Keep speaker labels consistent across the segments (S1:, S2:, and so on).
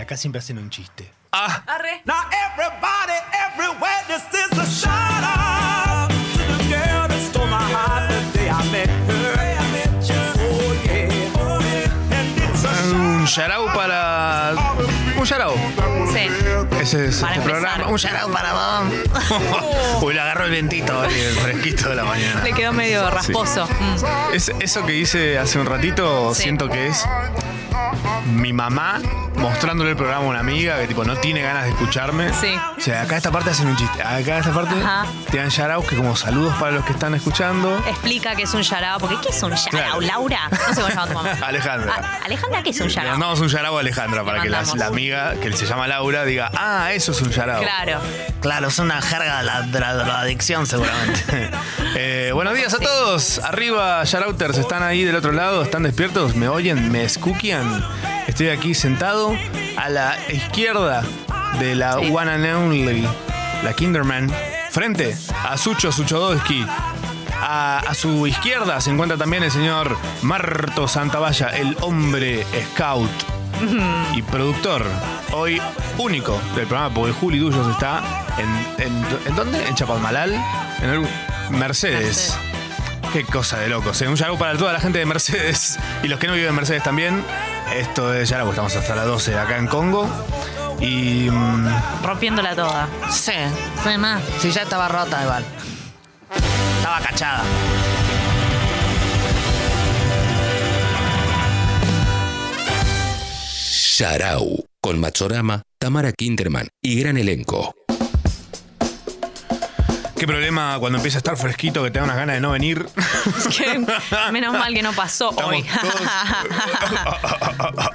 S1: acá siempre hacen un chiste.
S2: Ah,
S3: Arre.
S4: Now everybody, everywhere, this is a shout out to the girl that stole my heart the day I met her. Oh yeah, oh yeah, and it's a
S2: un
S4: shout
S2: yarao para. Un yarao.
S3: Sí.
S2: Ese es
S3: Para empezar.
S2: este programa. Un yarao para vos. Uy, le agarró el vientito, ahí, el fresquito de la mañana.
S3: Le quedó medio rasposo. Mm.
S2: Es, eso que hice hace un ratito,
S3: Sí.
S2: siento que es mi mamá mostrándole el programa a una amiga que tipo no tiene ganas de escucharme.
S3: Sí.
S2: O sea, acá esta parte hacen un chiste. Acá esta parte
S3: Ajá. Eh,
S2: te dan yarao que como saludos para los que están escuchando.
S3: Explica qué es un yarao, porque ¿qué es un yarao,
S2: Claro.
S3: Laura? No sé cómo se llama tu mamá.
S2: Alejandra.
S3: Ah, Alejandra, ¿qué es un
S2: Le
S3: yarao?
S2: mandamos un yarao a Alejandra para que la,
S3: mandamos.
S2: la amiga que se llama Laura diga, ah, eso es un yarao.
S3: Claro.
S2: Claro, es una jerga de la, de la drogadicción seguramente. Eh, buenos días a todos. Arriba, Yarauters, están ahí del otro lado, están despiertos, me oyen, me escuquian. Estoy aquí sentado a la izquierda de la
S3: Sí.
S2: One and Only, la Kinderman. Frente a Sucho Suchodolski. A, a su izquierda se encuentra también el señor Marto Santavalla, el hombre scout y productor, hoy único del programa, porque Juli Dullos está en, en, ¿en dónde? En Chapadmalal, en el
S3: Mercedes.
S2: Mercedes. Qué cosa de locos. ¿eh? Un yarau para toda la gente de Mercedes y los que no viven en Mercedes también. Esto es yarau, estamos hasta las 12 acá en Congo. Y mm,
S3: Rompiéndola toda.
S5: Sí,
S3: No hay más.
S5: sí, ya estaba rota igual. Estaba cachada.
S6: Sharau, con Machorama, Tamara Kinderman y gran elenco.
S2: qué problema cuando empieza a estar fresquito que te da unas ganas de no venir.
S3: Es que menos mal que no pasó
S2: Estamos
S3: hoy.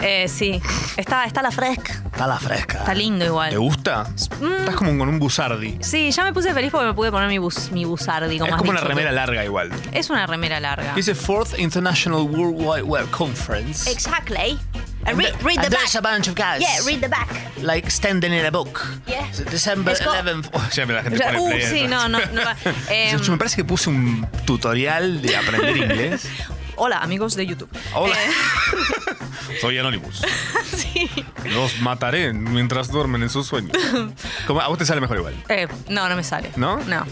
S3: Eh, sí. Está, está la fresca.
S5: Está la fresca.
S3: Está lindo
S2: ¿Te
S3: igual. Mm.
S2: gusta? Estás como con un buzardi.
S3: Sí, ya me puse feliz porque me pude poner mi, bus, mi buzardi.
S2: Es
S3: has
S2: como una
S3: dicho tú.
S2: remera larga igual.
S3: Es una remera larga.
S2: Dice Fourth International World Wide Web Conference.
S3: Exactly. And read, read the
S5: And
S3: back.
S5: there's a bunch of guys.
S3: Yeah, read the back.
S5: Like standing in a book.
S3: Yeah.
S5: So December
S3: It's called-
S5: 11th.
S2: Oh, ya me la gente
S3: Ya-
S2: pone
S3: uh,
S2: play
S3: sí,
S2: en
S3: no,
S2: rato.
S3: no, no va. Em,
S2: Yo me parece que puse un tutorial de aprender inglés.
S3: Hola, amigos de YouTube.
S2: Hola.
S3: Eh.
S2: Soy Anonymous.
S3: Sí.
S2: Los mataré mientras duermen en sus sueños. Como, a vos te sale mejor igual.
S3: Eh, no, no me sale.
S2: ¿No?
S3: No.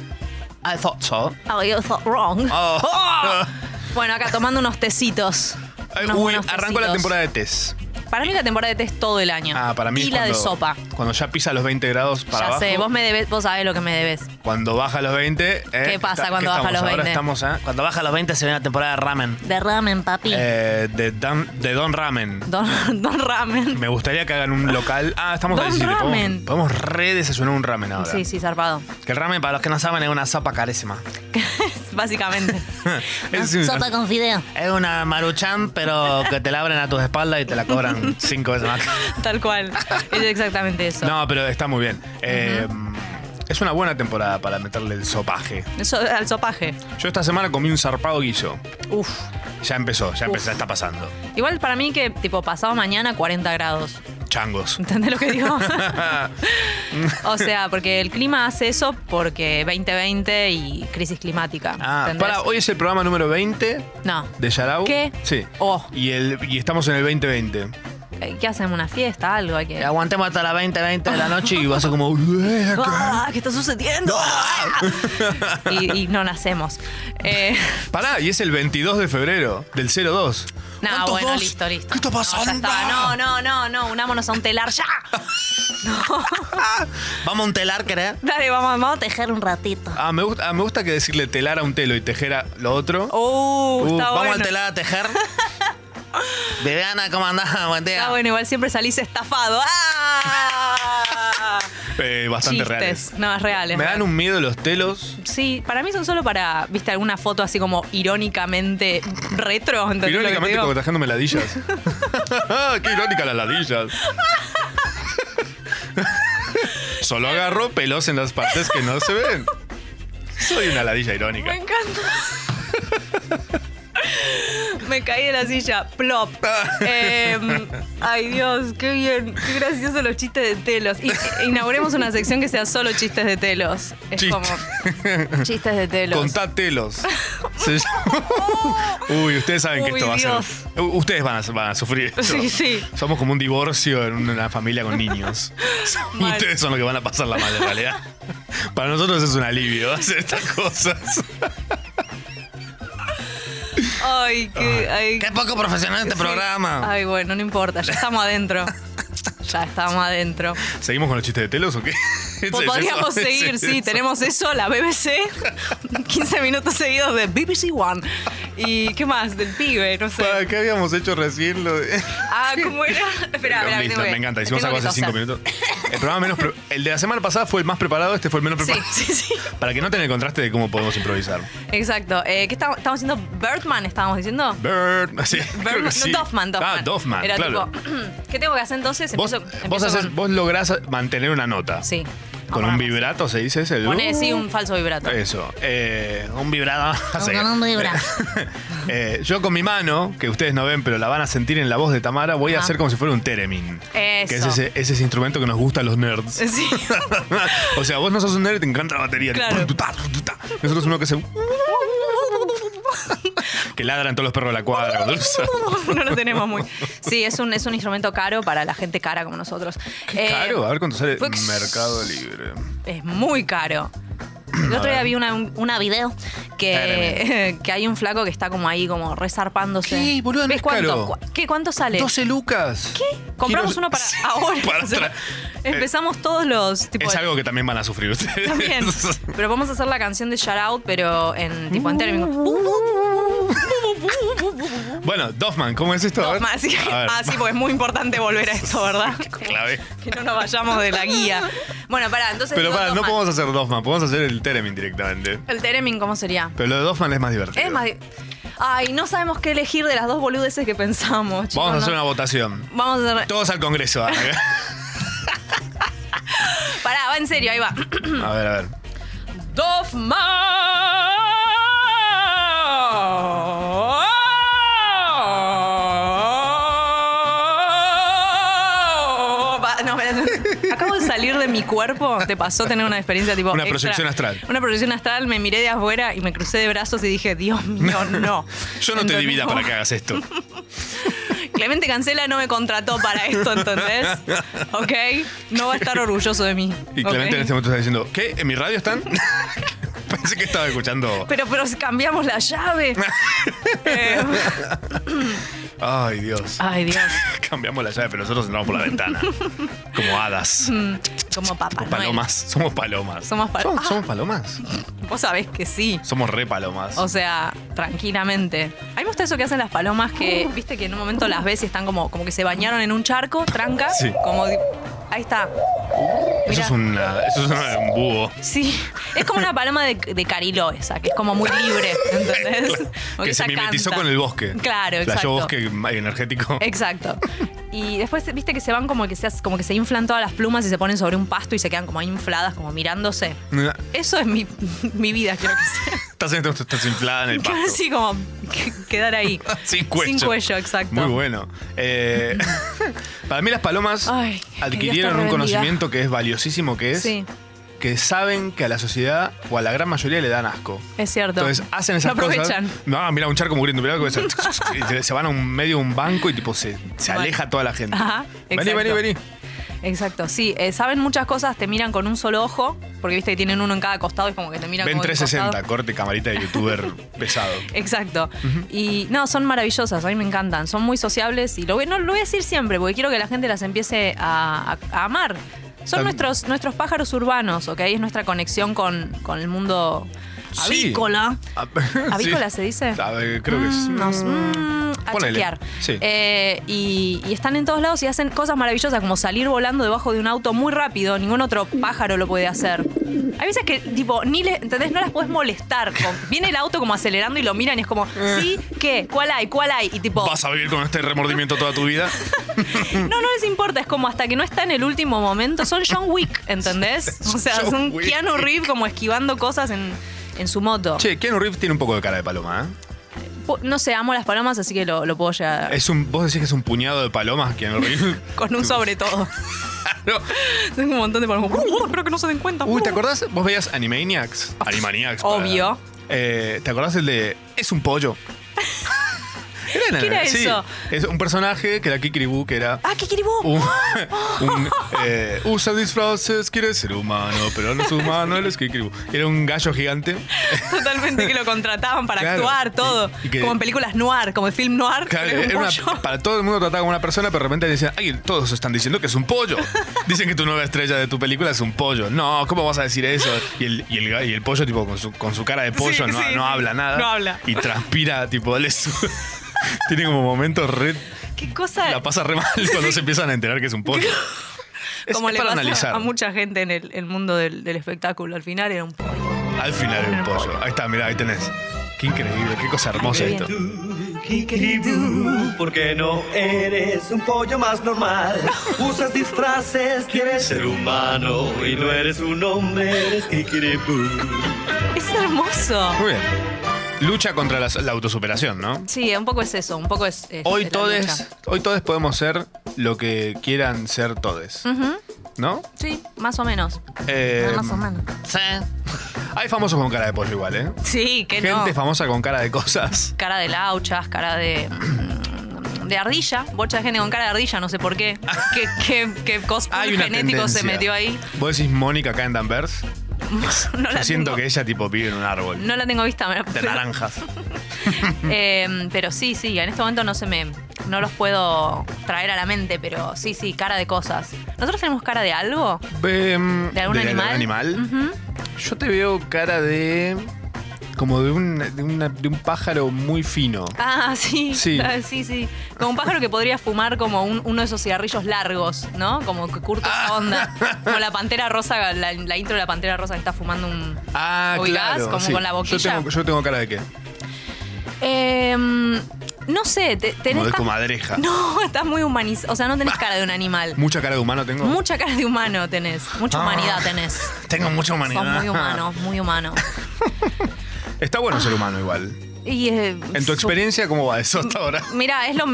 S2: I thought so.
S3: Oh, you thought wrong.
S2: Oh.
S3: Bueno, acá tomando unos tecitos.
S2: Ay,
S3: Unos
S2: Uy,
S3: buenos
S2: arranco la
S3: tecitos.
S2: temporada de test.
S3: Para mí la temporada de té es todo el año.
S2: Ah, para mí.
S3: Y
S2: es
S3: la de
S2: cuando-
S3: sopa.
S2: Cuando ya pisa los 20 grados para
S3: ya
S2: abajo.
S3: sé, vos me debes, vos sabés lo que me debes.
S2: Cuando baja los 20. eh,
S3: ¿Qué pasa
S2: está-
S3: cuando baja
S2: estamos?
S3: los
S2: Ahora
S3: 20?
S2: estamos ¿eh? a.
S5: Cuando baja los 20 se viene la temporada de ramen.
S3: De ramen, papi.
S2: eh, de, Dan- de Don Ramen.
S3: Don, don ramen.
S2: Me gustaría que hagan un local. Ah, estamos
S3: Don
S2: ahí, sí, le podemos-
S3: ramen.
S2: Podemos, redesayunar un ramen ahora.
S3: Sí, sí, zarpado.
S5: Que el ramen, para los que no saben, es una sopa carísima.
S3: Básicamente.
S2: Ese sí me parece-
S3: con fideo.
S5: Es una maruchan, pero que te la abren a tus espaldas y te la cobran cinco veces más.
S3: Tal cual. Es exactamente eso.
S2: No, pero está muy bien. Eh, Es una buena temporada para meterle el sopaje.
S3: Eso, al sopaje.
S2: Yo esta semana comí un zarpado guiso.
S3: Uf.
S2: Ya empezó, ya empezó, está pasando.
S3: Igual para mí que, tipo, pasado mañana 40 grados.
S2: Changos.
S3: ¿Entendés lo que digo? o sea, porque el clima hace eso porque 2020 y crisis climática.
S2: Ah,
S3: ¿entendés?
S2: para, hoy es el programa número 20
S3: No.
S2: de Yarau.
S3: ¿Qué?
S2: Sí.
S3: Oh.
S2: Y, el, y estamos en el 2020.
S3: Eh, ¿Qué hacemos? ¿Una fiesta? ¿Algo? Hay
S5: Y
S2: Eh,
S3: que...
S5: aguantemos hasta las 20, 20 de la noche y vas a como...
S3: ¡Ah! ¿Qué está sucediendo? y, y no nacemos. Eh,
S2: Pará, y es el 22 de febrero del 02.
S3: no, bueno, listo, listo. ¿Qué está pasando? No, ya está. no, no, no, no, unámonos a un telar ya.
S5: Vamos a un telar, ¿querés?
S3: Dale, vamos, vamos a tejer un ratito.
S2: Ah, me gusta, ah, me gusta que decirle telar a un telo y tejer a lo otro.
S3: Uh,
S2: Uh,
S3: está
S5: Vamos
S3: bueno.
S5: al telar a tejer. Viviana, ¿cómo andás? Buen día.
S3: Está Ah, bueno, igual siempre salís estafado. ¡Ah!
S2: Eh, bastante reales.
S3: Chistes. No, es real. es
S2: Me
S3: real.
S2: dan un miedo los telos.
S3: Sí, para mí son solo para, viste, alguna foto así como irónicamente retro. ¿entendés lo que te
S2: Irónicamente
S3: digo?
S2: como tajándome ladillas. Qué irónica las ladillas. Solo agarro pelos en las partes que no se ven. Soy una ladilla
S3: Me
S2: irónica.
S3: encanta. Me caí de la silla. Plop. Eh, ay, Dios, qué bien. Qué gracioso los chistes de telos. Y, e- inauguremos una sección que sea solo chistes de telos. Es
S2: Chiste.
S3: como. Chistes de telos.
S2: Contatelos. Se llama- Uy, ustedes saben que
S3: Oh. Uy,
S2: esto va a
S3: Dios.
S2: ser. U- Ustedes van a, van a sufrir esto.
S3: Sí, sí.
S2: Somos como un divorcio en una familia con niños.
S3: Mal.
S2: Ustedes son los que van a pasar la mal en realidad. Para nosotros es un alivio hacer estas cosas.
S3: Ay, qué. Ay,
S5: Qué poco profesional este
S3: sí.
S5: programa.
S3: Ay, bueno, no importa. Ya estamos adentro. Ya estamos adentro.
S2: ¿Seguimos con los chistes de telos o qué? ¿Es- es
S3: Po-
S2: eso?
S3: Podríamos
S2: ¿Es
S3: seguir,
S2: eso?
S3: sí, tenemos eso, la BBC, 15 minutos seguidos de BBC One. ¿Y qué más? Del pibe, no sé.
S2: ¿Para qué habíamos hecho recién lo de-
S3: Ah, ¿cómo era? Espera, espera,
S2: Listo,
S3: tengo que-
S2: me encanta. Hicimos
S3: tengo
S2: algo
S3: que
S2: hace cinco
S3: toser.
S2: minutos. El programa menos. pre- El de la semana pasada fue el más preparado, este fue el menos preparado.
S3: Sí, sí, sí.
S2: Para que noten el contraste de cómo podemos improvisar.
S3: Exacto. Eh, ¿Qué estamos, estamos haciendo? Birdman, estábamos diciendo.
S2: Bird. Sí, creo que
S3: Birdman,
S2: sí.
S3: no, Doffman, Doffman.
S2: Ah, Doffman,
S3: Era
S2: claro.
S3: tipo, ¿qué tengo que hacer entonces?
S2: vos,
S3: Empiezo-
S2: vos,
S3: empiezo
S2: haces-
S3: con-
S2: vos lográs mantener una nota.
S3: Sí.
S2: Con
S3: Vamos.
S2: un vibrato, ¿se dice ese?
S3: Pone, sí, un falso vibrato.
S2: Eso. eh, un vibrado. Sí.
S5: Con un vibrato.
S2: Eh, yo con mi mano, que ustedes no ven, pero la van a sentir en la voz de Tamara, voy a
S3: Ajá.
S2: hacer como si fuera un teremin. Que es
S3: Eso.
S2: ese, es ese instrumento que nos gusta a los nerds.
S3: Sí.
S2: o sea, vos no sos un nerd y te encanta la batería.
S3: Claro.
S2: Nosotros uno que se. que ladran todos los perros de la cuadra. cuando lo usan.
S3: no lo tenemos muy. Sí, es un, es un instrumento caro para la gente cara como nosotros. Eh,
S2: Claro, a ver cuánto sale
S3: fue-
S2: Mercado Libre.
S3: Eh, Es muy caro. El otro día vi una, una video que, que hay un flaco que está como ahí, como resarpándose.
S2: ¿Qué, boludo? No es caro.
S3: cuánto? cua- ¿Qué cuánto sale?
S2: 12 lucas.
S3: ¿Qué? Compramos
S2: Quiero-
S3: uno para
S2: Sí,
S3: ahora.
S2: para
S3: O sea,
S2: tra-
S3: empezamos todos los tipo,
S2: Es algo que también van a sufrir ustedes.
S3: también. Pero vamos a hacer la canción de Shout Out, pero en tipo en términos.
S2: bueno, Doffman, ¿cómo es esto? A ver.
S3: Toma, así,
S2: A ver.
S3: ah, sí, pues es muy importante volver a esto, ¿verdad? Como
S2: clave.
S3: Que no nos vayamos de la guía. Bueno, pará, entonces.
S2: Pero
S3: digo
S2: para, no
S3: Doffman.
S2: podemos hacer Doffman, podemos hacer el Teremin directamente.
S3: El Teremin, ¿cómo sería?
S2: Pero lo de Doffman es más divertido.
S3: Es más. di- Ay, no sabemos qué elegir de las dos boludeces que pensamos. chicos,
S2: Vamos a
S3: ¿no?
S2: hacer una votación.
S3: Vamos a hacer.
S2: Todos al Congreso. ¿eh? A ver,
S3: Pará, va en serio, ahí va.
S2: a ver. a ver.
S3: Doffman. Va, No, espera, acabo de salir de mi cuerpo. ¿Te pasó tener una experiencia tipo
S2: Una
S3: extra?
S2: proyección astral.
S3: Una proyección astral. Me miré de afuera y me crucé de brazos y dije, Dios mío, no.
S2: Yo no te di vida
S3: divida
S2: para que hagas esto.
S3: Clemente Cancela no me contrató para esto, ¿entendés? ¿Ok? No va a estar orgulloso de mí.
S2: Y
S3: ¿ok?
S2: Clemente en este momento está diciendo, ¿qué? ¿En mi radio están? Pensé que estaba escuchando.
S3: Pero, pero si cambiamos la llave. Eh,
S2: Ay, Dios.
S3: ay, Dios.
S2: Cambiamos la llave, pero nosotros entramos por la ventana. Como hadas.
S3: Mm, Como papá. Noel.
S2: Somos palomas. Somos palomas.
S3: Somos pal-
S2: Somos-
S3: Ah.
S2: somos palomas.
S3: Vos sabés que sí.
S2: Somos re palomas.
S3: O sea, tranquilamente. A mí me gusta eso que hacen las palomas que, viste, que en un momento las ves y están como, como que se bañaron en un charco, tranca.
S2: Sí.
S3: Como. di- Ahí está.
S2: eso
S3: mirá.
S2: es, una- eso es una- un búho.
S3: Sí, es como una paloma de, de Cariló esa, que es como muy libre, ¿entendés?
S2: Claro,
S3: Como
S2: que se
S3: esa
S2: mimetizó
S3: canta.
S2: con el bosque.
S3: Claro,
S2: Flashó
S3: exacto.
S2: bosque energético.
S3: Exacto. Y después, viste que se van como que se, hace- como que se inflan todas las plumas y se ponen sobre un pasto y se quedan como ahí infladas, como mirándose. Eso es mi, mi vida, creo que sea.
S2: Estás, en- estás inflada en el pasto.
S3: Así como que- quedar ahí.
S2: Sin cuello.
S3: Sin cuello, exacto.
S2: Muy bueno. Eh, para mí las palomas
S3: Ay,
S2: adquirieron
S3: que Dios te
S2: un
S3: rebendiga.
S2: conocimiento que es valiosísimo, que es
S3: Sí,
S2: que saben que a la sociedad o a la gran mayoría le dan asco.
S3: es cierto.
S2: Entonces hacen esas
S3: Lo aprovechan.
S2: cosas. No, mira un charco muriendo, mirá, cómo se- y se- se van a un medio de un banco y tipo se, se
S3: Mal.
S2: aleja toda la gente.
S3: Ajá,
S2: vení,
S3: exacto.
S2: vení, vení.
S3: Exacto, sí. eh, saben muchas cosas, te miran con un solo ojo, porque viste que tienen uno en cada costado y como que te miran
S2: Ven
S3: como de
S2: 360,
S3: costado.
S2: corte camarita de youtuber pesado.
S3: Exacto. Y no, son maravillosas, a mí me encantan. Son muy sociables y lo voy, no, lo voy a decir siempre, porque quiero que la gente las empiece a, a- a amar. Son
S2: Tan-
S3: nuestros, nuestros pájaros urbanos, ¿ok? Es nuestra conexión con, con el mundo
S2: Sí.
S3: avícola.
S2: Ah,
S3: ¿Avícola
S2: sí.
S3: se dice?
S2: A ver, creo que es.
S3: Mm, no sé, mm, a
S2: Ponele.
S3: chequear.
S2: Sí.
S3: Eh, y, y están en todos lados y hacen cosas maravillosas, como salir volando debajo de un auto muy rápido. Ningún otro pájaro lo puede hacer. Hay veces que, tipo, ni le, ¿entendés? No las puedes molestar. Como- viene el auto como acelerando y lo miran y es como, ¿sí? ¿Qué? ¿Cuál hay? ¿Cuál hay? Y tipo,
S2: Eh. ¿Vas a vivir con este remordimiento toda tu vida?
S3: no, no les importa. Es como hasta que no está en el último momento. Son John Wick, ¿entendés? O sea,
S2: John
S3: son
S2: Wick.
S3: Keanu Reeves como esquivando cosas en, en su moto.
S2: Che, Keanu Reeves tiene un poco de cara de paloma, ¿eh?
S3: Pu- No sé, amo las palomas, así que lo, lo puedo llegar
S2: Es un, vos decís que es un puñado de palomas que en el río-
S3: con un
S2: Eh,
S3: sobre todo.
S2: No.
S3: Tengo un montón de palomas. Uh, espero que no se den cuenta.
S2: Uy, ¿te
S3: Uh.
S2: acordás? ¿Vos veías Animaniacs? Animaniacs. para-
S3: Obvio.
S2: Eh, ¿Te acordás el de Es un pollo? Era,
S3: ¿Qué era
S2: sí,
S3: eso?
S2: Es un personaje que era Kikiribu, que era
S3: ¡Ah, qué queribú!
S2: un, un, eh, usa disfraces, quiere ser humano, pero no es humano, él es Kikiribu. Era un gallo gigante.
S3: Totalmente que lo contrataban para
S2: Claro.
S3: actuar,
S2: Y-
S3: todo.
S2: y que-
S3: como en películas noir, como en film noir.
S2: Claro,
S3: pero era
S2: era
S3: un
S2: una-
S3: pollo.
S2: para todo el mundo trataba como una persona, pero de repente decían, ay, todos están diciendo que es un pollo. Dicen que tu nueva estrella de tu película es un pollo. No, ¿cómo vas a decir eso? Y el, y el, ga- y el pollo, tipo, con su, con su cara de pollo,
S3: Sí,
S2: no,
S3: sí,
S2: no
S3: sí.
S2: habla nada.
S3: No habla.
S2: Y transpira, tipo, le su- Tiene como momentos re...
S3: Qué cosa.
S2: La pasa re mal cuando se empiezan a enterar que es un pollo. Es,
S3: como
S2: es
S3: le
S2: para
S3: pasa
S2: analizar.
S3: a mucha gente en el, el mundo del, del espectáculo. Al final era un pollo.
S2: Al final era un pollo. Ahí está, mirá, ahí tenés. Qué increíble, qué cosa hermosa
S3: Qué bien.
S2: esto.
S1: Kikiribú, porque no eres un pollo más normal. Usas disfraces, quieres ser humano y no eres un hombre, eres Kikiribú.
S3: Es hermoso.
S2: Muy bien. Lucha contra las- la autosuperación, ¿no?
S3: Sí, un poco es eso, un poco es. es-
S2: Hoy
S3: es la
S2: todes,
S3: lucha.
S2: hoy todes podemos ser lo que quieran ser todes,
S3: Ujú,
S2: ¿no?
S3: Sí, más o menos.
S2: Eh,
S3: Mm. Ah, más o menos.
S2: Hay famosos con cara de pollo igual, ¿eh?
S3: Sí, que
S2: Gente
S3: no.
S2: famosa con cara de cosas.
S3: Cara de lauchas, cara de. mm, De ardilla, bocha de gente con cara de ardilla, no sé por qué. ¿Qué, qué, qué cosplay
S2: Hay una
S3: genético se
S2: tendencia.
S3: metió ahí?
S2: Vos decís Mónica acá en Danvers.
S3: No
S2: Yo
S3: la
S2: siento
S3: tengo-
S2: que ella tipo vive en un árbol.
S3: No la tengo vista, me la-
S2: De naranjas.
S3: Eh, pero sí, sí, en este momento no se me. No los puedo traer a la mente, pero sí, sí, cara de cosas. ¿Nosotros tenemos cara de algo?
S2: Ve, mm,
S3: ¿De algún animal? Ujú.
S2: Yo te veo cara de... Como de un, de una- de un pájaro muy fino.
S3: Ah, sí.
S2: Sí.
S3: Ah, sí, sí. Como un pájaro que podría fumar como un- uno de esos cigarrillos largos, ¿no? Como que curto
S2: Ah.
S3: esa onda. Como la pantera rosa, la, la intro de la pantera rosa que está fumando un.
S2: Ah,
S3: ¿Ubicás?
S2: claro.
S3: Como
S2: sí.
S3: con la boquilla.
S2: Yo tengo, yo tengo cara de qué?
S3: Em, no sé, te- tenés.
S2: Como de
S3: tan-
S2: comadreja.
S3: no, estás muy humanizado. O sea, no tenés cara de un animal.
S2: ¿Mucha cara de humano tengo?
S3: Mucha cara de humano tenés. Mucha
S2: Ah.
S3: humanidad tenés.
S2: Tengo mucha humanidad.
S3: Sos muy humano, muy humano.
S2: Está bueno ser humano igual.
S3: Y, eh,
S2: En tu
S3: su-
S2: experiencia, ¿cómo va eso hasta ahora?
S3: Mira, es lo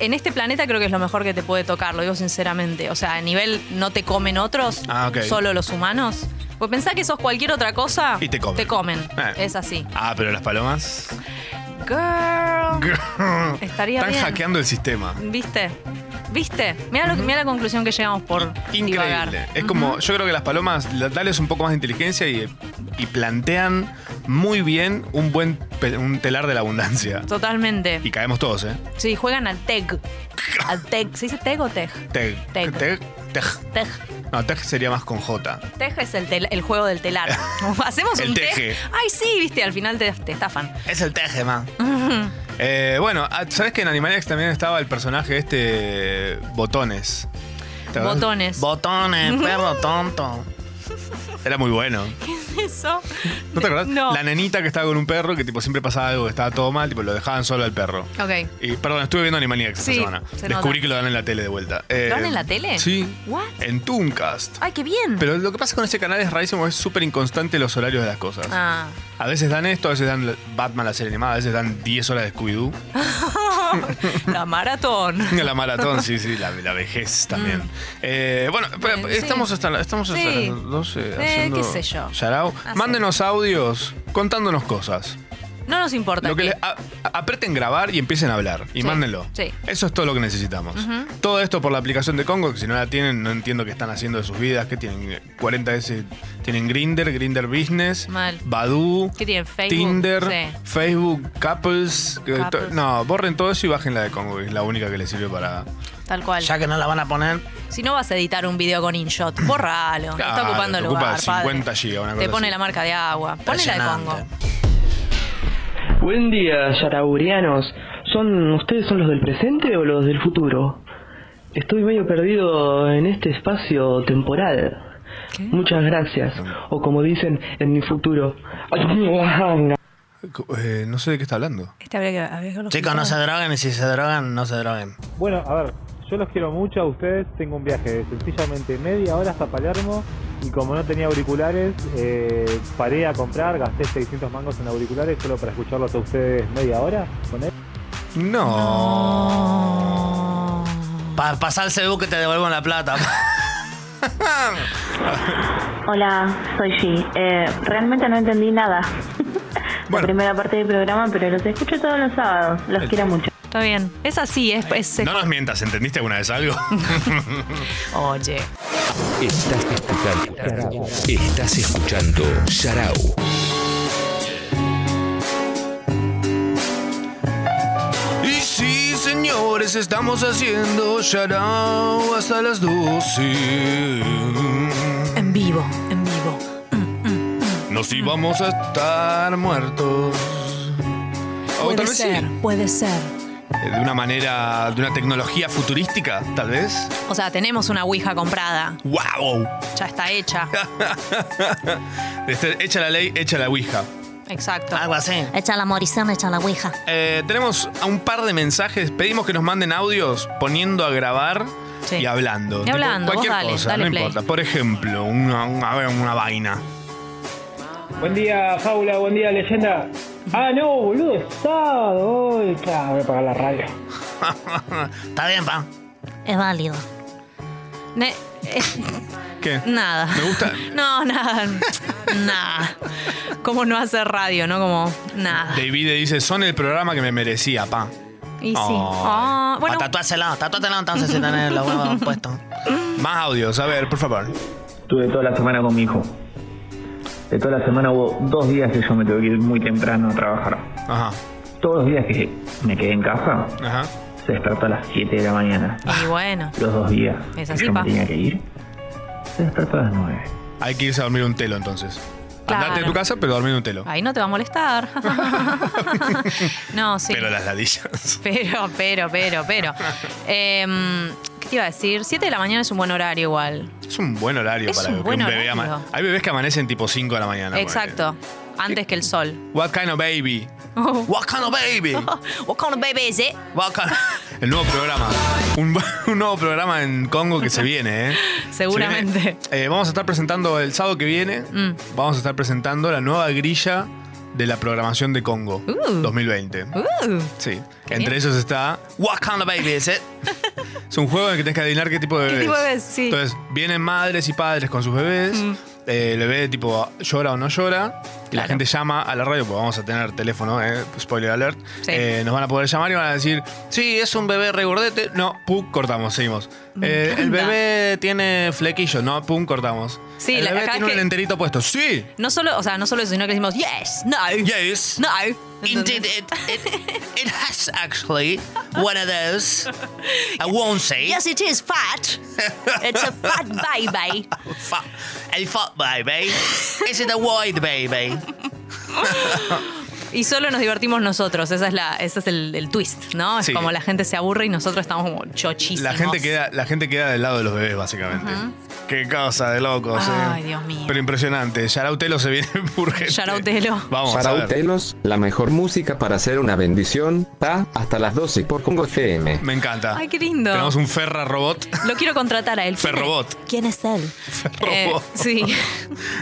S3: en este planeta creo que es lo mejor que te puede tocar, lo digo sinceramente. O sea, a nivel no te comen otros,
S2: Ah, ok.
S3: solo los humanos. Pues pensá que sos cualquier otra cosa
S2: Y te comen.
S3: Te comen.
S2: Eh.
S3: Es así.
S2: Ah, pero las palomas.
S3: Girl. Estaría
S2: Están
S3: bien.
S2: hackeando el sistema.
S3: ¿Viste? ¿Viste? Mira la conclusión que llegamos por
S2: Increíble.
S3: divagar.
S2: Es como, yo creo que las palomas, la- dales un poco más de inteligencia y, y plantean muy bien un buen pe- un telar de la abundancia.
S3: Totalmente.
S2: Y caemos todos, ¿eh?
S3: Sí, juegan al tech. Al tech. ¿Se dice tech o tech?
S2: Tej.
S3: Tej.
S2: Tej. Tej.
S3: Tech.
S2: No, tej sería más con J.
S3: Teje es el, tel- el juego del telar. Hacemos
S2: El
S3: un tej.
S2: teje.
S3: Ay, sí, viste, al final te, te estafan.
S2: Es el teje, man. Eh, bueno, ah, ¿sabes que en Animaniacs también estaba el personaje este Botones? ¿Te acordás?
S3: Botones.
S5: Botones, perro tonto.
S2: Era muy bueno.
S3: Eso.
S2: ¿No te acordás?
S3: No.
S2: La nenita que estaba con un perro, que tipo siempre pasaba algo, que estaba todo mal, tipo lo dejaban solo al perro.
S3: Ok.
S2: Y, perdón, estuve viendo Animaniacs
S3: Ah. Sí,
S2: esta semana.
S3: se
S2: Descubrí
S3: nota.
S2: que lo dan en la tele de vuelta. Eh,
S3: dan en la tele? Ah.
S2: Sí.
S3: What?
S2: En Tooncast.
S3: Ay, qué bien.
S2: Pero lo que pasa con ese canal es rarísimo, es súper inconstante los horarios de las cosas.
S3: Ah.
S2: A veces dan esto, a veces dan Batman la serie animada, a veces dan 10 horas de Scooby-Doo.
S3: la maratón.
S2: La maratón, sí, sí, la, la vejez también. Eh, bueno, pero
S3: Bueno, sí.
S2: estamos hasta, la- estamos hasta
S3: Sí.
S2: las 12
S3: qué
S2: haciendo
S3: sé yo.
S2: yarao.
S3: Hace.
S2: Mándenos audios contándonos cosas.
S3: No nos importa.
S2: Lo que
S3: qué.
S2: les- a- a- apreten grabar y empiecen a hablar. Y
S3: Sí,
S2: mándenlo.
S3: sí.
S2: Eso es todo lo que necesitamos. Todo esto por la aplicación de Congo, que si no la tienen, no entiendo qué están haciendo de sus vidas. que tienen? 40 veces. Tienen Grinder, Grinder Business,
S3: Mal.
S2: Badoo,
S3: ¿Qué tienen? Facebook.
S2: Tinder,
S3: Sí.
S2: Facebook, Couples. que to-
S3: Couples.
S2: No, borren todo eso y bajen la de Congo, que es la única que les sirve para.
S3: Tal cual.
S5: Ya que no la van a poner.
S3: Si no vas a editar un video con InShot, borralo.
S2: Claro,
S3: está ocupando
S2: te
S3: el
S2: ocupa
S3: lugar. padre.
S2: 50 gigas, una
S3: Te
S2: cosa
S3: pone
S2: así.
S3: la marca de agua. Pone la de Congo.
S5: Impresionante.
S7: Buen día, yaraurianos. ¿Son ustedes son los del presente o los del futuro? Estoy medio perdido en este espacio temporal. Muchas gracias. O como dicen en mi futuro.
S2: Eh, no sé de qué está hablando.
S3: Este habría que, habría que verlo.
S5: Chicos, no se droguen y si se drogan, no se droguen.
S8: Bueno, a ver, yo los quiero mucho a ustedes. Tengo un viaje de sencillamente media hora hasta Palermo y como no tenía auriculares, eh, paré a comprar, gasté 600 mangos en auriculares solo para escucharlos a ustedes media hora con él.
S2: No.
S5: Para pasar el CBU que te devuelvan la plata.
S9: Hola, soy G. Eh, realmente no entendí nada. La
S2: Bueno.
S9: primera parte del programa, pero los escucho todos los sábados. Los quiero mucho.
S3: Está bien. Es así, es. es-
S2: No nos mientas, ¿entendiste alguna vez algo?
S3: Oye.
S6: Estás escuchando. Estás escuchando Sharau.
S2: Y sí, señores, estamos haciendo Sharao hasta las 12.
S3: En vivo, en vivo. Mm,
S2: Nos íbamos a estar muertos. O tal vez sí.
S3: puede ser.
S2: Eh, De una manera, de una tecnología futurística, tal vez.
S3: O sea, tenemos una Ouija comprada.
S2: ¡Wow!
S3: Ya está hecha.
S2: Este, echa la ley, echa la Ouija.
S3: Exacto.
S5: Algo así.
S9: Echa la morizana, echa la ouija.
S2: Eh, tenemos a un par de mensajes. Pedimos que nos manden audios poniendo a grabar
S3: Sí.
S2: y hablando.
S3: Y
S2: Tipo,
S3: hablando,
S2: cualquier
S3: vos dale,
S2: cosa,
S3: dale
S2: no
S3: play.
S2: importa. Por ejemplo, una, una- a ver, una vaina.
S8: Buen día, Jaula, buen día, leyenda. Ah, no, boludo, está hoy. Claro, voy a pagar la radio.
S5: Está bien, pa.
S9: Es válido.
S3: Ne- es-
S2: ¿Qué?
S3: nada.
S2: Me gusta.
S3: No, nada. nada. Como no hacer radio, ¿no? Como nada.
S2: David dice, son el programa que me merecía, pa.
S3: Y sí.
S2: Ay.
S3: Ah, bueno,
S5: Pa, tatuáselo, tatuáselo entonces si tenés los huevos puestos.
S2: Más audios, a ver, por favor.
S10: Estuve toda la semana con mi hijo. De toda la semana hubo dos días que yo me tuve que ir muy temprano a trabajar.
S2: Ajá,
S10: Todos los días que me quedé en casa,
S2: ajá.
S10: se despertó a las 7 de la mañana.
S3: y bueno.
S10: Los dos días
S3: Es
S10: que
S3: así,
S10: yo me
S3: pa.
S10: tenía que ir, se despertó a las 9.
S2: Hay que irse a dormir un telo entonces.
S3: Claro.
S2: Andate de tu casa, pero dormir un telo.
S3: Ahí no te va a molestar. no, sí.
S2: Pero las ladillas.
S3: Pero, pero, pero, pero. Em, ¿Qué te iba a decir? 7 de la mañana es un buen horario igual.
S2: Es un buen horario
S3: Es
S2: para
S3: un
S2: que
S3: buen
S2: bebé ama-
S3: horario.
S2: Hay bebés que amanecen tipo 5 de la mañana.
S3: Exacto. Antes que el sol.
S2: ponele. What kind of baby? What kind of baby?
S3: What kind of baby is it?
S2: What kind- El nuevo programa. Un, un nuevo programa en Congo que se viene, ¿eh?
S3: Seguramente.
S2: Se viene- eh, vamos a estar presentando el sábado que viene.
S3: Mm.
S2: Vamos a estar presentando la nueva grilla de la programación de Congo
S3: Uh.
S2: 2020.
S3: Uh,
S2: Sí.
S3: Qué bien.
S2: Entre ellos está What kind of baby is it? es un juego en el que tienes que adivinar qué tipo de
S3: ¿Qué
S2: bebés.
S3: tipo de bebés? Sí. Mm.
S2: Entonces, vienen madres y padres con sus bebés. eh, el bebé tipo llora o no llora. Y la
S3: Claro.
S2: gente llama a la radio, porque vamos a tener teléfono, eh, spoiler alert.
S3: Sí.
S2: Eh, nos van a poder llamar y van a decir, sí, es un bebé regordete. No, pum, cortamos, seguimos. Eh, el
S3: encanta.
S2: bebé tiene flequillo. No, pum, cortamos.
S3: Sí,
S2: el
S3: la-
S2: bebé
S3: acá
S2: tiene
S3: es
S2: un
S3: que-
S2: enterito puesto. Sí.
S3: no solo, o sea, no solo eso, sino que decimos yes, no,
S2: Yes.
S3: no.
S5: Indeed,
S3: ¿Entendés?
S5: it, it, it has actually one of those. I won't say.
S3: Yes, it is fat. It's a fat baby.
S5: Fa- el fat baby. Is it a white baby?
S3: Y solo nos divertimos nosotros, esa es la, ese es el, el twist, ¿no? Es
S2: Sí.
S3: como la gente se aburre y nosotros estamos como chochísimos.
S2: La gente, queda, la gente queda del lado de los bebés, básicamente. Qué cosa de locos, eh.
S3: Ay, Dios mío.
S2: Pero impresionante. Yarautelo se viene urgente.
S3: Yarautelo.
S2: Vamos a ver.
S11: Charautelos, la mejor música para hacer una bendición, pa, hasta las 12 por Congo FM.
S2: Me encanta.
S3: Ay, qué lindo.
S2: Tenemos un Ferra Robot.
S3: Lo quiero contratar a él.
S2: Ferrobot.
S9: ¿Quién es él?
S3: Eh,
S2: Robot.
S3: sí.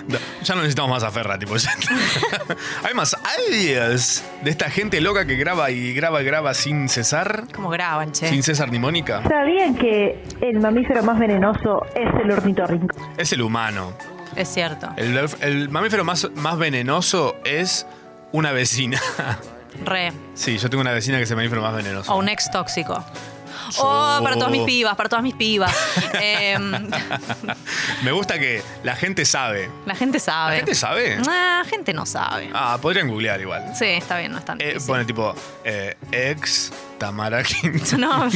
S2: No, ya no necesitamos más a Ferra, tipo. ya está. Hay más alias de esta gente loca que graba y graba y graba sin cesar.
S3: ¿Cómo graban, che?
S2: Sin cesar ni Mónica.
S9: ¿Sabían que el mamífero más venenoso es el ornitorrinco?
S2: Es el humano.
S3: Es cierto.
S2: El, el mamífero más, más venenoso es una vecina.
S3: Re.
S2: sí, yo tengo una vecina que es el mamífero más venenoso.
S3: O un ex tóxico. Oh, para todas mis pibas, para todas mis pibas. Em,
S2: Me gusta que la gente sabe.
S3: la gente sabe.
S2: ¿La gente sabe?
S3: Ah, gente no sabe.
S2: Ah, podrían googlear igual.
S3: Sí, está bien, no es tan
S2: Eh,
S3: difícil.
S2: pone tipo, eh, ex Tamara Quinto.
S3: No,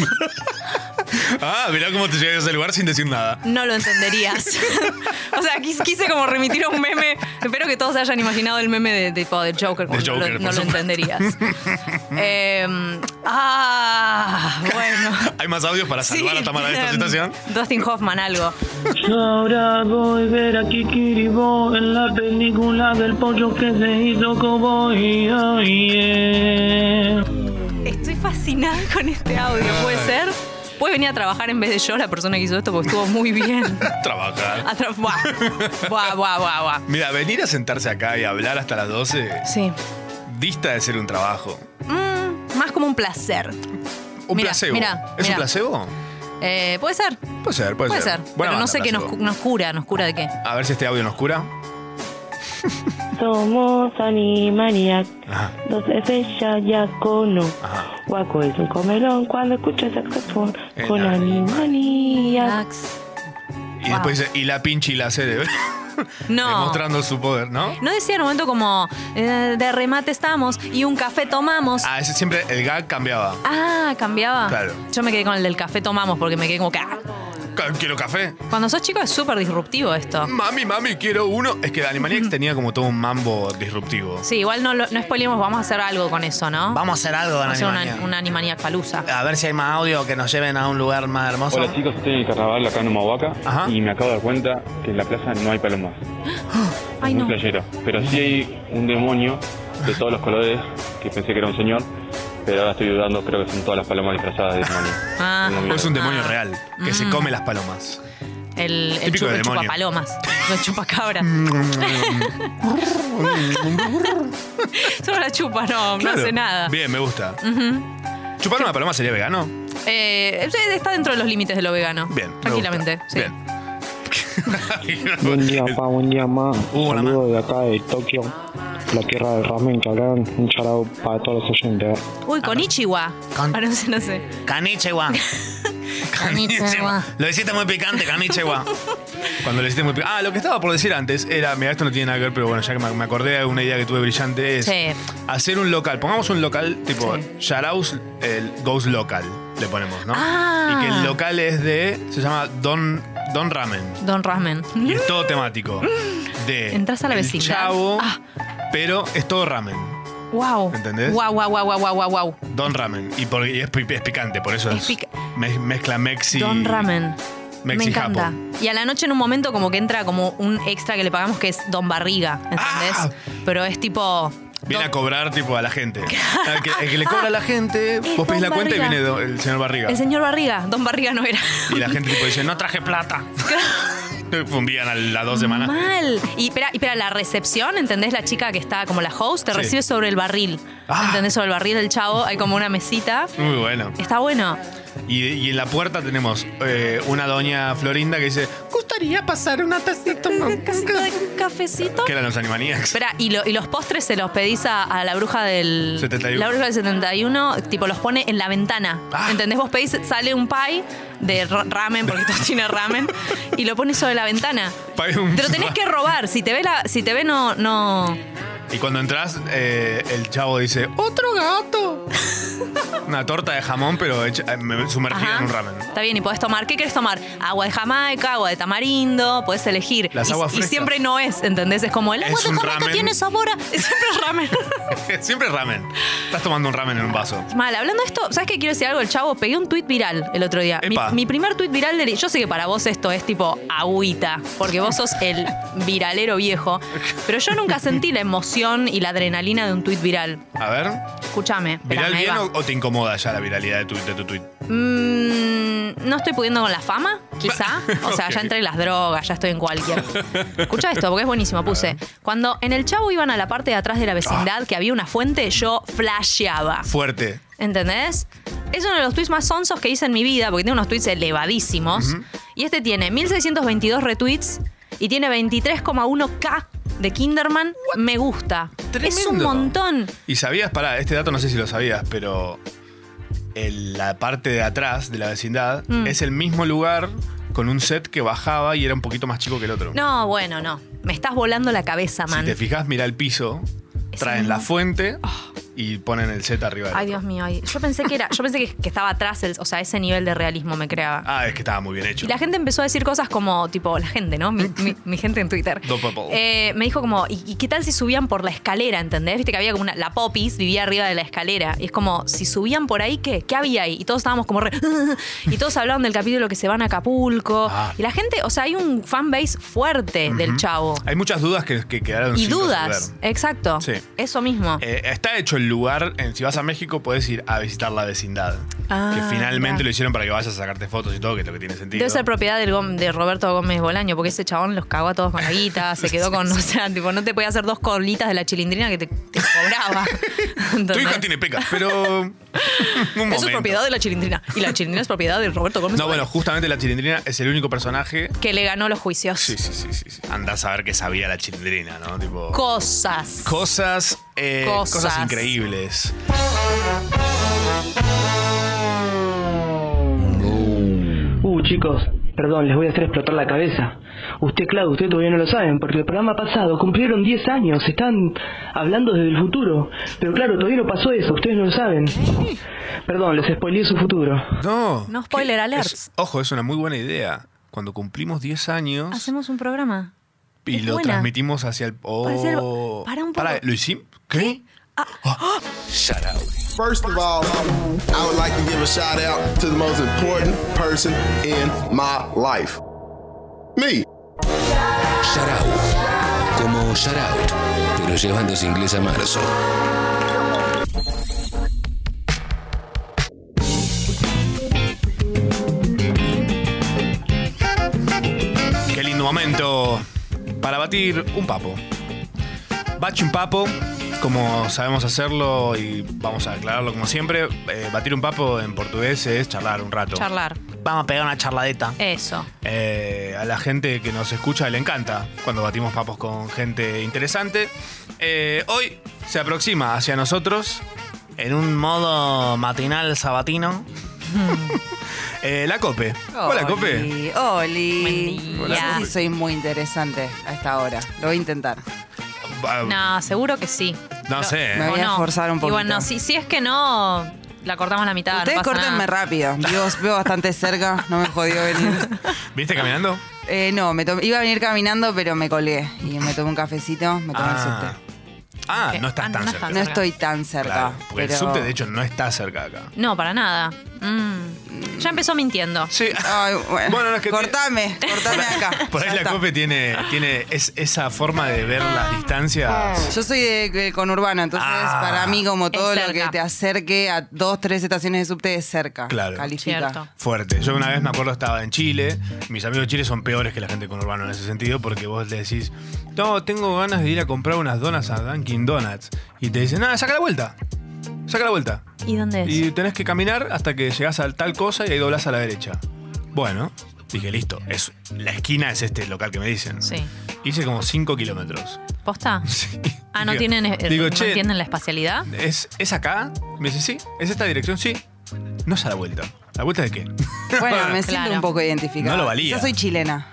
S2: Ah, mirá cómo te llegas a ese lugar sin decir nada.
S3: no lo entenderías. o sea, quis- quise como remitir a un meme. Espero que todos hayan imaginado el meme de, tipo del Joker. como
S2: Del
S3: no
S2: Joker,
S3: lo,
S2: por
S3: no lo
S2: supuesto.
S3: entenderías. Em, ah, bueno.
S2: Hay más audios para salvar
S3: Sí,
S2: a Tamara de esta
S3: em,
S2: situación.
S3: Dustin Hoffman, algo.
S7: Yo ahora voy a ver a Kikiribo en la película del pollo que se hizo cowboy. oh, yeah.
S3: Estoy fascinada con este audio, ¿puede ser? Puede venir a trabajar en vez de yo la persona que hizo esto porque estuvo muy bien.
S2: Trabajar.
S3: A tra- Buah. Buah, buah, buah, buah.
S2: Mira, venir a sentarse acá y hablar hasta las 12
S3: Sí.
S2: dista de ser un trabajo.
S3: Mm, más como un placer.
S2: Un
S3: Mirá,
S2: placebo.
S3: mirá,
S2: ¿Es
S3: mirá.
S2: un placebo?
S3: Eh, puede ser.
S2: Puede ser, puede,
S3: Puede ser.
S2: Buena
S3: Pero no
S2: banda,
S3: sé qué nos,
S2: placebo.
S3: cu- nos cura. ¿Nos cura de qué?
S2: A ver si este audio nos cura.
S9: Somos Animaniac, dos estrellas ya cono. Guaco es un comelón cuando escucha saxofón
S2: El
S9: con Animaniac.
S2: Y después dice, y la pinche y la sede.
S3: No.
S2: Demostrando su poder, ¿no?
S3: No decía en un momento como eh, de remate estamos y un café tomamos.
S2: Ah, ese siempre el gag cambiaba.
S3: Ah, cambiaba.
S2: Claro.
S3: Yo me quedé con el del café tomamos porque me quedé como que. ah.
S2: Ca- Quiero café.
S3: Cuando sos chico es súper disruptivo esto.
S2: Mami, mami, quiero uno. Es que Animaniacs tenía como todo un mambo disruptivo.
S3: Sí, igual no, lo- no spoilemos, vamos a hacer algo con eso, ¿no?
S5: Vamos a hacer algo con
S3: Vamos a hacer
S5: Animaniac.
S3: una, una Animaniac palusa.
S5: A ver si hay más audio que nos lleven a un lugar más hermoso.
S12: Hola chicos, estoy en el carnaval acá en Humahuaca y me acabo de dar cuenta que en la plaza no hay palomas.
S3: Ay,
S12: es muy
S3: no.
S12: playero. Pero sí hay un demonio de todos los colores que pensé que era un señor, pero ahora estoy dudando, creo que son todas las palomas disfrazadas de demonio.
S3: Ah,
S12: Tengo miedo.
S2: Es un demonio real que se
S3: Mm.
S2: come las palomas.
S3: El, el,
S2: Típico
S3: chupa,
S2: del
S3: el
S2: demonio.
S3: chupapalomas. El chupacabra. Solo la chupa, no,
S2: Claro.
S3: no hace nada. Mm.
S2: Bien, me gusta.
S3: Ujú.
S2: ¿Chupar una paloma sería vegano?
S3: Eh, sí, está dentro de los límites de lo vegano.
S2: Bien, me
S3: Tranquilamente.
S2: gusta.
S3: Sí.
S2: Bien.
S13: Buen día, pa, buen día, ma. Saludos de acá de Tokio, la tierra del ramen, que hablan un charado para todos los oyentes.
S3: Uy, con Ichiwa. Ah, no sé, no sé.
S5: Canichewa. Canichewa. Lo hiciste muy picante, Canichewa.
S2: Cuando le hiciste muy pi- Ah, lo que estaba por decir antes era, mira, esto no tiene nada que ver, pero bueno, ya que me, me acordé de una idea que tuve brillante es
S3: Sí.
S2: hacer un local. Pongamos un local tipo Yaraus el Goes Local, le ponemos, ¿no?
S3: Ah.
S2: Y que el local es de. se llama Don, Don Ramen.
S3: Don Ramen.
S2: Y es todo temático. De
S3: Entras a la
S2: el
S3: vecindad. Ah,
S2: Chavo, pero es todo ramen.
S3: Wow.
S2: ¿Entendés?
S3: Wow, wow, wow, wow, wow,
S2: Don Ramen. Y, por- y es, pi- es picante, por eso
S3: Es
S2: es.
S3: pica-
S2: mez- mezcla Mexi.
S3: Don Ramen. Me
S2: Mexi Japo.
S3: encanta. Y a la noche en un momento como que entra como un extra que le pagamos que es Don Barriga, ¿entendés?
S2: Ah.
S3: Pero es tipo...
S2: Viene a cobrar tipo a la gente. El que, el que le cobra a la gente,
S3: ah, Es
S2: vos pedís la
S3: Don
S2: cuenta y
S3: Barriga.
S2: viene do- el señor Barriga.
S3: El señor Barriga, Don Barriga no era.
S2: Y la gente tipo dice, no traje plata. Fundían a las dos semanas.
S3: Mal. Y espera, y espera, la recepción, ¿entendés? La chica que está como la host te
S2: Sí. Ah.
S3: recibe sobre el barril. ¿Entendés? Sobre el barril del chavo hay como una mesita.
S2: Muy bueno.
S3: Está bueno.
S2: Y, y en la puerta tenemos eh, una doña Florinda que dice,
S4: Gustaría pasar una tacita, un
S3: cafecito.
S2: que eran los Animaniacs.
S3: Espera, y, lo- y los postres se los pedís a, a la bruja del
S2: 71.
S3: La bruja del 71, tipo los pone en la ventana.
S2: Ah.
S3: ¿Entendés? Vos pedís, sale un pie de ra- ramen, porque todo tiene ramen, y lo pones sobre la ventana.
S2: Pague un-
S3: Te lo tenés que robar. Si te ve la, si te ve no, no.
S2: Y cuando entras, eh, el chavo dice, ¡Otro gato! una torta de jamón, pero hecha- eh, me- sumergida
S3: Ajá.
S2: en un ramen.
S3: Está bien, y podés tomar. ¿Qué querés tomar? Agua de Jamaica, agua de tamarindo, podés elegir.
S2: Las
S3: y,
S2: aguas
S3: y
S2: frescas.
S3: siempre no es, ¿entendés? Es como el agua
S2: Es
S3: de
S2: un
S3: Jamaica
S2: ramen.
S3: tiene sabor a. Es siempre ramen.
S2: Siempre ramen. Estás tomando un ramen en un vaso.
S3: Mal, hablando de esto, ¿sabes qué quiero decir algo? El chavo pegué un tuit viral el otro día. Mi,
S2: Epa.
S3: mi primer tuit viral del. Yo sé que para vos esto es tipo agüita, porque vos sos el viralero viejo, pero yo nunca sentí la emoción y la adrenalina de un tuit viral.
S2: A ver,
S3: Escúchame.
S2: ¿viral
S3: espérame, ahí
S2: bien
S3: va.
S2: o, o te incomoda ya la viralidad de tu, de tu tweet?
S3: Mm, no estoy pudiendo con la fama, quizá. O sea, ya
S2: Ok.
S3: entré en las drogas, ya estoy en cualquier. Escucha esto, porque es buenísimo. Puse. Cuando en el chavo iban a la parte de atrás de la vecindad, que había una fuente, yo flasheaba.
S2: Fuerte.
S3: ¿Entendés? Es uno de los tweets más sonsos que hice en mi vida, porque tiene unos tweets elevadísimos. Y este tiene 1622 retweets y tiene 23,1k de Kinderman. Me gusta. Es un
S2: Tremendo.
S3: montón.
S2: Y sabías, pará, este dato no sé si lo sabías, pero el- la parte de atrás de la vecindad
S3: Mm.
S2: es el mismo lugar con un set que bajaba y era un poquito más chico que el otro.
S3: No, bueno, no. Me estás volando la cabeza, man.
S2: Si te fijas, mira el piso, traen la fuente y ponen el set arriba. del
S3: Ah. Ay,
S2: otro.
S3: Dios mío, ay. yo pensé que era, yo pensé que, que estaba atrás, el- o sea, ese nivel de realismo me creaba.
S2: Ah, es que estaba muy bien hecho.
S3: Y la gente empezó a decir cosas como, tipo, la gente, ¿no? Mi, mi- mi gente en Twitter.
S2: Do Purple.
S3: Eh, me dijo como, ¿y, y qué tal si subían por la escalera, entendés? Viste que había como una, la Popis vivía arriba de la escalera. Y es como, si subían por ahí, ¿qué? ¿Qué había ahí? Y todos estábamos como re, Y todos hablaban del capítulo que se van a Acapulco.
S2: Ah.
S3: Y la gente, o sea, hay un fanbase fuerte del chavo.
S2: Hay muchas dudas que, que quedaron
S3: Y
S2: sin
S3: dudas,
S2: resolver.
S3: exacto.
S2: Sí.
S3: Eso mismo.
S2: Eh, está hecho el el lugar, en- si vas a México, puedes ir a visitar la vecindad.
S3: Ah,
S2: que finalmente
S3: mirá.
S2: lo hicieron para que vayas a sacarte fotos y todo, que es lo que tiene sentido.
S3: Debe ser propiedad del Gom- de Roberto Gómez Bolaño, porque ese chabón los cagó a todos con la guita, se quedó con, o sea, tipo, no te podía hacer dos colitas de la chilindrina que te, te cobraba.
S2: Tu hija tiene pecas, pero. un
S3: Eso
S2: momento.
S3: es propiedad de la chilindrina. Y la chilindrina es propiedad de Roberto Gómez
S2: No, bueno, justamente la chilindrina es el único personaje.
S3: que le ganó los juicios.
S2: Sí, sí, sí, sí. sí. Andás a ver qué sabía la chilindrina, ¿no? Tipo.
S3: Cosas.
S2: Cosas, eh, cosas.
S3: Cosas.
S2: increíbles.
S7: Uh, chicos, perdón, les voy a hacer explotar la cabeza. Usted, Claudio, usted todavía no lo saben, porque el programa pasado cumplieron 10 años, están hablando desde el futuro. Pero claro, todavía no pasó eso, ustedes no lo saben. Perdón, les spoileé su futuro.
S2: No.
S3: No spoiler alert.
S2: Es- ojo, es una muy buena idea. Cuando cumplimos 10 años
S3: Hacemos un programa.
S2: y
S3: es
S2: lo
S3: buena.
S2: transmitimos hacia el.
S3: Parece el-
S2: Oh.
S3: Pará un
S2: Pará,
S3: poco. Ah.
S2: ¿lo hicimos? ¿Qué? Ah. Shut up.
S14: First of all, I would like to give a shout out to the most important person in my life. Me.
S6: Shout out. Como shout out, pero llevándose inglés a marzo.
S2: Qué lindo momento para batir un papo. Bache un papo, como sabemos hacerlo y vamos a aclararlo como siempre. eh, batir un papo en portugués es charlar un rato.
S3: Charlar.
S2: Vamos a pegar una charladeta.
S3: Eso.
S2: Eh, a la gente que nos escucha le encanta cuando batimos papos con gente interesante. Eh, hoy se aproxima hacia nosotros en un modo matinal sabatino. eh, la Cope. Hola, Cope.
S15: Oli, Oli.
S2: Buen
S15: No
S2: día.
S15: sé si soy muy interesante a esta hora. Lo voy a intentar.
S2: Ah,
S3: No, seguro que sí.
S2: No sé. ¿eh?
S15: Me voy a
S3: ¿O no?
S15: esforzar un
S3: Y
S15: poquito.
S3: bueno, si, si es que no, la cortamos la mitad.
S15: Ustedes
S3: no pasa
S15: córtenme
S3: nada.
S15: rápido. Yo os veo bastante cerca. No me jodió venir.
S2: ¿Viste caminando?
S15: Eh, no, me to- iba a venir caminando, pero me colgué. Y me tomé un cafecito, me tomé el
S2: Ah,
S15: subte.
S2: Ah,
S15: Ok.
S2: no estás
S15: Ah,
S2: tan
S15: no
S2: cerca.
S15: estás No cerca. estoy tan cerca,
S2: Claro, porque el
S15: pero-
S2: subte, de hecho, no está cerca de acá.
S3: No, para nada. Mm. Ya empezó mintiendo.
S2: Sí.
S15: bueno. cortame, cortame acá.
S2: Por ahí la Cope tiene, tiene es- esa forma de ver las distancias.
S15: Yo soy de, de conurbano, entonces
S2: Ah.
S15: para mí como todo
S3: Es
S15: lo que
S3: cerca.
S15: te acerque a dos, tres estaciones de subte es cerca.
S2: Claro.
S15: Califica.
S2: Fuerte. Yo una vez me acuerdo estaba en Chile. Mis amigos de Chile son peores que la gente con urbano en ese sentido porque vos le decís, no, tengo ganas de ir a comprar unas donas a Dunkin' Donuts. Y te dicen, nada, saca la vuelta. Saca la vuelta.
S3: ¿Y dónde es?
S2: Y tenés que caminar hasta que llegás a tal cosa y ahí doblás a la derecha. Bueno, dije, listo. Es, la esquina es este local que me dicen.
S3: Sí.
S2: Hice como 5 kilómetros.
S3: ¿Posta? Ah, no
S2: Digo-
S3: tienen eh,
S2: digo,
S3: no
S2: che.
S3: entienden la espacialidad.
S2: ¿Es, ¿Es acá? Me dice, sí. ¿Es esta dirección? Sí. No es a la vuelta. ¿La vuelta de qué?
S15: Bueno, me siento un poco identificada.
S2: No lo valía.
S15: Quizás soy chilena.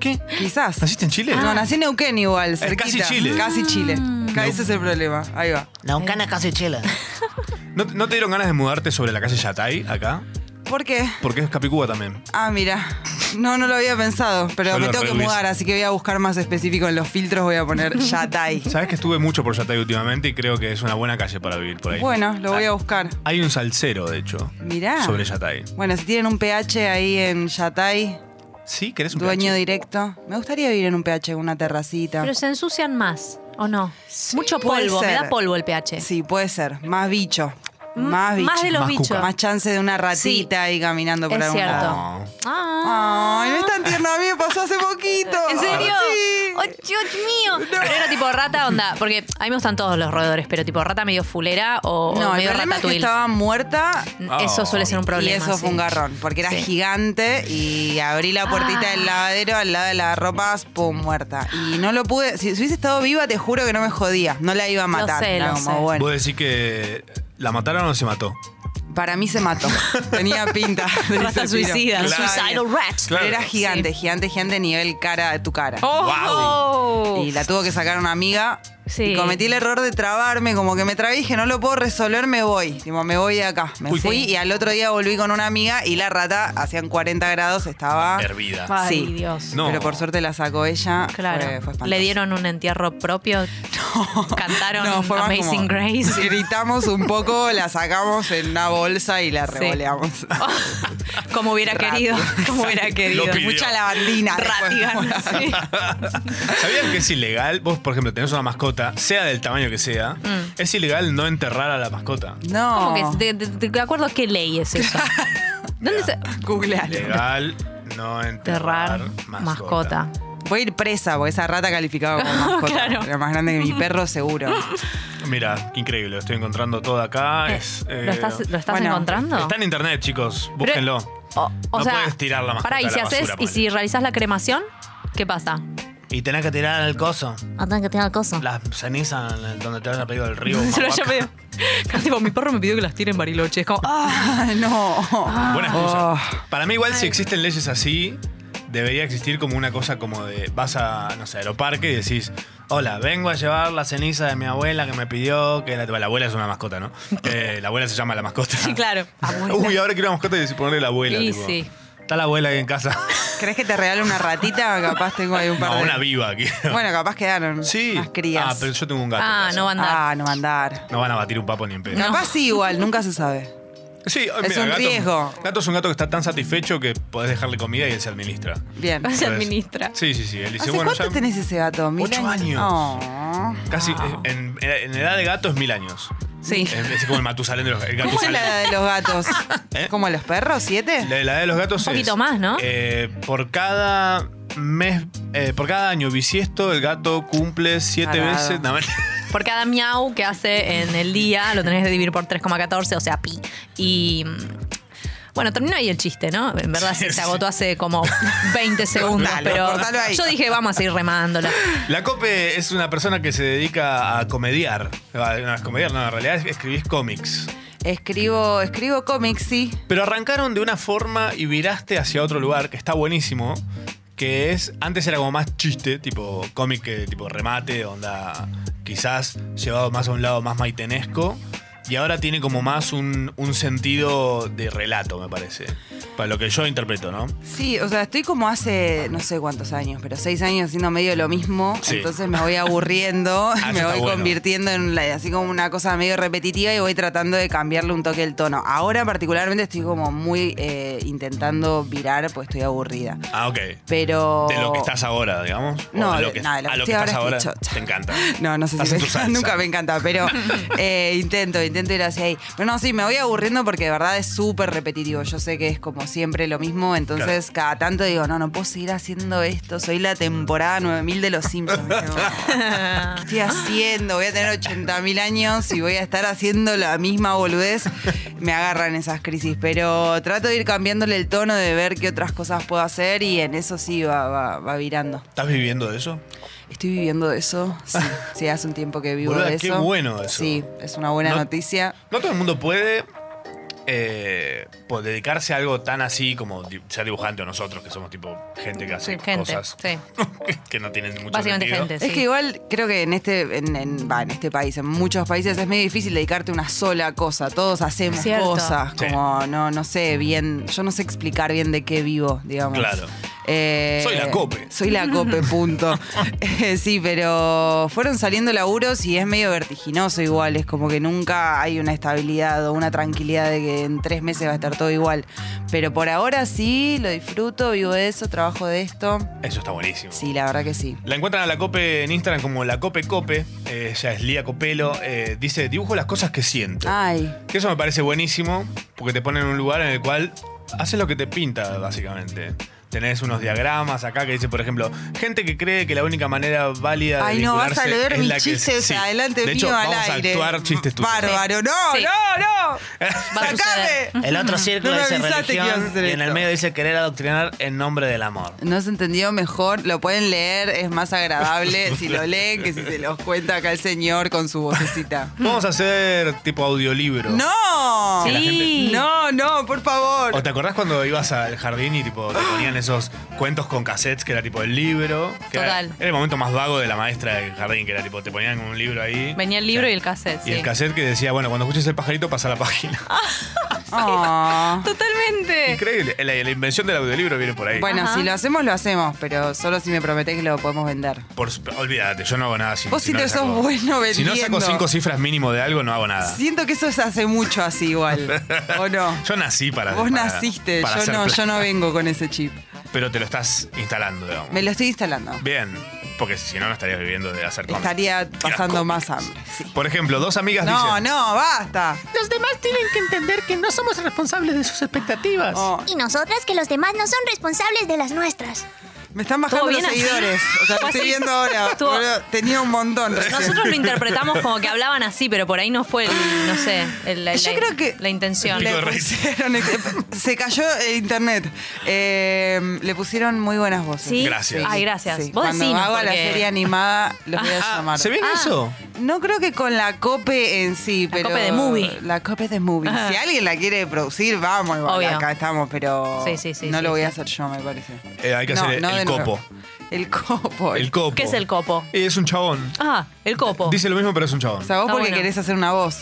S2: ¿Qué?
S15: Quizás.
S2: ¿Naciste en Chile?
S15: No, nací en Neuquén igual,
S2: casi
S15: cerquita.
S2: Chile.
S15: Casi Chile. Ca- Ese es el problema. Ahí va.
S5: Mm. Neuquén es casi Chile.
S2: ¿No, no te dieron ganas de mudarte sobre la calle Yatay acá?
S15: ¿Por qué?
S2: Porque es Capicúa también.
S15: Ah, mira. No, no lo había pensado, pero
S2: Yo
S15: me
S2: lo
S15: tengo que
S2: rehubiese.
S15: mudar, así que voy a buscar más específico en los filtros, voy a poner Yatay.
S2: Sabes que estuve mucho por Yatay últimamente y creo que es una buena calle para vivir por ahí.
S15: Bueno, lo voy a buscar.
S2: Hay un salsero, de hecho,
S15: Mirá.
S2: sobre Yatay.
S15: Bueno, si tienen un PH ahí en Yatay,
S2: ¿Sí? ¿Querés un
S15: dueño
S2: PH?
S15: directo. Me gustaría vivir en un PH, una terracita.
S3: Pero se ensucian más, ¿o no? Mucho
S15: Puede
S3: polvo, me
S15: ser.
S3: da polvo el pH.
S15: Sí, puede ser. Más bicho.
S3: Mm,
S15: Más bicho.
S3: más de los Más bichos. cuca.
S15: Más chance de una ratita ahí caminando por
S3: Es
S15: algún
S3: cierto.
S15: lado.
S3: Ay,
S15: no es tan tierno, a mí me pasó hace poquito.
S3: ¿En serio?
S15: Sí.
S3: ¡Oh, Dios mío! Pero era tipo rata, onda. Porque a mí me gustan todos los roedores, pero tipo rata medio fulera o, o
S15: No, el
S3: Oh, medio
S15: problema es que
S3: ratatouille.
S15: estaba muerta.
S3: Eso suele ser un problema.
S15: Y eso fue
S3: sí.
S15: un garrón, porque era
S3: Sí. Ah.
S15: gigante y abrí la puertita del lavadero al lado de las ropas, pum, muerta. Y no lo pude, si, si hubiese estado viva, te juro que no me jodía, no la iba a matar.
S3: sé,
S15: Era
S3: lo
S15: como,
S3: sé.
S15: bueno,
S2: ¿Vos decís que la mataron o se mató?
S15: para mí se mató, tenía pinta. de
S3: Rata
S15: ese tiro.
S3: suicida,
S15: Claro.
S3: suicidal rat.
S2: Claro.
S15: Era gigante, gigante, gigante, nivel cara de tu cara.
S3: ¡Oh!
S15: Y la tuvo que sacar una amiga.
S3: Sí.
S15: Y cometí el error de trabarme, como que me trabé y dije, no lo puedo resolver, me voy. Tipo, me voy de acá. Me
S3: Uy.
S15: fui
S3: Sí.
S15: y al otro día volví con una amiga y la rata, hacían 40 grados, estaba...
S2: Hervida.
S3: Ay,
S15: Sí.
S3: Dios.
S2: No.
S15: Pero por suerte la sacó ella.
S3: Claro.
S15: Fue, fue espantoso.
S3: ¿Le dieron un entierro propio? Cantaron
S15: No, fue más
S3: Amazing
S15: como-
S3: Grace.
S15: Gritamos un poco, la sacamos en una bolsa y la
S3: Sí.
S15: revoleamos.
S3: Como hubiera querido. Como hubiera querido.
S2: Lo pidió.
S15: Mucha lavandina. después.
S3: Ratigan. sí.
S2: ¿Sabían que es ilegal? Vos, por ejemplo, tenés una mascota mascota, sea del tamaño que sea, es ilegal no enterrar a la mascota.
S3: Mm. No. ¿Cómo que? ¿De, de, de acuerdo a qué ley es eso? ¿Dónde se.? Googlealo.
S2: Legal no enterrar,
S3: Enterrar mascota.
S15: Voy a ir presa porque esa rata calificaba como mascota.
S3: Claro.
S15: Era más grande que mi perro, seguro.
S2: Mira, qué increíble, lo estoy encontrando todo acá. es, eh,
S3: ¿Lo estás, lo estás
S15: Bueno,
S3: encontrando?
S2: Está en internet, chicos, búsquenlo.
S3: O
S2: no
S3: sea,
S2: puedes tirar la mascota
S3: Pará, y
S2: a
S3: si
S2: la
S3: haces,
S2: basura,
S3: y si realizás la cremación, ¿qué pasa?
S5: Y tenés que tirar el coso.
S3: Ah, tenés que tirar el coso.
S5: Las cenizas en el- donde te vaya pedido el río.
S3: Se lo haya
S5: Mahuaca.
S3: pedido. Claro, tipo, mi perro me pidió que las tire en Bariloche. Es como, ah,
S15: no.
S2: Buena excusa. Para mí, igual, si existen leyes así, debería existir como una cosa como de. Vas a, no sé, aeroparque y decís. Hola, vengo a llevar la ceniza de mi abuela que me pidió que la, bueno, la abuela es una mascota, ¿no? Eh, la abuela se llama la mascota.
S3: Sí, claro.
S2: Uy, ahora quiero una mascota y decís, ponerle la abuela.
S15: Sí,
S2: tipo.
S15: sí.
S2: Está la abuela ahí en casa.
S15: ¿Crees que te regale una ratita? Capaz tengo ahí un par
S2: No,
S15: de.
S2: una viva aquí.
S15: Bueno, capaz quedaron más crías.
S2: Ah, pero yo tengo un gato.
S15: Ah, no va a andar. Ah, no va a andar.
S2: No van a batir un papo ni en pedo.
S15: Capaz sí, igual, nunca se sabe.
S2: Sí, eh,
S15: Es
S2: mira,
S15: un
S2: gato-
S15: riesgo.
S2: Gato es un gato que está tan satisfecho que podés dejarle comida y él se administra.
S15: Bien.
S2: Se administra. Sí, sí, sí. Él dice,
S15: ¿Hace
S2: bueno,
S15: cuánto
S2: ya
S15: tenés ese gato? ¿Mil
S2: Ocho años. Casi eh, en, en edad de gato es mil años.
S15: Ah. Sí.
S2: Es, es como el Matusalén de los el
S15: ¿Cómo es
S2: Gatusalén. ¿Eh?
S15: la edad de los gatos? ¿Como los perros? ¿Siete?
S2: La, la edad de los gatos
S15: Un poquito
S2: es,
S15: más, ¿no?
S2: eh, por cada mes, eh, por cada año bisiesto, el gato cumple siete
S3: Tarado.
S2: veces. No, mentira.
S3: Por cada miau que hace en el día, lo tenés que dividir por 3,14, o sea, pi. Y. mm, Bueno, terminó ahí el chiste, ¿no? En verdad se, se agotó hace como 20 segundos,
S2: Dale,
S3: pero
S2: cortalo ahí.
S3: yo dije, vamos a seguir remándola.
S2: La COPE es una persona que se dedica a comediar. Va, No, es comediar, no, en realidad es- escribís cómics.
S15: Escribo, escribo cómics, sí.
S2: Pero arrancaron de una forma y viraste hacia otro lugar que está buenísimo. Que es. Antes era como más chiste, tipo cómic que tipo remate, onda. Quizás llevado más a un lado más maitenesco. Y ahora tiene como más un, un sentido de relato, me parece. Para lo que yo interpreto, ¿no?
S15: Sí, o sea, estoy como hace no sé cuántos años, pero seis años haciendo medio lo mismo.
S2: Sí.
S15: Entonces me voy aburriendo,
S2: Ah, eso
S15: me
S2: está
S15: voy
S2: bueno.
S15: convirtiendo en la- así como una cosa medio repetitiva y voy tratando de cambiarle un toque el tono. Ahora particularmente estoy como muy eh, intentando virar, pues estoy aburrida.
S2: Ah, ok.
S15: Pero-
S2: De lo que estás ahora, digamos.
S15: Oh. No,
S2: o a lo
S15: de-
S2: que,
S15: no, de lo
S2: a
S15: que
S2: lo que
S15: estoy ahora
S2: estás
S15: estoy
S2: ahora.
S15: chocha.
S2: Te encanta.
S15: No, no sé
S2: Estás
S15: si
S2: en
S15: me-
S2: tu salsa.
S15: nunca me encanta, pero eh, intento, intento ir hacia ahí. Pero no, sí, me voy aburriendo porque de verdad es súper repetitivo. Yo sé que es como siempre lo mismo, entonces cada tanto digo, no, no puedo seguir haciendo esto. Soy la temporada 9000 de los Simpsons. Digo, ¿Qué estoy haciendo? Voy a tener 80.000 años y voy a estar haciendo la misma boludez. Me agarran esas crisis, pero trato de ir cambiándole el tono, de ver qué otras cosas puedo hacer y en eso sí va, va, va virando.
S2: ¿Estás viviendo de eso?
S15: Estoy viviendo de eso. Sí, sí, hace un tiempo que vivo
S2: Boluda,
S15: de eso.
S2: qué bueno eso.
S15: Sí, es una buena
S2: No-
S15: noticia.
S2: No todo el mundo puede eh, po- dedicarse a algo tan así como di- ser dibujante o nosotros, que somos tipo gente que hace
S3: Sí, gente,
S2: cosas
S3: sí.
S2: que no tienen mucho
S3: Básicamente
S2: sentido.
S3: gente,
S15: Es que igual creo que en este, en, en- va, en este país, en muchos países, es medio difícil dedicarte a una sola cosa. Todos hacemos
S3: Cierto.
S15: cosas.
S2: Sí.
S15: Como no, no sé bien. Yo no sé explicar bien de qué vivo, digamos.
S2: Claro.
S15: Eh,
S2: Soy la cope.
S15: Soy la cope, punto. Eh, sí, pero fueron saliendo laburos y es medio vertiginoso igual. Es como que nunca hay una estabilidad o una tranquilidad de que en tres meses va a estar todo igual. Pero por ahora sí, lo disfruto, vivo de eso, trabajo de esto.
S2: Eso está buenísimo.
S15: Sí, la verdad que sí.
S2: La encuentran a la Cope en Instagram como la Cope Cope. eh, ella es Lía Copelo. eh, dice, dibujo las cosas que siento.
S15: Ay.
S2: Que eso me parece buenísimo porque te ponen en un lugar en el cual haces lo que te pinta, básicamente. Tenés unos diagramas acá que dice, por ejemplo, gente que cree que la única manera válida de
S15: Ay, no, vas a
S2: vincularse
S15: leer
S2: es
S15: mis
S2: la que-
S15: chistes, o sea,
S2: sí.
S15: adelante
S2: De hecho,
S15: mío al
S2: vamos
S15: aire.
S2: a actuar chistes tuyos.
S15: Bárbaro, no,
S5: Sí.
S15: no, no.
S5: a
S15: Sacame.
S5: El otro círculo
S15: No me
S5: dice
S15: avisaste que ibas a
S5: religión
S15: hacer
S5: y en el
S15: esto.
S5: medio dice querer adoctrinar en nombre del amor.
S15: No se entendió mejor, lo pueden leer, es más agradable si lo leen que si se los cuenta acá el señor con su vocecita.
S2: Vamos a hacer tipo audiolibro.
S15: ¡No!
S2: Que la gente-
S15: No, no, por favor.
S2: ¿O te acordás cuando ibas al jardín y tipo te ponían esos cuentos con cassettes que era tipo el libro? Que era-
S3: Total.
S2: Era, el momento más vago de la maestra del jardín, que era tipo, te ponían un libro ahí.
S3: Venía el libro y el cassette,
S2: Y
S3: sí.
S2: el cassette que decía, bueno, cuando escuches el pajarito pasa a la página.
S15: Ah.
S3: Totalmente.
S2: Increíble. La, la invención del audiolibro viene por ahí.
S15: Bueno, si lo hacemos, lo hacemos, pero solo si me prometés que lo podemos vender.
S2: Por su- olvídate, yo no hago nada sin
S15: Vos sí
S2: no
S15: te
S2: le
S15: sos
S2: saco-
S15: bueno
S2: Si no saco
S15: vendiendo.
S2: cinco cifras mínimo de algo, no hago nada.
S15: Siento que eso se hace mucho así igual. ¿O no?
S2: Yo nací para.
S15: Vos
S2: para-
S15: naciste,
S2: para
S15: yo
S2: hacer
S15: no,
S2: plata.
S15: yo no vengo con ese chip.
S2: Pero te lo estás instalando, digamos.
S15: Me lo estoy instalando.
S2: Bien. porque si no, no estarías viviendo de hacer cómics.
S15: Estaría pasando más hambre.
S2: Por ejemplo, dos amigas
S15: No,
S2: dicen.
S15: no, basta.
S16: Los demás tienen que entender que no somos responsables de sus expectativas.
S15: Oh.
S17: Y nosotras que los demás no son responsables de las nuestras.
S15: Me están bajando
S17: Estuvo
S15: los
S17: bien así.
S15: seguidores. O sea, lo
S17: Fue
S15: estoy
S17: así.
S15: viendo ahora.
S3: Estuvo-
S15: boludo. Tenía un montón. recién.
S3: Nosotros lo interpretamos como que hablaban así, pero por ahí no fue, el- no sé, el- la,
S15: Yo
S3: la-
S15: creo que
S3: la intención.
S15: Le pusieron- se cayó el internet. Eh, le pusieron muy buenas voces.
S3: ¿Sí? Gracias. Ay, gracias. Vos
S15: Cuando
S3: decinos,
S15: hago la
S3: porque-
S15: serie animada, los voy a
S3: Ah,
S15: llamar.
S3: ¿se viene Ah. eso?
S15: No creo que con la cope en sí, pero.
S3: cope de movie.
S15: La cope de movie.
S3: Ajá.
S15: Si alguien la quiere producir, vamos, igual,
S3: Obvio.
S15: acá estamos, pero.
S3: Sí, sí, sí,
S15: No
S3: sí,
S15: lo voy a
S3: sí.
S15: hacer yo, me parece.
S2: Eh, hay que
S15: No,
S2: hacer
S15: no de
S2: el
S15: nuevo.
S2: copo.
S15: El copo.
S2: El copo.
S3: ¿Qué es el copo?
S2: Es un chabón.
S3: Ah, el copo.
S2: Dice lo mismo, pero es un chabón.
S15: O sea, vos
S3: Está
S15: porque
S3: bueno.
S15: querés hacer una voz.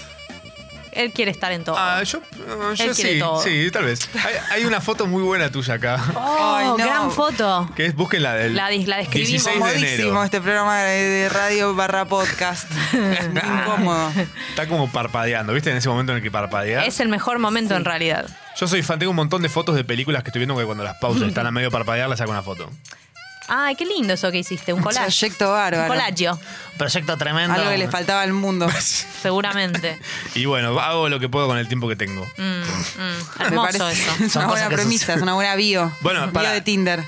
S3: Él quiere estar en todo.
S2: Ah, yo,
S3: Él
S2: Yo
S3: quiere
S2: sí,
S3: todo.
S2: sí, tal vez. Hay, hay una foto muy buena tuya acá.
S3: Oh,
S15: Ay, no.
S3: gran foto.
S2: Que es, búsquenla del
S3: La, dis- la describimos.
S2: 16 de enero.
S15: Incomodísimo este programa de de radio barra podcast. Incómodo.
S2: Está como parpadeando, ¿viste? En ese momento en el que parpadea.
S3: Es el mejor momento en realidad.
S2: Yo soy fan, tengo un montón de fotos de películas que estoy viendo que cuando las pauso y están a medio parpadear, las saco una foto.
S3: Ay, qué lindo eso que hiciste, un collage.
S15: Proyecto bárbaro.
S3: Un collagio,
S5: Proyecto tremendo.
S15: Algo que le faltaba al mundo.
S3: seguramente.
S2: Y bueno, hago lo que puedo con el tiempo que tengo.
S3: Mm, mm,
S15: Me
S3: hermoso
S15: parece
S3: eso.
S15: es una buena premisa, es una buena bio.
S2: Bueno,
S15: bio
S2: para-
S15: de Tinder.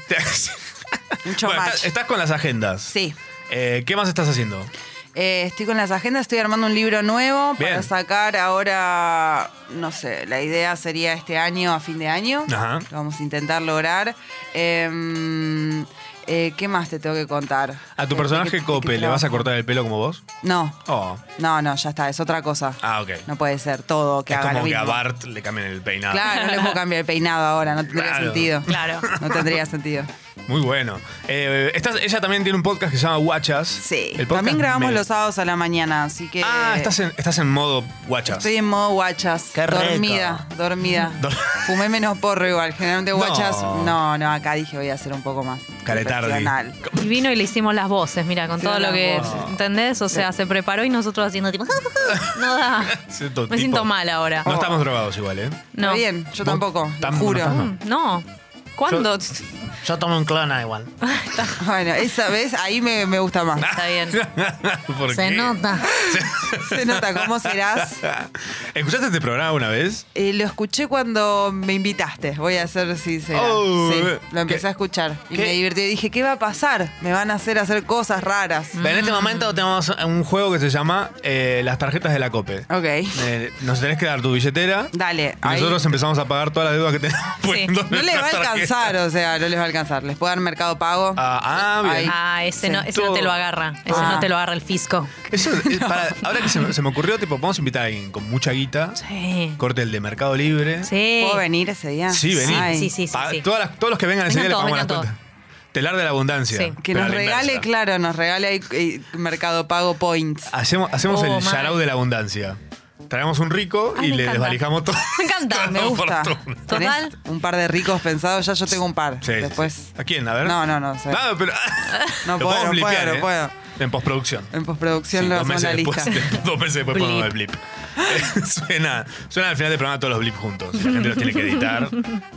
S2: Bueno, estás, estás con las agendas.
S15: Sí.
S2: Eh, ¿Qué más estás haciendo?
S15: Eh, estoy con las agendas, estoy armando un libro nuevo para
S2: Bien.
S15: sacar ahora, no sé, la idea sería este año, a fin de año.
S2: Ajá.
S15: Lo vamos a intentar lograr. Eh, eh, ¿Qué más te tengo que contar?
S2: A
S15: ¿Qué-
S2: tu personaje
S15: qué-
S2: Cope,
S15: qué
S2: ¿le vas a
S15: trabajo?
S2: cortar el pelo como vos?
S15: No,
S2: Oh.
S15: no, no, ya está, es otra cosa.
S2: Ah, ok.
S15: No puede ser todo que
S2: es
S15: haga lo
S2: como que
S15: mismo.
S2: a Bart le cambian el peinado.
S15: Claro, no le puedo cambiar el peinado ahora, no tendría
S2: Claro.
S15: sentido.
S3: Claro.
S15: No tendría sentido.
S2: Muy bueno. Eh, estás- ella también tiene un podcast que se llama Guachas.
S15: Sí.
S2: El podcast
S15: También grabamos
S2: me-
S15: los sábados a la mañana, así que.
S2: Ah, estás en, estás en modo Guachas.
S15: Estoy en modo guachas.
S2: rico.
S15: dormida, dormida.
S2: Dor-
S15: Fumé menos porro igual. Generalmente
S2: No.
S15: guachas. No, no, acá dije voy a hacer un poco más.
S2: Caretardi.
S15: profesional.
S3: Y vino y le hicimos las voces, mira, con
S15: Hicieron
S3: todo lo
S15: las
S3: que.
S15: voces.
S3: ¿Entendés? O sea, se preparó y nosotros haciendo tipo. "Ah, No da.
S2: Cierto
S3: Me
S2: tipo.
S3: siento mal ahora.
S2: No estamos drogados igual, ¿eh?
S3: No.
S15: Está bien,
S2: ¿Vos
S15: yo tampoco.
S2: tam- no
S15: juro.
S2: estás, no?
S3: Mm, No. ¿Cuándo?
S5: Yo tomé un
S2: ah,
S5: clona igual.
S15: Bueno, esa vez ahí me, me gusta más.
S3: Está bien.
S2: ¿Por qué?
S3: nota.
S15: Se nota cómo serás.
S2: ¿Escuchaste este programa una vez?
S15: Eh, lo escuché cuando me invitaste, voy a ser sincera.
S2: Oh,
S15: sí,
S2: eh,
S15: lo empecé
S2: ¿qué?
S15: a escuchar y
S5: ¿Qué?
S15: me divertí. Dije, ¿qué va a pasar? Me van a hacer hacer cosas raras.
S5: Pero en este momento
S2: tenemos un juego que se llama eh, Las tarjetas de la COPE.
S15: Ok.
S2: Eh, nos tenés que dar tu billetera.
S15: Dale,
S2: Y
S15: ahí.
S2: Nosotros empezamos a pagar todas las deudas que tenemos. poniendo en
S15: No les va a
S2: nuestra tarjeta.
S15: alcanzar, o sea, no les va a alcanzar. Les puedo dar mercado pago.
S2: Ah, ah, bien.
S15: Ahí.
S3: Ah, ese,
S15: Sí.
S3: no, ese no te lo agarra. Ese
S15: Ah.
S3: no te lo agarra el fisco.
S2: Eso es para- ahora que se, me- se me ocurrió, tipo, podemos invitar a alguien con mucha guita.
S3: Sí.
S2: Corte el de Mercado Libre.
S3: Sí.
S15: ¿Puedo venir ese día?
S2: Sí, vení.
S15: Ay,
S2: Pa- todas las- todos los que vengan ese día
S15: Vengan
S2: le
S15: todos,
S2: pagamos las
S15: vengan
S2: cuentas. Telar de la abundancia.
S15: sí. Que
S2: pero
S15: nos
S2: a la
S15: regale,
S2: inversa.
S15: claro, nos regale ahí, eh, mercado pago points.
S2: Hacemos, hacemos
S15: Oh,
S2: el
S15: mal.
S2: yarau de la abundancia. Traemos un rico
S15: Ay,
S2: y
S15: me
S2: le
S15: encanta.
S2: desvalijamos todo.
S15: Me encanta, me
S2: Toda
S15: gusta.
S2: fortuna.
S15: ¿Tenés un par de ricos pensados, ya yo tengo un par.
S2: Sí, sí,
S15: Después.
S2: sí. ¿A quién? A ver.
S15: No, no, no. sé.
S2: No, pero. Lo
S15: No puedo,
S2: podemos
S15: no
S2: blipear,
S15: puedo,
S2: ¿eh?
S15: no puedo.
S2: En postproducción.
S15: En postproducción
S2: Sí,
S15: lo
S2: dos
S15: hacemos
S2: meses
S15: la
S2: después,
S15: lista.
S2: Dos meses después ponemos el blip. Eh, suena, suena al final del programa todos los blips juntos. y La gente los tiene que editar.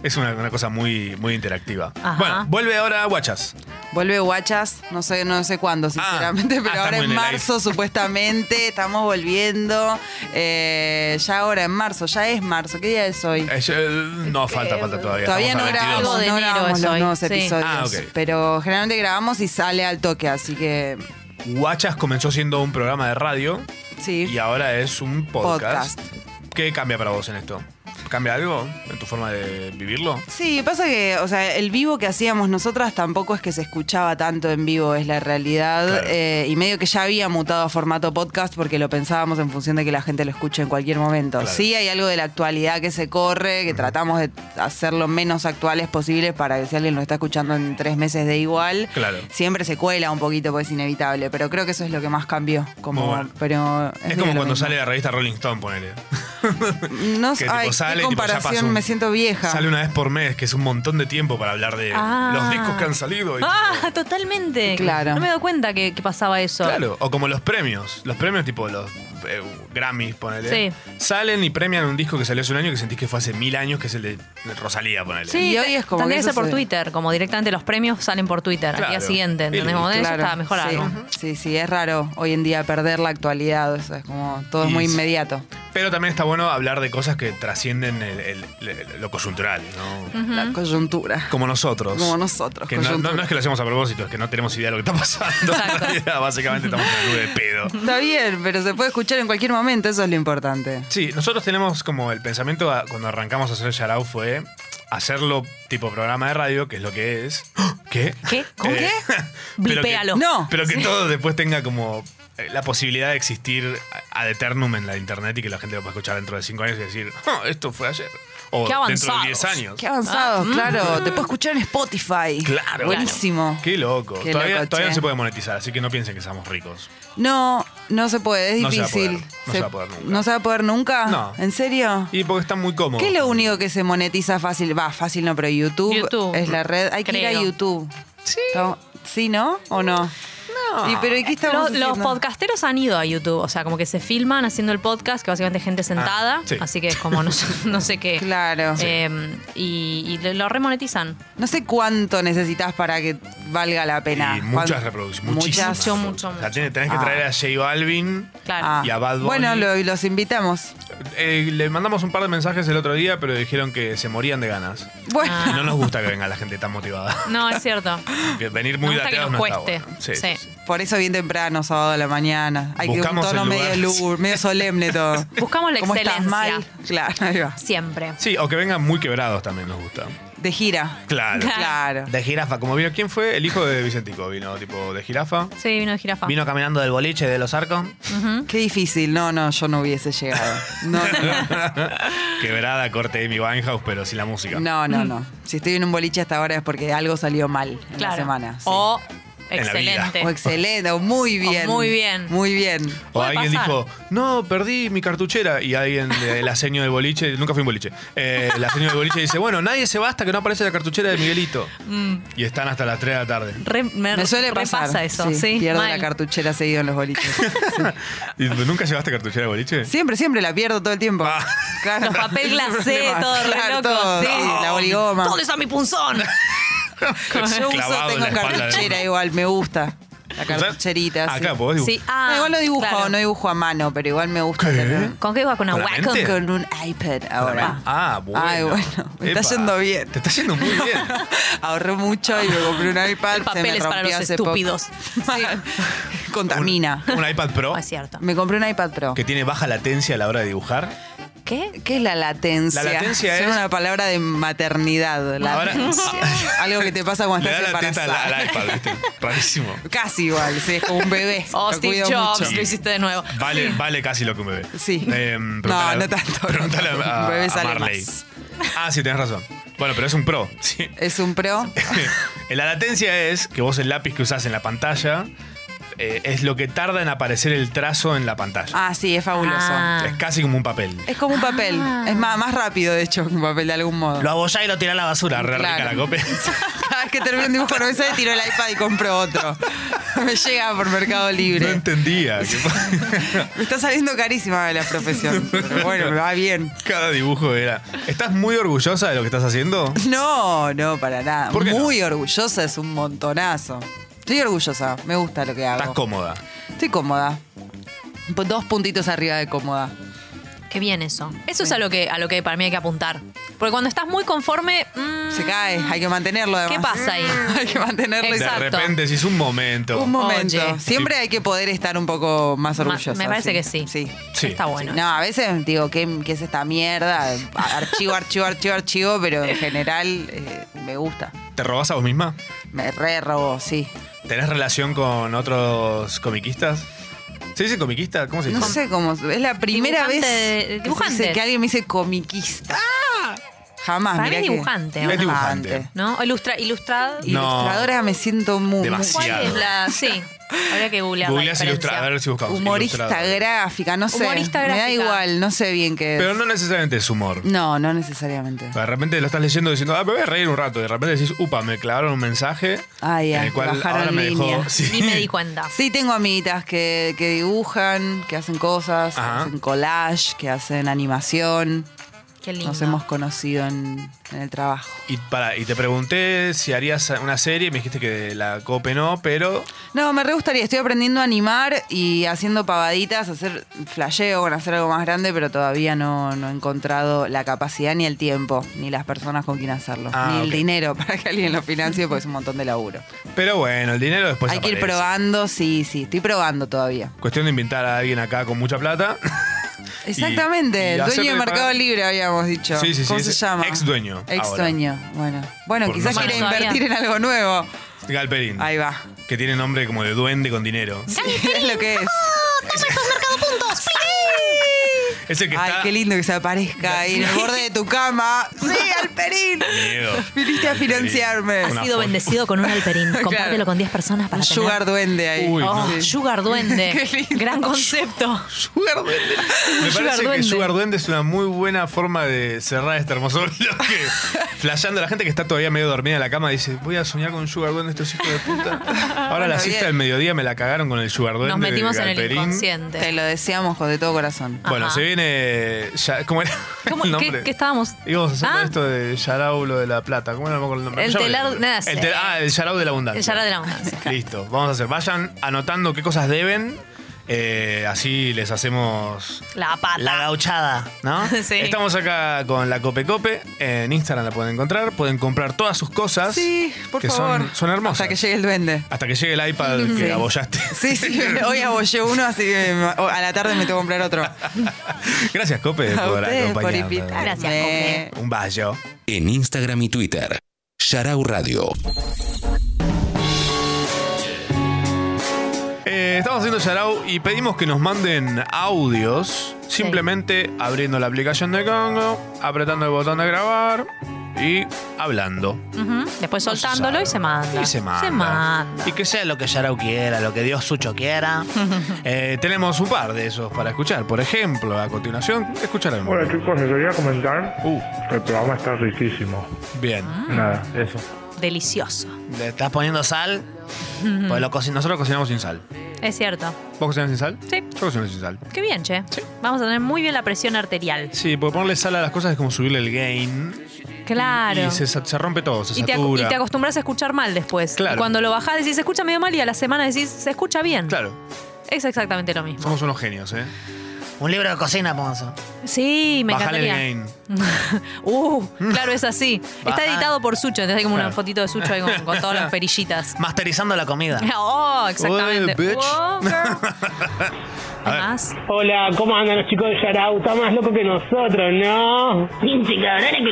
S2: Es una, una cosa muy, muy interactiva.
S15: Ajá.
S2: Bueno, vuelve ahora Guachas.
S15: Vuelve Guachas, no sé, no sé cuándo, sinceramente,
S2: ah,
S15: pero ahora
S2: estamos en
S15: en
S2: el
S15: marzo, supuestamente, estamos volviendo. Eh, ya ahora en marzo, ya es marzo. ¿Qué día es hoy?
S2: Eh, yo- no, falta, falta todavía.
S15: Todavía no
S2: Estamos a 22.
S15: grabamos,
S3: de
S15: no
S3: enero
S15: grabamos
S3: es
S15: los
S3: hoy,
S15: nuevos
S3: sí.
S15: episodios.
S2: Ah, ok.
S15: Pero generalmente grabamos y sale al toque, así que
S2: Guachas comenzó siendo un programa de radio
S15: sí.
S2: y ahora es un podcast.
S15: Podcast.
S2: ¿Qué cambia para vos en esto? ¿Cambia algo en tu forma de vivirlo?
S15: Sí, pasa que, o sea, el vivo que hacíamos nosotras tampoco es que se escuchaba tanto en vivo, es la realidad. Eh, y medio que ya había mutado a formato podcast porque lo pensábamos en función de que la gente lo escuche en cualquier momento.
S18: Claro.
S15: Sí, hay algo de la actualidad que se corre, que tratamos de hacer lo menos actuales posibles para que si alguien lo está escuchando en tres meses de igual.
S2: Claro.
S15: Siempre se cuela un poquito porque es inevitable, pero creo que eso es lo que más cambió. Como,
S2: Muy bueno.
S15: pero es
S2: Es
S15: medio
S2: como
S15: lo
S2: cuando
S15: mismo.
S2: sale la revista Rolling Stone, ponele.
S15: No
S2: que
S15: sé,
S2: tipo,
S15: ay,
S2: sale
S15: qué
S2: y, tipo, ya
S15: comparación,
S2: pasa un-
S15: me siento vieja.
S2: Sale una vez por mes, que es un montón de tiempo para hablar de
S3: Ah.
S2: los discos que han salido. y-
S3: Ah, totalmente.
S2: Claro.
S3: No me doy cuenta que, que pasaba eso.
S2: Claro, o como los premios. Los premios tipo los eh, Grammys, ponele.
S3: Sí.
S2: Salen y premian un disco que salió hace un año que sentís que fue hace mil años, que es el de Rosalía, ponele.
S3: Sí,
S15: hoy es como
S3: tendría
S15: que
S3: que ser
S15: eso
S3: por
S15: se-
S3: Twitter, como directamente los premios salen por Twitter al día
S15: Claro.
S3: siguiente. ¿entendés?
S15: Y
S3: Como de eso
S15: claro,
S3: está mejor
S15: sí.
S3: algo.
S15: Sí, sí, es raro hoy en día perder la actualidad, eso es como todo es
S2: Y
S15: muy
S2: sí.
S15: inmediato.
S2: Pero también está bueno hablar de cosas que trascienden el- el- el- lo coyuntural, ¿no?
S15: La coyuntura.
S2: Como nosotros.
S15: Como nosotros,
S2: Que no,
S15: coyuntura.
S2: no- no es que lo hacemos a propósito, es que no tenemos idea de lo que está pasando. En realidad, básicamente estamos en el club de pedo.
S15: Está bien, pero se puede escuchar en cualquier momento, eso es lo importante.
S2: Sí, nosotros tenemos como el pensamiento a- cuando arrancamos a hacer Yarao fue hacerlo tipo programa de radio, que es lo que es. ¿Qué?
S3: ¿Qué? ¿Cómo
S2: Eh,
S3: qué?
S2: Pero que,
S3: Blipéalo. No.
S2: Pero que
S3: Sí.
S2: todo después tenga como eh, la posibilidad de existir ad eternum en la internet y que la gente lo pueda escuchar dentro de cinco años y decir, "Ah, esto fue ayer. O
S15: Qué
S2: Oh, dentro de
S15: avanzados.
S2: 10 años.
S15: Qué avanzados,
S2: Ah,
S15: claro.
S2: mm.
S15: Te puedo escuchar en Spotify.
S2: Claro.
S15: Buenísimo.
S2: Qué loco.
S15: Qué
S2: todavía
S15: loco,
S2: todavía
S15: che.
S2: no se puede monetizar, así que no piensen que somos ricos.
S15: No, no se puede, es
S2: No se va a
S15: difícil.
S2: poder, no se va a poder nunca.
S15: ¿No se va a poder nunca?
S2: No.
S15: ¿En serio?
S2: Y porque está muy cómodo.
S15: Ah. ¿Qué es lo único que se monetiza fácil? Va, fácil no, pero YouTube,
S3: YouTube.
S15: es la red. Hay que ir a
S3: Creo.
S15: YouTube. Sí. ¿Sí, no? ¿O no? ¿Y pero ¿y qué estamos
S3: los, los
S15: haciendo?
S3: podcasteros han ido a YouTube, o sea, como que se filman haciendo el podcast, que básicamente es gente sentada,
S15: Ah, sí.
S3: así que es como no, sé- no sé qué.
S15: Claro.
S3: Eh, y, y lo remonetizan.
S15: No sé cuánto necesitas para que valga la pena.
S2: Y muchas
S15: ¿Cuán-
S2: reproducciones. Muchísimas.
S15: Muchas.
S2: O sea, tenés, tenés que traer a J Balvin
S15: Ah.
S2: y a Bad Bunny.
S15: Bueno, lo- los invitamos.
S2: Eh, le mandamos un par de mensajes el otro día, pero dijeron que se morían de ganas.
S15: Bueno.
S2: Y no nos gusta que venga la gente tan motivada.
S3: Ah, No, es cierto.
S2: Que Venir muy
S3: Nos gusta que
S2: dateados
S3: nos
S2: no está
S3: cueste.
S2: bueno. Sí, sí, sí.
S15: Por eso bien temprano, sábado a la mañana. Hay que un
S2: Buscamos el
S15: tono
S2: lugar.
S15: medio, lur- medio solemne todo.
S3: Buscamos la
S15: ¿Cómo
S3: excelencia.
S15: estás mal? Claro, ahí va.
S3: Siempre.
S2: Sí, o que vengan muy quebrados también nos gusta.
S15: De gira.
S2: Claro.
S15: Claro.
S2: De jirafa, como vino. ¿Quién fue? El hijo de Vicentico vino, tipo, de jirafa.
S3: Sí, vino de jirafa.
S2: Vino caminando del boliche de los arcos.
S3: Ujú.
S15: Qué difícil. No, no, yo no hubiese llegado. No,
S2: Quebrada, corte Amy Winehouse, pero sin la música.
S15: no, no. no. Si estoy en un boliche hasta ahora es porque algo salió mal en la
S3: Claro.
S15: semana. sí.
S3: O
S2: En la vida.
S3: excelente.
S15: O excelente, o muy bien.
S3: muy bien.
S15: Muy bien.
S2: O alguien
S3: pasar.
S2: dijo, no, perdí mi cartuchera. Y alguien, de la seño de boliche, nunca fui un boliche. Eh, la seño de boliche dice, bueno, nadie se va hasta que no aparece la cartuchera de Miguelito.
S3: Mm,
S2: Y están hasta las 3 de la tarde.
S3: re- me,
S15: Me suele
S3: re
S15: pasar.
S3: pasa eso, sí.
S15: pierdo
S3: mal.
S15: la cartuchera seguido en los boliches.
S2: ¿Y tú ¿Nunca llevaste cartuchera de boliche?
S15: Siempre, siempre la pierdo todo el tiempo.
S2: Ah.
S15: Claro.
S3: Los papel
S15: Es un
S3: glacé,
S15: problema.
S3: todo re
S15: Claro,
S3: loco,
S15: todo.
S3: sí.
S15: La boligoma.
S3: ¿Dónde está mi punzón?
S15: Yo uso,
S2: Clavado en
S15: tengo
S2: la espalda de
S15: cartuchera
S2: uno.
S15: igual, me gusta. La cartucherita.
S2: Ah,
S15: sí.
S2: claro, pues vos dibuj-
S15: Sí. Ah, igual lo dibujo,
S3: claro.
S15: no dibujo a mano, pero igual me gusta. tener-
S3: ¿Con qué va? ¿Con una
S15: Con,
S3: Wacom?
S2: mente?
S15: con un iPad ahora.
S2: Ah, bueno.
S15: Ay, bueno, me está
S2: Epa.
S15: yendo bien.
S2: Te está yendo muy bien.
S15: Ahorré mucho y me compré un iPad.
S3: El
S15: se me
S3: papel es para
S15: rompió
S3: los
S15: hace poco.
S3: estúpidos.
S15: Sí. Contamina.
S2: Ah, Un iPad Pro
S3: No es cierto.
S15: Me compré un iPad Pro.
S2: que tiene baja latencia a la hora de dibujar.
S3: ¿Qué?
S15: ¿Qué es la latencia?
S2: La latencia
S15: Suena
S2: es-
S15: una palabra de maternidad.
S2: Ahora-
S15: Latencia. Algo que te pasa cuando
S2: Le da
S15: estás
S2: la teta
S15: embarazada.
S2: al, al iPad, ¿viste? Rarísimo.
S15: Casi igual, sí, es como un bebé.
S3: Oh,
S15: Lo
S3: Steve
S15: cuido
S3: Jobs,
S15: mucho.
S3: lo hiciste de nuevo.
S2: Vale, vale casi lo que un bebé.
S15: Sí.
S2: Eh,
S15: No,
S2: preguntale a-
S15: no tanto.
S2: Preguntale a, a-
S15: Un bebé
S2: a
S15: sale
S2: Marley.
S15: más.
S2: Ah, sí, tenés razón. Bueno, pero es un pro. Sí. Eh,
S15: Es un pro.
S2: la latencia es que vos el lápiz que usás en la pantalla eh, es lo que tarda en aparecer el trazo en la pantalla.
S15: Ah, sí, es fabuloso.
S3: Ah.
S2: Es casi como un papel.
S15: Es como un papel. Es más, más rápido, de hecho, que un papel de algún modo.
S2: Lo abollás y lo tirás a la basura. Re
S15: Claro.
S2: rica la copia.
S15: Cada vez que termino un dibujo no me sale, tiro el iPad y compro otro. Me llega por Mercado
S2: No
S15: Libre.
S2: entendía. que-
S15: Me está saliendo carísima la profesión. Pero bueno, me va bien.
S2: Cada dibujo era. ¿Estás muy orgullosa de lo que estás haciendo?
S15: No, no, para nada.
S2: ¿Por qué no?
S15: Muy orgullosa, es un montonazo. Estoy orgullosa, me gusta lo que hago.
S2: Estás cómoda.
S15: Estoy cómoda. Po- Dos puntitos arriba de cómoda.
S3: Qué bien eso. Eso es a lo que a lo que para mí hay que apuntar. Porque cuando estás muy conforme, mm,
S15: Se cae, hay que mantenerlo además.
S3: ¿qué pasa ahí?
S15: Hay que mantenerlo.
S3: Exacto.
S2: De repente decís un momento.
S15: Un momento.
S3: Oye.
S15: Siempre hay que poder estar un poco más
S3: Ma-
S15: orgulloso.
S3: me parece que sí.
S15: Sí.
S2: Sí.
S3: Está bueno.
S15: No, a veces digo, ¿qué, qué es esta mierda? Archivo, archivo, archivo, archivo, pero en general eh, me gusta.
S2: ¿Te robás a vos misma?
S15: Me re robó, sí.
S2: ¿Tenés relación con otros comiquistas? ¿Se dice comiquista? ¿Cómo se dice?
S15: No sé cómo. Es la primera
S3: Dibujante
S15: vez
S3: de-
S15: que, se
S3: dibujante.
S15: dice- que alguien me dice comiquista. Jamás.
S3: para mí
S15: mirá
S3: es
S15: que-
S3: dibujante.
S2: ¡Ah! Es dibujante.
S3: ¿No? O ilustra, ilustrado.
S2: No.
S15: Ilustradora me siento muy. muy-
S2: Demasiado.
S3: ¿Cuál es la...? Sí. Habría que googlear. la
S2: Googleás
S3: diferencia.
S2: ilustrada, a ver si buscamos.
S15: Humorista
S2: ilustrada.
S15: gráfica, no sé.
S3: Humorista
S15: Me da
S3: gráfica.
S15: igual, no sé bien qué es.
S2: Pero no necesariamente es humor.
S15: No, no necesariamente.
S2: De repente lo estás leyendo diciendo, ah, me voy a reír un rato. Y de repente decís, upa, me clavaron un mensaje
S15: Ay,
S2: en
S15: ay,
S2: el cual
S15: bajaron
S2: ahora me
S15: línea.
S2: dejó. Sí.
S3: di cuenta.
S15: Sí, tengo amiguitas que, que dibujan, que hacen cosas, que
S2: Ajá.
S15: hacen collage, que hacen animación.
S3: Qué lindo.
S15: Nos hemos conocido en, en el trabajo.
S2: Y, para, y te pregunté si harías una serie, y me dijiste que la cope no, pero
S15: No, me re gustaría. Estoy aprendiendo a animar y haciendo pavaditas, hacer flasheo con hacer algo más grande, pero todavía no, no he encontrado la capacidad ni el tiempo, ni las personas con quien hacerlo,
S2: Ah,
S15: ni
S2: ok.
S15: el dinero para que alguien lo financie, porque es un montón de laburo.
S2: pero bueno, el dinero después
S15: Hay que ir
S2: aparece.
S15: probando, sí, sí. Estoy probando todavía.
S2: Cuestión de invitar a alguien acá con mucha plata.
S15: Exactamente,
S2: y
S15: dueño
S2: hacerte
S15: de Mercado
S2: pagar.
S15: Libre habíamos dicho.
S2: Sí, sí, sí,
S15: ¿Cómo se
S2: es
S15: llama?
S2: ex dueño
S15: Ex
S2: ahora.
S15: dueño, bueno. Bueno,
S2: Por
S15: quizás
S2: no
S15: quiere
S2: saber.
S15: invertir en algo nuevo.
S2: Galperín.
S15: Ahí va.
S2: Que tiene nombre como de duende con dinero.
S15: es lo que es.
S2: Es el que
S15: Ay,
S2: está.
S15: qué lindo que se aparezca ahí en el borde de tu cama. Sí, Alperín.
S2: Miedo.
S15: Viniste a financiarme.
S2: Una foto.
S3: bendecido con un alperín. Compártelo con 10 personas para
S15: Un sugar duende ahí.
S2: Uy,
S3: Oh,
S2: no.
S3: Sugar Duende. Gran concepto.
S2: Sugar Duende. Me
S3: Sugar
S2: parece que
S3: Duende.
S2: Sugar Duende es una muy buena forma de cerrar este hermoso bloque. Flasheando a la gente que está todavía medio dormida en la cama, dice: Voy a soñar con Sugar Duende, estos hijos de puta. Ahora la
S15: Bueno,
S2: siesta
S15: bien.
S2: del mediodía me la cagaron con el Sugar Duende.
S3: Nos
S2: de
S3: metimos en el
S2: Galperín.
S3: inconsciente.
S15: Te lo deseamos con de todo corazón.
S2: Bueno,
S3: Ajá.
S2: se viene. Ya, ¿Cómo era?
S3: ¿Cómo-
S2: el
S3: ¿Qué,
S2: nombre?
S3: qué estábamos?
S2: Íbamos a hacer
S3: Ah.
S2: esto de Yarau, lo de la plata. ¿Cómo era No me acuerdo el nombre?
S3: El
S2: Ya me
S3: telar-
S2: acuerdo.
S3: nada,
S2: El
S3: sí.
S2: tel- Ah, el Yarau de la abundancia.
S3: El Yarao de la abundancia.
S2: Listo, vamos a hacer. Vayan anotando qué cosas deben. eh, así les hacemos
S3: La pata.
S2: la gauchada, ¿no?
S3: Sí.
S2: Estamos acá con la Cope Cope. En Instagram la pueden encontrar. Pueden comprar todas sus cosas.
S15: Sí, por
S2: que
S15: favor.
S2: Son, son hermosas.
S15: Hasta que llegue el duende.
S2: Hasta que llegue el iPad que
S15: Sí.
S2: abollaste.
S15: Sí, sí, hoy abollé uno, así que me- a la tarde me tengo que comprar otro.
S2: Gracias, Cope,
S15: A
S2: por
S15: ustedes por
S2: acompañarnos.
S15: invitarme.
S2: Un vallo.
S6: En Instagram y Twitter, Sharau Radio.
S2: Eh, estamos haciendo Yarau y pedimos que nos manden audios simplemente abriendo la aplicación de Congo, apretando el botón de grabar y hablando.
S3: Ujú. Después soltándolo y se manda.
S2: Y se manda.
S3: manda.
S2: Y que sea lo que Yarau quiera, lo que Dios Sucho quiera. Eh, tenemos un par de esos para escuchar. Por ejemplo, a continuación, escucharemos.
S18: Hola chicos, les quería comentar que el programa está riquísimo.
S2: Bien.
S18: Nada, eso.
S3: Delicioso.
S2: ¿Le estás poniendo sal?
S3: Ujú.
S2: Pues lo co- nosotros cocinamos sin sal.
S3: Es cierto.
S2: ¿Vos cocinas sin sal?
S3: Sí.
S2: Yo cocino sin sal.
S3: Qué bien, che. Vamos a tener muy bien la presión arterial.
S2: Sí, porque ponerle sal a las cosas es como subirle el gain.
S3: Claro.
S2: Y se, sa- se rompe todo, se
S3: Y te, acu-
S2: satura.
S3: y te acostumbras a escuchar mal después.
S2: Claro.
S3: Y cuando lo bajás decís, se escucha medio mal y a la semana decís, se escucha bien.
S2: Claro.
S3: Es exactamente lo mismo.
S2: Somos unos genios, ¿eh?
S5: Un libro de cocina, Ponzo.
S3: Sí, me
S2: Bajale
S3: encantaría.
S2: el gain.
S3: Uh, claro, es así. Está
S5: Bajá.
S3: editado por Sucho, entonces hay como una
S5: Claro.
S3: fotito de Sucho ahí con, con todas las perillitas.
S5: Masterizando la comida.
S3: Oh, exactamente.
S5: Uy, bitch.
S3: Wow, girl.
S19: Hola, ¿cómo andan los chicos de Yarau? Está más loco que nosotros, ¿no? Pinche cabrón,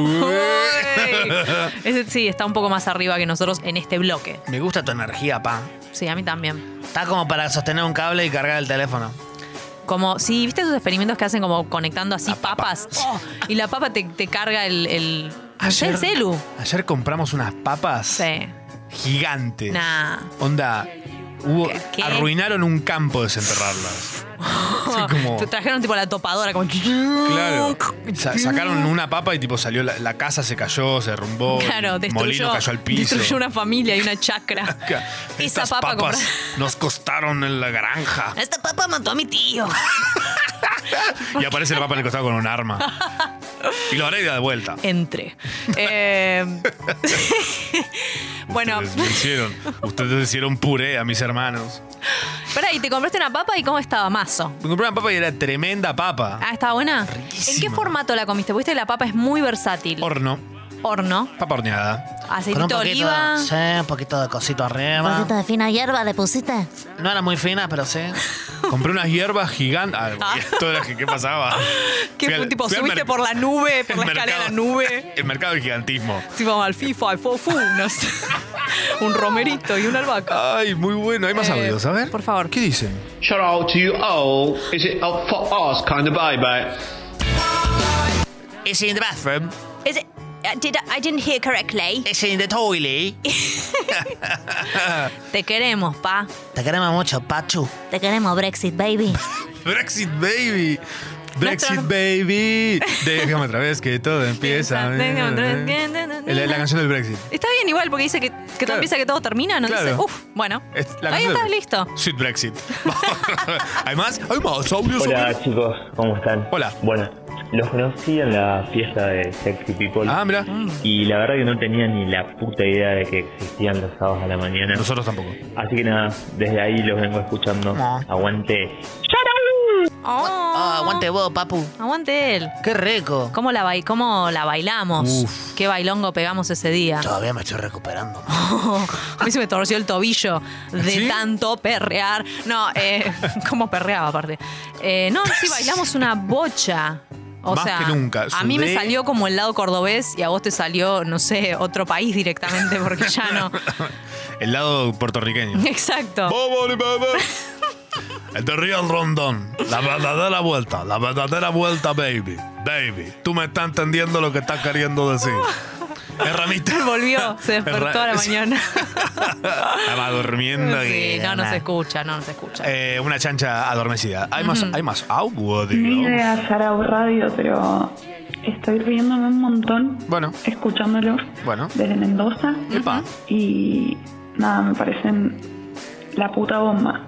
S19: culero.
S3: Ese sí, está un poco más arriba que nosotros en este bloque.
S5: Me gusta tu energía, pa.
S3: Sí, a mí también.
S5: Está como para sostener un cable y cargar el teléfono.
S3: Como, sí, ¿viste esos experimentos que hacen como conectando así papas? Oh, y la papa te, te carga el, el, el celu.
S2: Ayer compramos unas papas
S3: Sí.
S2: gigantes.
S3: Nah.
S2: Onda, hubo,
S3: ¿Qué?
S2: arruinaron un campo desenterrarlas. como-
S3: Te trajeron tipo la topadora, como.
S2: Claro. Sa- sacaron una papa y tipo salió, la, la casa se cayó, se derrumbó. el
S3: Claro, destruyó,
S2: molino cayó al piso.
S3: destruyó una familia y una chacra.
S2: Ca-
S3: Esa
S2: Estas
S3: papa
S2: papas nos costaron en la granja.
S3: Esta papa mató a mi tío.
S2: Y aparece el papa en el costado con un arma. Y lo haré de vuelta.
S3: Entre. Eh, bueno,
S2: Ustedes me hicieron. Ustedes hicieron puré a mis hermanos.
S3: pará, y te compraste una papa y cómo estaba mazo.
S2: Me compré una papa y era tremenda papa.
S3: Ah, ¿estaba buena? ¿En qué
S2: Riquísima.
S3: formato la comiste? Porque viste que la papa es muy versátil.
S2: Horno.
S3: Horno,
S2: Papa horneada.
S5: Con un
S3: aceitito de
S5: poquito,
S3: oliva.
S5: sí, un poquito de cosito
S17: ¿Un
S5: arriba.
S17: poquito de fina hierba le pusiste?
S5: No era muy fina, pero sí.
S2: Compré unas hierbas gigantes. Ah, esto era que- ¿qué pasaba?
S3: Que
S2: Fui al-
S3: tipo,
S2: fui al
S3: subiste
S2: merc-
S3: por la nube, por
S2: el
S3: la escalera de la
S2: mercado-
S3: nube.
S2: El mercado del gigantismo.
S3: Tipo, al FIFA, al fofu, no sé. Un romerito y una albahaca. Eh,
S2: Ay, muy bueno. Hay más audios, a ver. Por
S3: favor.
S2: ¿Qué dicen?
S20: Shout out to you all. Is it up for us? Kind of bye bye.
S5: Is in the bathroom.
S3: Is it I, Uh, did, I didn't hear correctly.
S5: It's in the toilet.
S3: Te queremos, pa.
S5: Te queremos mucho, Pachu.
S3: Te queremos, Brexit, baby.
S2: Brexit Baby. Brexit Baby. Déjame otra vez que todo empieza.
S3: Déjame otra vez que-
S2: La, la canción del Brexit.
S3: Está bien igual porque dice que, que todo empieza, que todo termina, ¿no?
S2: Claro.
S3: Dice, uff, bueno.
S2: Es la
S3: Ahí
S2: canción
S3: estás
S2: del-
S3: listo.
S2: Sweet Brexit. hay más, hay más audios.
S21: Hola
S2: sobre-
S21: chicos, ¿cómo están? Hola. Bueno, los conocí en la fiesta de Sexy People.
S2: Ah, mira.
S21: Y la verdad que no tenía ni la puta idea de que existían los sábados a la mañana.
S2: Nosotros tampoco.
S21: Así que nada, desde ahí los vengo escuchando. Aguante.
S3: Ah,
S5: aguante vos, papu.
S3: Aguante él.
S5: Qué rico.
S3: ¿Cómo la, bai- cómo la bailamos? Qué bailongo pegamos ese día.
S5: Todavía me estoy recuperando.
S3: A mí se me torció el tobillo de
S5: ¿Sí?
S3: tanto perrear. No, eh, ¿cómo perreaba aparte? Eh, no, sí, bailamos una bocha. O
S2: Más
S3: sea,
S2: que nunca.
S3: a mí me
S2: Sudé.
S3: salió como el lado cordobés y a vos te salió, no sé, otro país directamente porque ya no.
S2: El lado puertorriqueño.
S3: Exacto.
S2: El de Real Rondón. La verdadera vuelta. La verdadera vuelta, baby. Baby. Tú me estás entendiendo lo que estás queriendo decir. Herramita.
S3: Volvió, se despertó a la mañana.
S2: Estaba durmiendo.
S3: Sí,
S2: y-
S3: no, no se escucha, no, no se escucha.
S2: Eh, una chancha adormecida. Hay más, hay más agua,
S22: Vine
S2: digo.
S22: a Sarau Radio, pero estoy riéndome un montón.
S2: Bueno.
S22: Escuchándolo
S2: Bueno.
S22: desde Mendoza.
S2: Epa.
S22: Y nada, me parecen la puta bomba.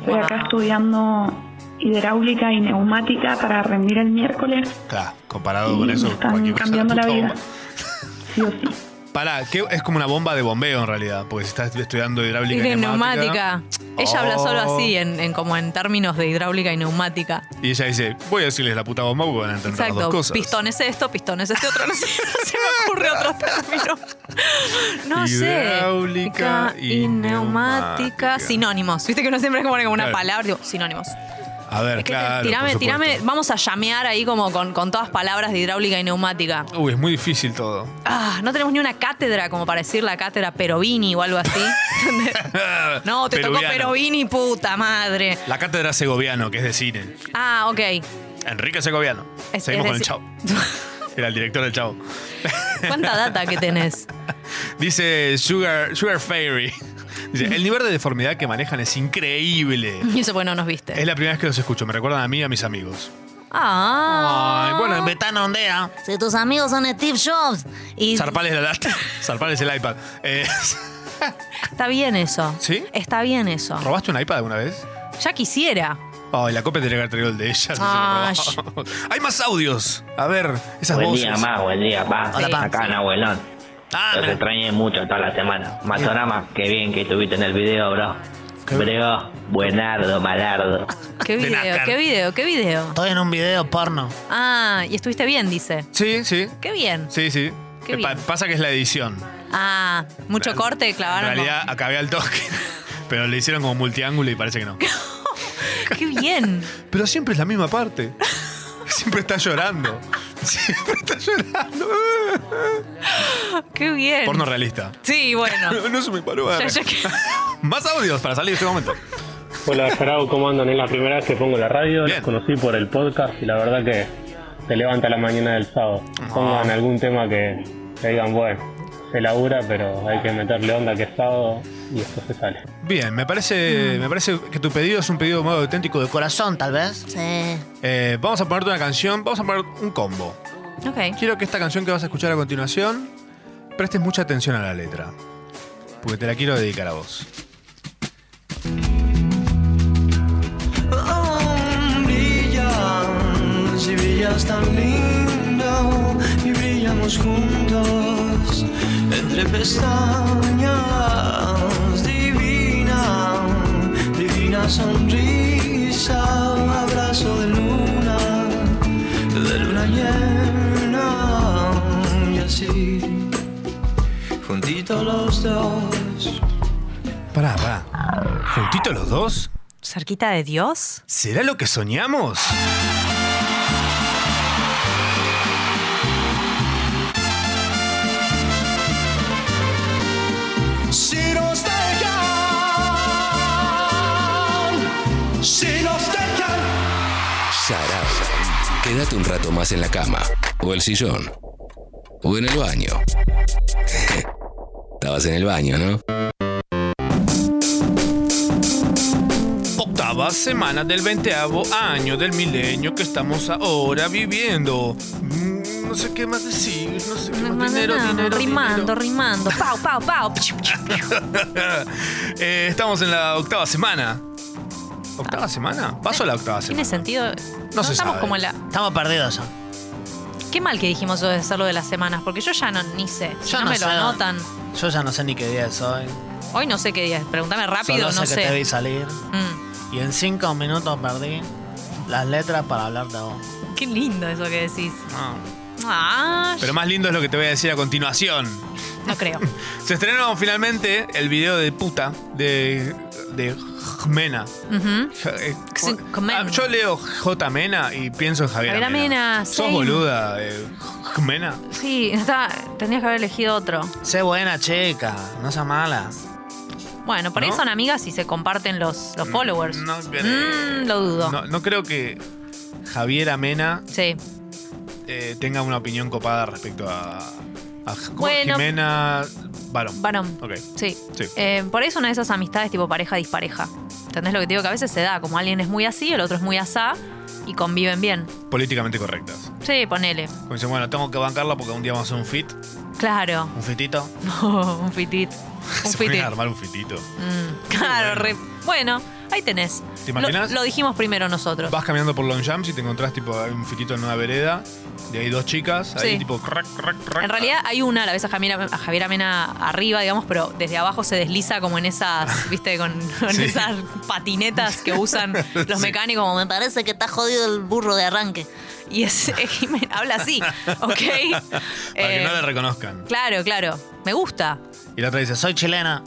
S22: Estoy acá estudiando hidráulica y neumática para rendir el miércoles.
S2: Claro, comparado con eso,
S22: están
S2: cualquier cosa.
S22: cambiando la
S2: puta
S22: vida.
S2: bomba. Pará, que es como una bomba de bombeo en realidad, porque si estás estudiando hidráulica
S3: Y
S2: y
S3: de
S2: neumática.
S3: neumática. Ella habla solo
S2: Oh.
S3: así, en, en- como en términos de hidráulica y neumática.
S2: Y ella dice, voy a decirles la puta bomba porque van a entender las
S3: Exacto.
S2: dos cosas.
S3: Pistones esto, pistones este otro. No, sé, no se me ocurre otro término. No
S2: Hidráulica
S3: sé.
S2: y neumática.
S3: Sinónimos. Viste que uno siempre pone como una
S2: Claro.
S3: palabra, digo, sinónimos.
S2: A ver, claro.
S3: tirame,
S2: por supuesto.
S3: tirame. Vamos a llamear ahí como con, con todas palabras de hidráulica y neumática.
S2: Uy, es muy difícil todo.
S3: Ah, no tenemos ni una cátedra como para decir la cátedra Perovini o algo así. ¿entendés? no, te tocó
S2: Peruviano.
S3: Perovini, puta madre.
S2: La cátedra segoviano, que es de cine.
S3: Ah, ok.
S2: Enrique Segoviano.
S3: Es-
S2: Seguimos
S3: es
S2: con el
S3: decir-
S2: chavo. Era el director del chavo.
S3: ¿Cuánta data que tenés?
S2: Dice Sugar, Sugar Fairy. Dice, el nivel de deformidad que manejan es increíble.
S3: Y eso porque no nos viste.
S2: Es la primera vez que los escucho. Me recuerdan a mí y a mis amigos.
S3: Ah.
S2: Ay, bueno, en
S3: Betana ondea. Si tus amigos son Steve Jobs y
S2: Zarpales la lata. Zarpales el iPad. Eh,
S3: está bien eso.
S2: ¿Sí?
S3: Está bien eso.
S2: ¿Robaste un iPad alguna vez?
S3: Ya quisiera.
S2: Ay, la copia tendría que haber traído el de ella. no se lo
S3: Ay.
S2: robó. Hay más audios. A ver, esas
S21: buen
S2: voces.
S21: día, ma, buen día, pa.
S2: Hola, pa. Ah,
S21: Acá, Nahuelón. Los extrañé mucho toda la semana. Matorama, qué bien que estuviste en el video, bro. Brego, buenardo, malardo.
S3: ¿Qué video? ¿Qué video? ¿Qué video?
S5: Estoy en un video porno.
S3: Ah, y estuviste bien, dice.
S2: Sí, sí.
S3: Qué bien.
S2: Sí, sí.
S3: Qué
S2: Eh, pa-
S3: bien.
S2: pasa que es la edición.
S3: Ah, mucho corte,
S2: En
S3: clavaron.
S2: realidad acabé al toque. Pero le hicieron como multiángulo y parece que no.
S3: con- Qué bien.
S2: Pero siempre es la misma parte. Siempre está llorando. Siempre está llorando.
S3: Qué bien.
S2: Porno realista.
S3: Sí, bueno.
S2: No se me paró.
S3: Ya, ya que-
S2: Más audios para salir de este momento.
S18: Hola, Sarau, ¿cómo andan? Es la primera vez que pongo la radio, los conocí por el podcast y la verdad que te levanta la mañana del sábado.
S2: Ah.
S18: Pongan algún tema que, que digan, bueno, se labura, pero hay que meterle onda que es sábado y esto se sale.
S2: Bien, me
S3: Mm.
S2: parece, me parece que tu pedido es un pedido muy auténtico de corazón, tal vez.
S3: Sí.
S2: Eh, vamos a ponerte una canción, vamos a poner un combo.
S3: Ok.
S2: Quiero que esta canción que vas a escuchar a continuación prestes mucha atención a la letra. Porque te la quiero dedicar a vos.
S4: Oh, brillas y brillas tan lindo y brillamos juntos entre pestañas divina, divina sonrisa, abrazo de luna, de luna llena y así juntitos los dos.
S2: Pará, pará. ¿Juntitos los dos?
S3: ¿Cerquita de Dios?
S2: ¿Será lo que soñamos?
S4: Si nos dejan, si nos dejan.
S6: Sarao. Quédate un rato más en la cama o el sillón. o en el baño. Estabas en el baño, ¿no?
S2: Octava semana del veinteavo año del milenio que estamos ahora viviendo. Mm, No sé qué más decir, no sé qué más. Dinero, dinero,
S3: rimando, rimando. Pau, pau, pau.
S2: Eh, estamos en la octava semana. ¿Octava semana? ¿Paso a la octava semana?
S3: Tiene sentido.
S2: No se
S3: Ah. estamos
S2: sabe.
S3: como en la.
S5: Estamos perdidos.
S3: Qué mal que dijimos eso de hacerlo de las semanas, porque yo ya no ni sé. Si
S5: Yo
S3: no,
S5: no
S3: me lo
S5: sé.
S3: anotan.
S5: Yo ya no sé ni qué día es hoy.
S3: Hoy no sé qué día. es. Pregúntame Ah, rápido,
S5: Solo sé
S3: no
S5: que te vi
S3: sé.
S5: salir.
S3: Mm,
S5: Y en cinco minutos perdí las letras para hablar de vos.
S3: qué lindo eso que decís. Ah,
S2: Pero más lindo es lo que te voy a decir a continuación.
S3: no creo.
S2: Se estrenó finalmente el video de puta de, de Jmena.
S3: Ujú.
S2: Eh, ah, Yo leo J. Mena y pienso en Javier.
S3: Javier Amena,
S2: ¿Sos
S3: same.
S2: boluda, eh, Jmena?
S3: Sí, está, tenías que haber elegido otro.
S5: Sé buena, checa. No seas mala.
S3: Bueno, por ahí
S2: ¿No?
S3: son amigas y se comparten los, los followers.
S2: Mm, No, eh,
S3: Mm, lo dudo.
S2: No, no creo que Javier Amena
S3: Sí.
S2: eh, tenga una opinión copada respecto a, a J-
S3: Bueno.
S2: Jimena Barón.
S3: Varón.
S2: Ok.
S3: Sí.
S2: Sí.
S3: Eh, por ahí es una de esas amistades tipo pareja dispareja. ¿Entendés lo que te digo? Que a veces se da, como alguien es muy así, el otro es muy asá y conviven bien.
S2: Políticamente correctas.
S3: Sí, ponele.
S2: Como dicen, bueno, tengo que bancarla porque un día vamos a hacer un fit.
S3: Claro.
S2: Un fitito.
S3: un fitit. Un
S2: Se ponen
S3: fitit.
S2: a armar un fitito.
S3: Mm, claro, re- bueno. ahí tenés.
S2: ¿Te imaginas?
S3: Lo, lo dijimos primero nosotros.
S2: Vas caminando por Longchamp y te encontrás tipo hay un fitito en una vereda. De ahí dos chicas. Ahí
S3: Sí.
S2: tipo crack, crack, crack.
S3: En realidad hay una, la ves a Javier, a Javier Amena arriba, digamos, pero desde abajo se desliza como en esas, viste, con, con
S2: Sí.
S3: esas patinetas que usan los mecánicos, como me parece que está jodido el burro de arranque. Y es, Jimena habla así, ¿ok?
S2: Para que
S3: Eh,
S2: no le reconozcan.
S3: Claro, claro. Me gusta.
S2: Y la otra dice, soy chilena.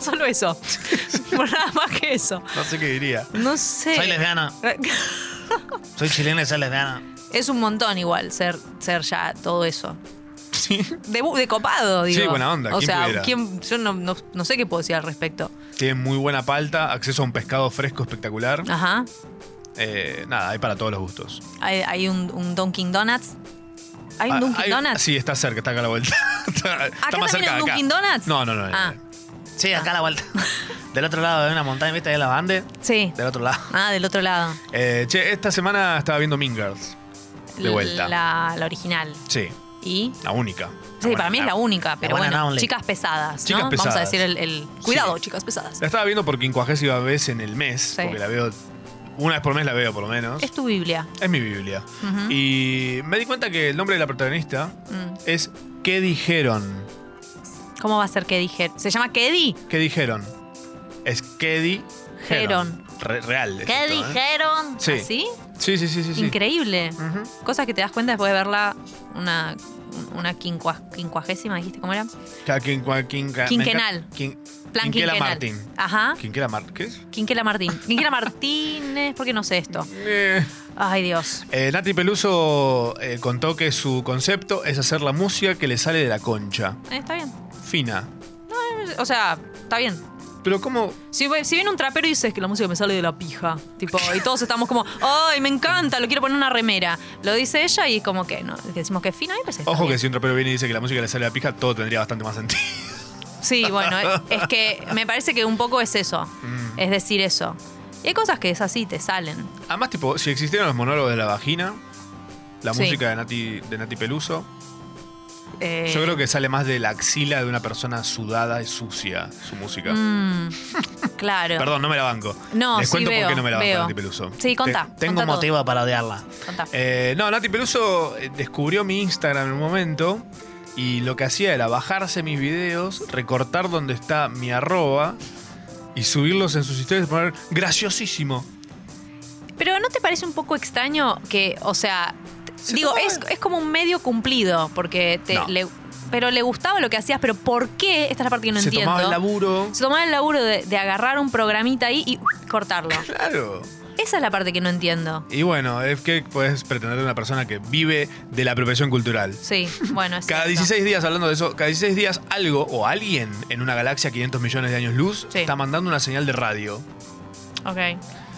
S3: Solo eso. Por nada más que eso.
S2: No sé qué diría.
S3: No sé.
S5: Soy lesbiana. Soy chilena y soy lesbiana.
S3: Es un montón igual ser, ser ya todo eso. De, bu- de copado,
S2: Sí,
S3: digo.
S2: buena onda,
S3: O
S2: ¿quién
S3: sea,
S2: pudiera?
S3: ¿quién- yo no, no- no sé qué puedo decir al respecto.
S2: Tiene muy buena palta, acceso a un pescado fresco espectacular.
S3: Ajá.
S2: Eh, nada, hay para todos los gustos.
S3: Hay, hay un, un Dunkin' Donuts. ¿Hay un
S2: Ah,
S3: Dunkin' Donuts?
S2: Sí, está cerca, está acá a la vuelta. está está
S3: también
S2: más cerca
S3: hay
S2: de acá.
S3: Dunkin' Donuts?
S2: No, no, no. no.
S3: Ah,
S5: Sí, acá a la vuelta. Del otro lado de una montaña, ¿viste? Ahí las Andes.
S3: sí.
S5: Del otro lado.
S3: Ah, del otro lado.
S2: Eh, che, esta semana estaba viendo Mean Girls. De vuelta.
S3: La, la original.
S2: Sí,
S3: Y.
S2: la única.
S3: Sí, para mí es la única, pero
S2: buena
S3: bueno,
S2: Naomi.
S3: chicas pesadas, ¿no?
S2: Chicas
S3: Vamos a
S2: pesadas.
S3: decir el. el- Cuidado, chicas pesadas.
S2: La estaba viendo por quincuagésima vez en el mes, porque la veo. Una vez por mes la veo, por lo menos.
S3: Es
S2: Es,
S3: tu Biblia.
S2: mi Biblia.
S3: Ujú.
S2: Y me di cuenta que el nombre de la protagonista
S3: Mm.
S2: es ¿Qué dijeron?
S3: ¿Cómo va a ser que dije? ¿Se llama Kedi?
S2: ¿Qué dijeron? Es ¿Qué dijeron?
S3: Jeron.
S2: Re- real. es
S3: ¿Qué
S2: esto, ¿eh?
S3: dijeron?
S2: Sí.
S3: ¿Así?
S2: Sí, sí, sí, sí. sí.
S3: ¿Ah, Increíble. Cosas que te das cuenta después de verla una, una quincua- quincuagésima, dijiste, ¿cómo era?
S2: Ca- quincua- quinca- me
S3: Quinquenal.
S2: encanta- quin-
S3: Plan
S2: Quinquela
S3: quinquenal. Ah.
S2: Martín.
S3: Ajá.
S2: Quinquela Martín. ¿Qué es?
S3: Quinquela Martín. Quinquela Martínez, porque no sé esto.
S2: Eh,
S3: Ay, Dios.
S2: eh, Nati Peluso eh, contó que su concepto es hacer la música que le sale de la concha.
S3: Eh, Está bien.
S2: Fina.
S3: No, eh, o sea, está bien.
S2: Pero ¿cómo?
S3: Si, ve- si viene un trapero y dices que la música me sale de la pija, tipo, y todos estamos como, ¡ay, me encanta! Lo quiero poner en una remera. Lo dice ella y como que no, decimos que es fina y pues está
S2: Ojo
S3: bien.
S2: que si un trapero viene y dice que la música le sale de la pija, todo tendría bastante más sentido.
S3: Sí, bueno, eh, es que me parece que un poco es eso.
S2: Mm.
S3: Es decir, eso. Y hay cosas que es así, te salen.
S2: Además, tipo, si existieran los monólogos de la vagina, la
S3: Sí.
S2: música de Nati, de Nati Peluso,
S3: Eh,
S2: yo creo que sale más de la axila de una persona sudada y sucia su música.
S3: mm, claro.
S2: Perdón, no me la banco.
S3: No,
S2: Les
S3: sí,
S2: cuento
S3: veo,
S2: por qué no me la banco
S3: veo.
S2: Nati Peluso.
S3: Sí, contá,
S2: Te- tengo
S3: contá
S2: un
S3: todo.
S2: motivo para odiarla.
S3: Contá.
S2: Eh, no, Nati Peluso eh, descubrió mi Instagram en un momento y lo que hacía era bajarse mis videos, recortar donde está mi arroba y subirlos en sus historias y poner graciosísimo.
S3: Pero ¿no te parece un poco extraño que, o sea, t- digo, es, es como un medio cumplido, porque te,
S2: No.
S3: le- pero le gustaba lo que hacías, pero ¿por qué? Esta es la parte que no
S2: Se
S3: entiendo.
S2: tomaba el laburo.
S3: Se tomaba el laburo de, de agarrar un programita ahí y uh, cortarlo.
S2: Claro.
S3: Esa es la parte que no entiendo.
S2: Y bueno, es que puedes pretender de una persona que vive de la apropiación cultural.
S3: Sí, bueno, es
S2: Cada
S3: cierto.
S2: 16 días, hablando de eso, cada 16 días algo o alguien en una galaxia 500 millones de años luz está mandando una señal de radio.
S3: Ok.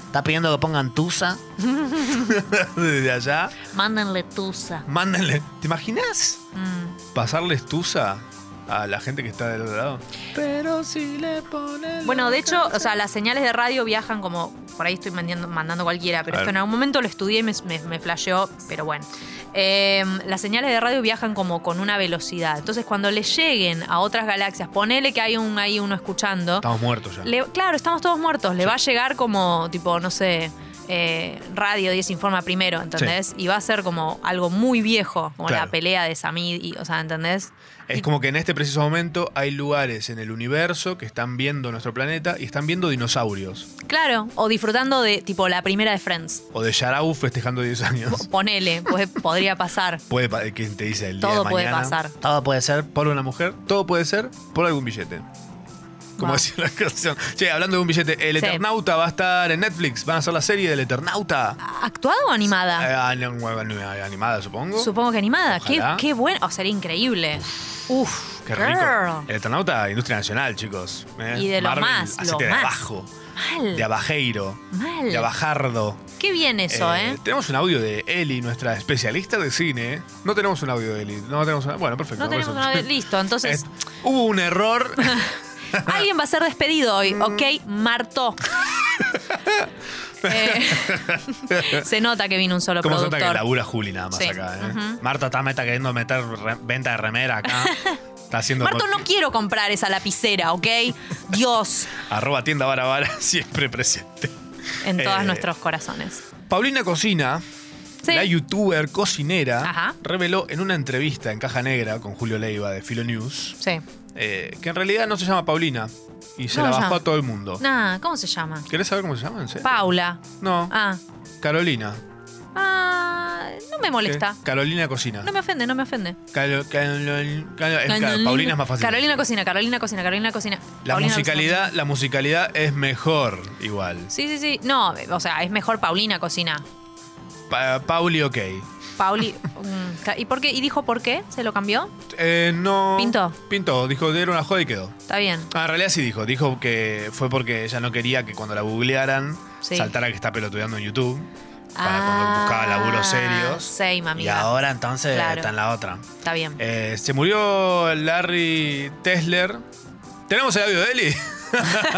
S5: Está pidiendo que pongan Tusa desde allá.
S3: Mándenle tusa.
S2: Mándenle. ¿Te imaginas
S3: Mm.
S2: pasarles Tusa a la gente que está del otro lado?
S16: Pero si le pones.
S3: Bueno, de hecho, o sea, las señales de radio viajan como. Por ahí estoy mandiendo- mandando cualquiera, pero
S16: A
S3: esto
S16: ver.
S3: en algún momento lo estudié y me, me, me flasheó, pero bueno. Eh, las señales de radio viajan como con una velocidad. Entonces, cuando le lleguen a otras galaxias, ponele que hay un hay uno escuchando.
S2: Estamos muertos ya.
S3: Le- claro, estamos todos muertos. Le va a llegar como, tipo, no sé, eh, Radio 10 informa primero, ¿entendés? Y va a ser como algo muy viejo, como
S2: Claro.
S3: la pelea de Samid, y, o sea, ¿entendés?
S2: Es como que en este preciso momento hay lugares en el universo que están viendo nuestro planeta y están viendo dinosaurios.
S3: Claro, o disfrutando de, tipo, la primera de Friends.
S2: O de Yarau festejando 10 años.
S3: Ponele, pues podría pasar.
S2: Puede pa- que te dice el día
S3: Todo
S2: de
S3: puede
S2: mañana,
S3: pasar.
S2: Todo puede ser por una mujer, todo puede ser por algún billete. Como decía la canción. Che, hablando de un billete, el
S3: Sí.
S2: Eternauta va a estar en Netflix. Van a hacer la serie del Eternauta.
S3: ¿Actuado o animada?
S2: Eh, anim- animada, supongo.
S3: Supongo que animada. Qué,
S2: Ojalá.
S3: qué bueno. O sería increíble. Uf,
S2: Qué rico.
S3: girl.
S2: El Eternauta, industria nacional, chicos. ¿eh?
S3: Y de lo
S2: Marvel,
S3: más,
S2: hacete
S3: lo
S2: de
S3: más.
S2: abajo,
S3: Mal.
S2: de abajeiro,
S3: Mal.
S2: de abajardo.
S3: Qué bien eso, ¿eh?
S2: Tenemos un audio de Eli, nuestra especialista de cine. No tenemos un audio de Eli. No tenemos un- Bueno, perfecto.
S3: No
S2: por
S3: tenemos
S2: eso.
S3: una- Listo, entonces.
S2: Eh, hubo un error.
S3: Alguien va a ser despedido
S2: Mm.
S3: hoy, ¿ok? Marto. Se nota que vino un solo
S2: ¿Cómo se
S3: Eh. productor.
S2: nota que labura Juli nada más
S3: Sí.
S2: acá? ¿eh?
S3: Ujú.
S2: Marta está, está queriendo meter re- venta de remera acá. Está haciendo.
S3: Marto,
S2: con-
S3: no quiero comprar esa lapicera, ¿ok? Dios,
S2: Arroba tienda vara vara, siempre presente.
S3: en todos
S2: Eh,
S3: nuestros corazones.
S2: Paulina Cocina,
S3: Sí. Ah.
S2: la youtuber cocinera,
S3: Ajá.
S2: reveló en una entrevista en Caja Negra con Julio Leiva de Filo News
S3: Sí.
S2: eh, que en realidad no se llama Paulina y se
S3: No,
S2: la
S3: ya.
S2: bajó a todo el mundo.
S3: Nah, ¿cómo se llama?
S2: ¿Querés saber cómo se llama? ¿En serio?
S3: Paula.
S2: No.
S3: Ah.
S2: Carolina.
S3: Ah, no me molesta.
S2: ¿Qué? Carolina Cocina.
S3: No me ofende, no me ofende.
S2: Caro- Carol- Caro- es Ca- Paulina es más fácil.
S3: Carolina cocina, Carolina cocina, Carolina cocina.
S2: La
S3: Paulina
S2: musicalidad, la musicalidad es mejor igual.
S3: cocina. Sí, sí, sí. No, o sea, es mejor Paulina cocina.
S2: Pa- Pauli, ok.
S3: Pauli. mm, ca- ¿Y por qué? ¿Y dijo por qué? ¿Se lo cambió?
S2: Eh, no.
S3: Pintó.
S2: Pintó, dijo que era una joda y quedó.
S3: Está bien.
S2: Ah, en realidad sí dijo. Dijo que fue porque ella no quería que cuando la googlearan
S3: Sí.
S2: saltara que está pelotudeando en YouTube.
S3: Para
S2: cuando buscaba laburos serios.
S3: Sí, mami.
S2: Y ahora entonces
S3: Claro.
S2: está en la otra.
S3: Está bien.
S2: Eh, se murió Larry Tesler. ¿Tenemos el audio de Eli?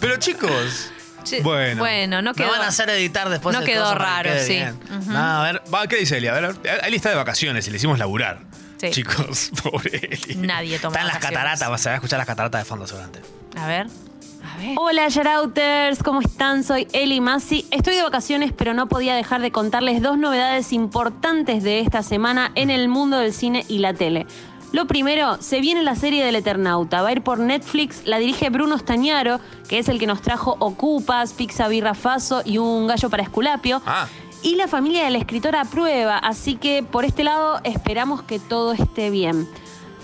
S2: Pero chicos.
S3: Che,
S2: Bueno.
S3: no
S5: Me
S3: quedó.
S5: van a hacer editar después
S3: No
S5: el
S3: quedó
S5: coso para que
S3: raro,
S5: quede
S3: sí.
S5: bien.
S3: Ujú.
S2: No, a ver, va, ¿qué dice Eli? A ver, Eli está de vacaciones y le hicimos laburar.
S3: Sí.
S2: Chicos, pobre Eli.
S3: Nadie toma
S2: Están las
S3: vacaciones.
S2: cataratas, vas a escuchar las cataratas de fondo seguramente.
S3: A ver.
S1: Hola Yarauters, ¿cómo están? Soy Eli Masi. Estoy de vacaciones, pero no podía dejar de contarles dos novedades importantes de esta semana en el mundo del cine y la tele. Lo primero, se viene la serie del Eternauta. Va a ir por Netflix, la dirige Bruno Stañaro, que es el que nos trajo Ocupas, Pizza Birra Faso y Un Gallo para Esculapio. Y la familia del escritor aprueba, así que por este lado esperamos que todo esté bien.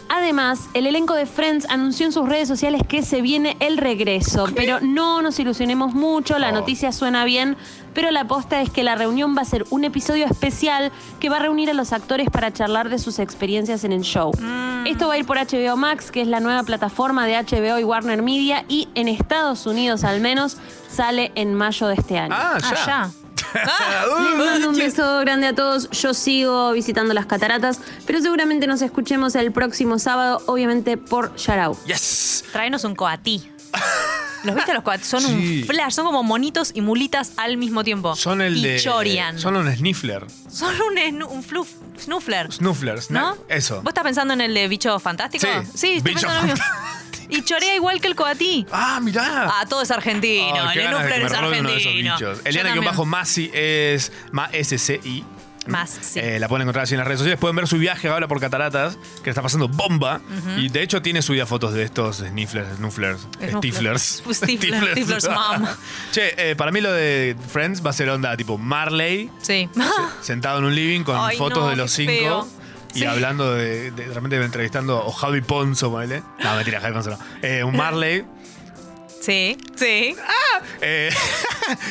S1: Además, el elenco de Friends anunció en sus redes sociales que se viene el regreso, pero no nos ilusionemos mucho,
S2: Oh.
S1: la noticia suena bien, pero la aposta es que la reunión va a ser un episodio especial que va a reunir a los actores para charlar de sus experiencias en el show.
S2: Mm.
S1: Esto va a ir por HBO Max, que es la nueva plataforma de HBO y Warner Media, y en Estados Unidos al menos sale en mayo de este año.
S2: Ah, ya.
S1: ya. Les mando un beso grande a todos. Yo sigo visitando las cataratas, pero seguramente nos escuchemos el próximo sábado, obviamente por Yarau.
S2: Yes.
S3: Tráenos un coatí. ¿Los viste los coatí? Son
S2: Sí.
S3: un flash, son como monitos y mulitas al mismo tiempo.
S2: Son el
S3: y
S2: de.
S3: chorean.
S2: Son un sniffler.
S3: Son un, snu- un fluff, snuffler.
S2: Snuffler, sna-
S3: ¿No?
S2: Eso.
S3: ¿Vos estás pensando en el de bicho fantástico?
S2: Sí,
S3: estoy
S2: Bicho
S3: pensando en el mismo. Y chorea igual que el coatí.
S2: Ah, mirá.
S3: Ah, todo es argentino.
S2: Ay, qué
S3: el
S2: ganas de que
S3: snuffler
S2: me
S3: es
S2: robe uno de esos
S3: argentino.
S2: bichos.
S3: Yo
S2: Eliana que
S3: también.
S2: bajo Masi es Ma SCI.
S3: Más, sí.
S2: Eh, la pueden encontrar así en las redes sociales. Pueden ver su viaje ahora por cataratas, que está pasando bomba.
S3: Ujú.
S2: Y de hecho tiene subida fotos de estos snifflers, snufflers,
S3: Snufflers.
S2: stiflers.
S3: Stiflers, Stiflers, mom.
S2: che, eh, para mí lo de Friends va a ser onda tipo Marley,
S3: Sí.
S2: sentado en un living con
S3: Ay,
S2: fotos
S3: no,
S2: de los
S3: qué
S2: cinco.
S3: feo.
S2: Y
S3: Sí.
S2: hablando de, de- realmente entrevistando o Javi Ponzo, ponele. No, mentira, Javi Ponzo no. Eh, un Marley.
S3: Sí, sí.
S2: Eh,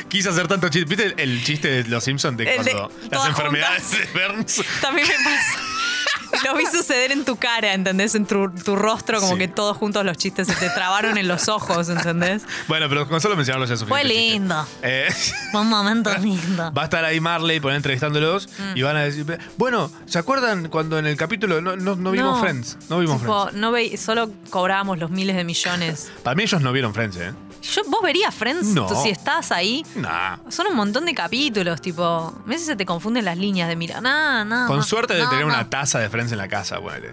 S2: quise hacer tanto chiste. ¿Viste el, el chiste de los Simpsons de
S3: El de
S2: cuando las
S3: todas
S2: enfermedades de Burns?
S3: También me pasa. Y lo vi suceder en tu cara, ¿entendés? En tu, tu rostro, como que todos juntos los chistes se te trabaron en los ojos, ¿entendés?
S2: Bueno, pero con solo mencionarlo ya es
S3: Fue
S2: suficiente.
S3: lindo.
S2: Eh,
S3: Fue un momento lindo.
S2: va a estar ahí Marley por ahí entrevistándolos
S3: Mm.
S2: y van a decir, bueno, ¿se acuerdan cuando en el capítulo no, no- no vimos
S3: No.
S2: Friends? No vimos
S3: Tipo,
S2: Friends.
S3: no ve- solo cobrábamos los miles de millones.
S2: Para mí ellos no vieron Friends, ¿eh?
S3: Yo, ¿Vos verías Friends?
S2: No.
S3: Tú, si estás ahí.
S2: Nah.
S3: Son un montón de capítulos, tipo. A veces se te confunden las líneas de mira. Nah, nah,
S2: Con
S3: nah,
S2: suerte de
S3: nah,
S2: tener
S3: nah.
S2: una taza de Friends en la casa, ponele.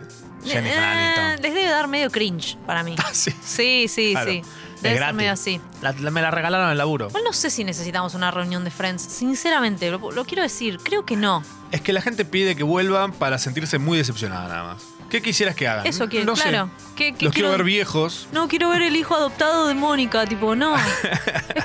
S3: Le-
S2: Jennifer
S3: eh,
S2: Aniston. Ah,
S3: les debe dar medio cringe para mí.
S2: sí,
S3: sí, sí.
S2: Claro. Es
S3: Debe ser
S2: gratis.
S3: medio así.
S2: La- la- me la regalaron en el laburo.
S3: Igual no sé si necesitamos una reunión de Friends. Sinceramente, lo, lo quiero decir. Creo que no.
S2: Es que la gente pide que vuelvan para sentirse muy decepcionada nada más. ¿Qué quisieras que hagan?
S3: Eso quiero,
S2: Ah, No sé.
S3: claro. ¿Qué- qué
S2: Los
S3: quiero-
S2: quiero ver viejos.
S3: No, quiero ver el hijo adoptado de Mónica. Tipo, no. Es-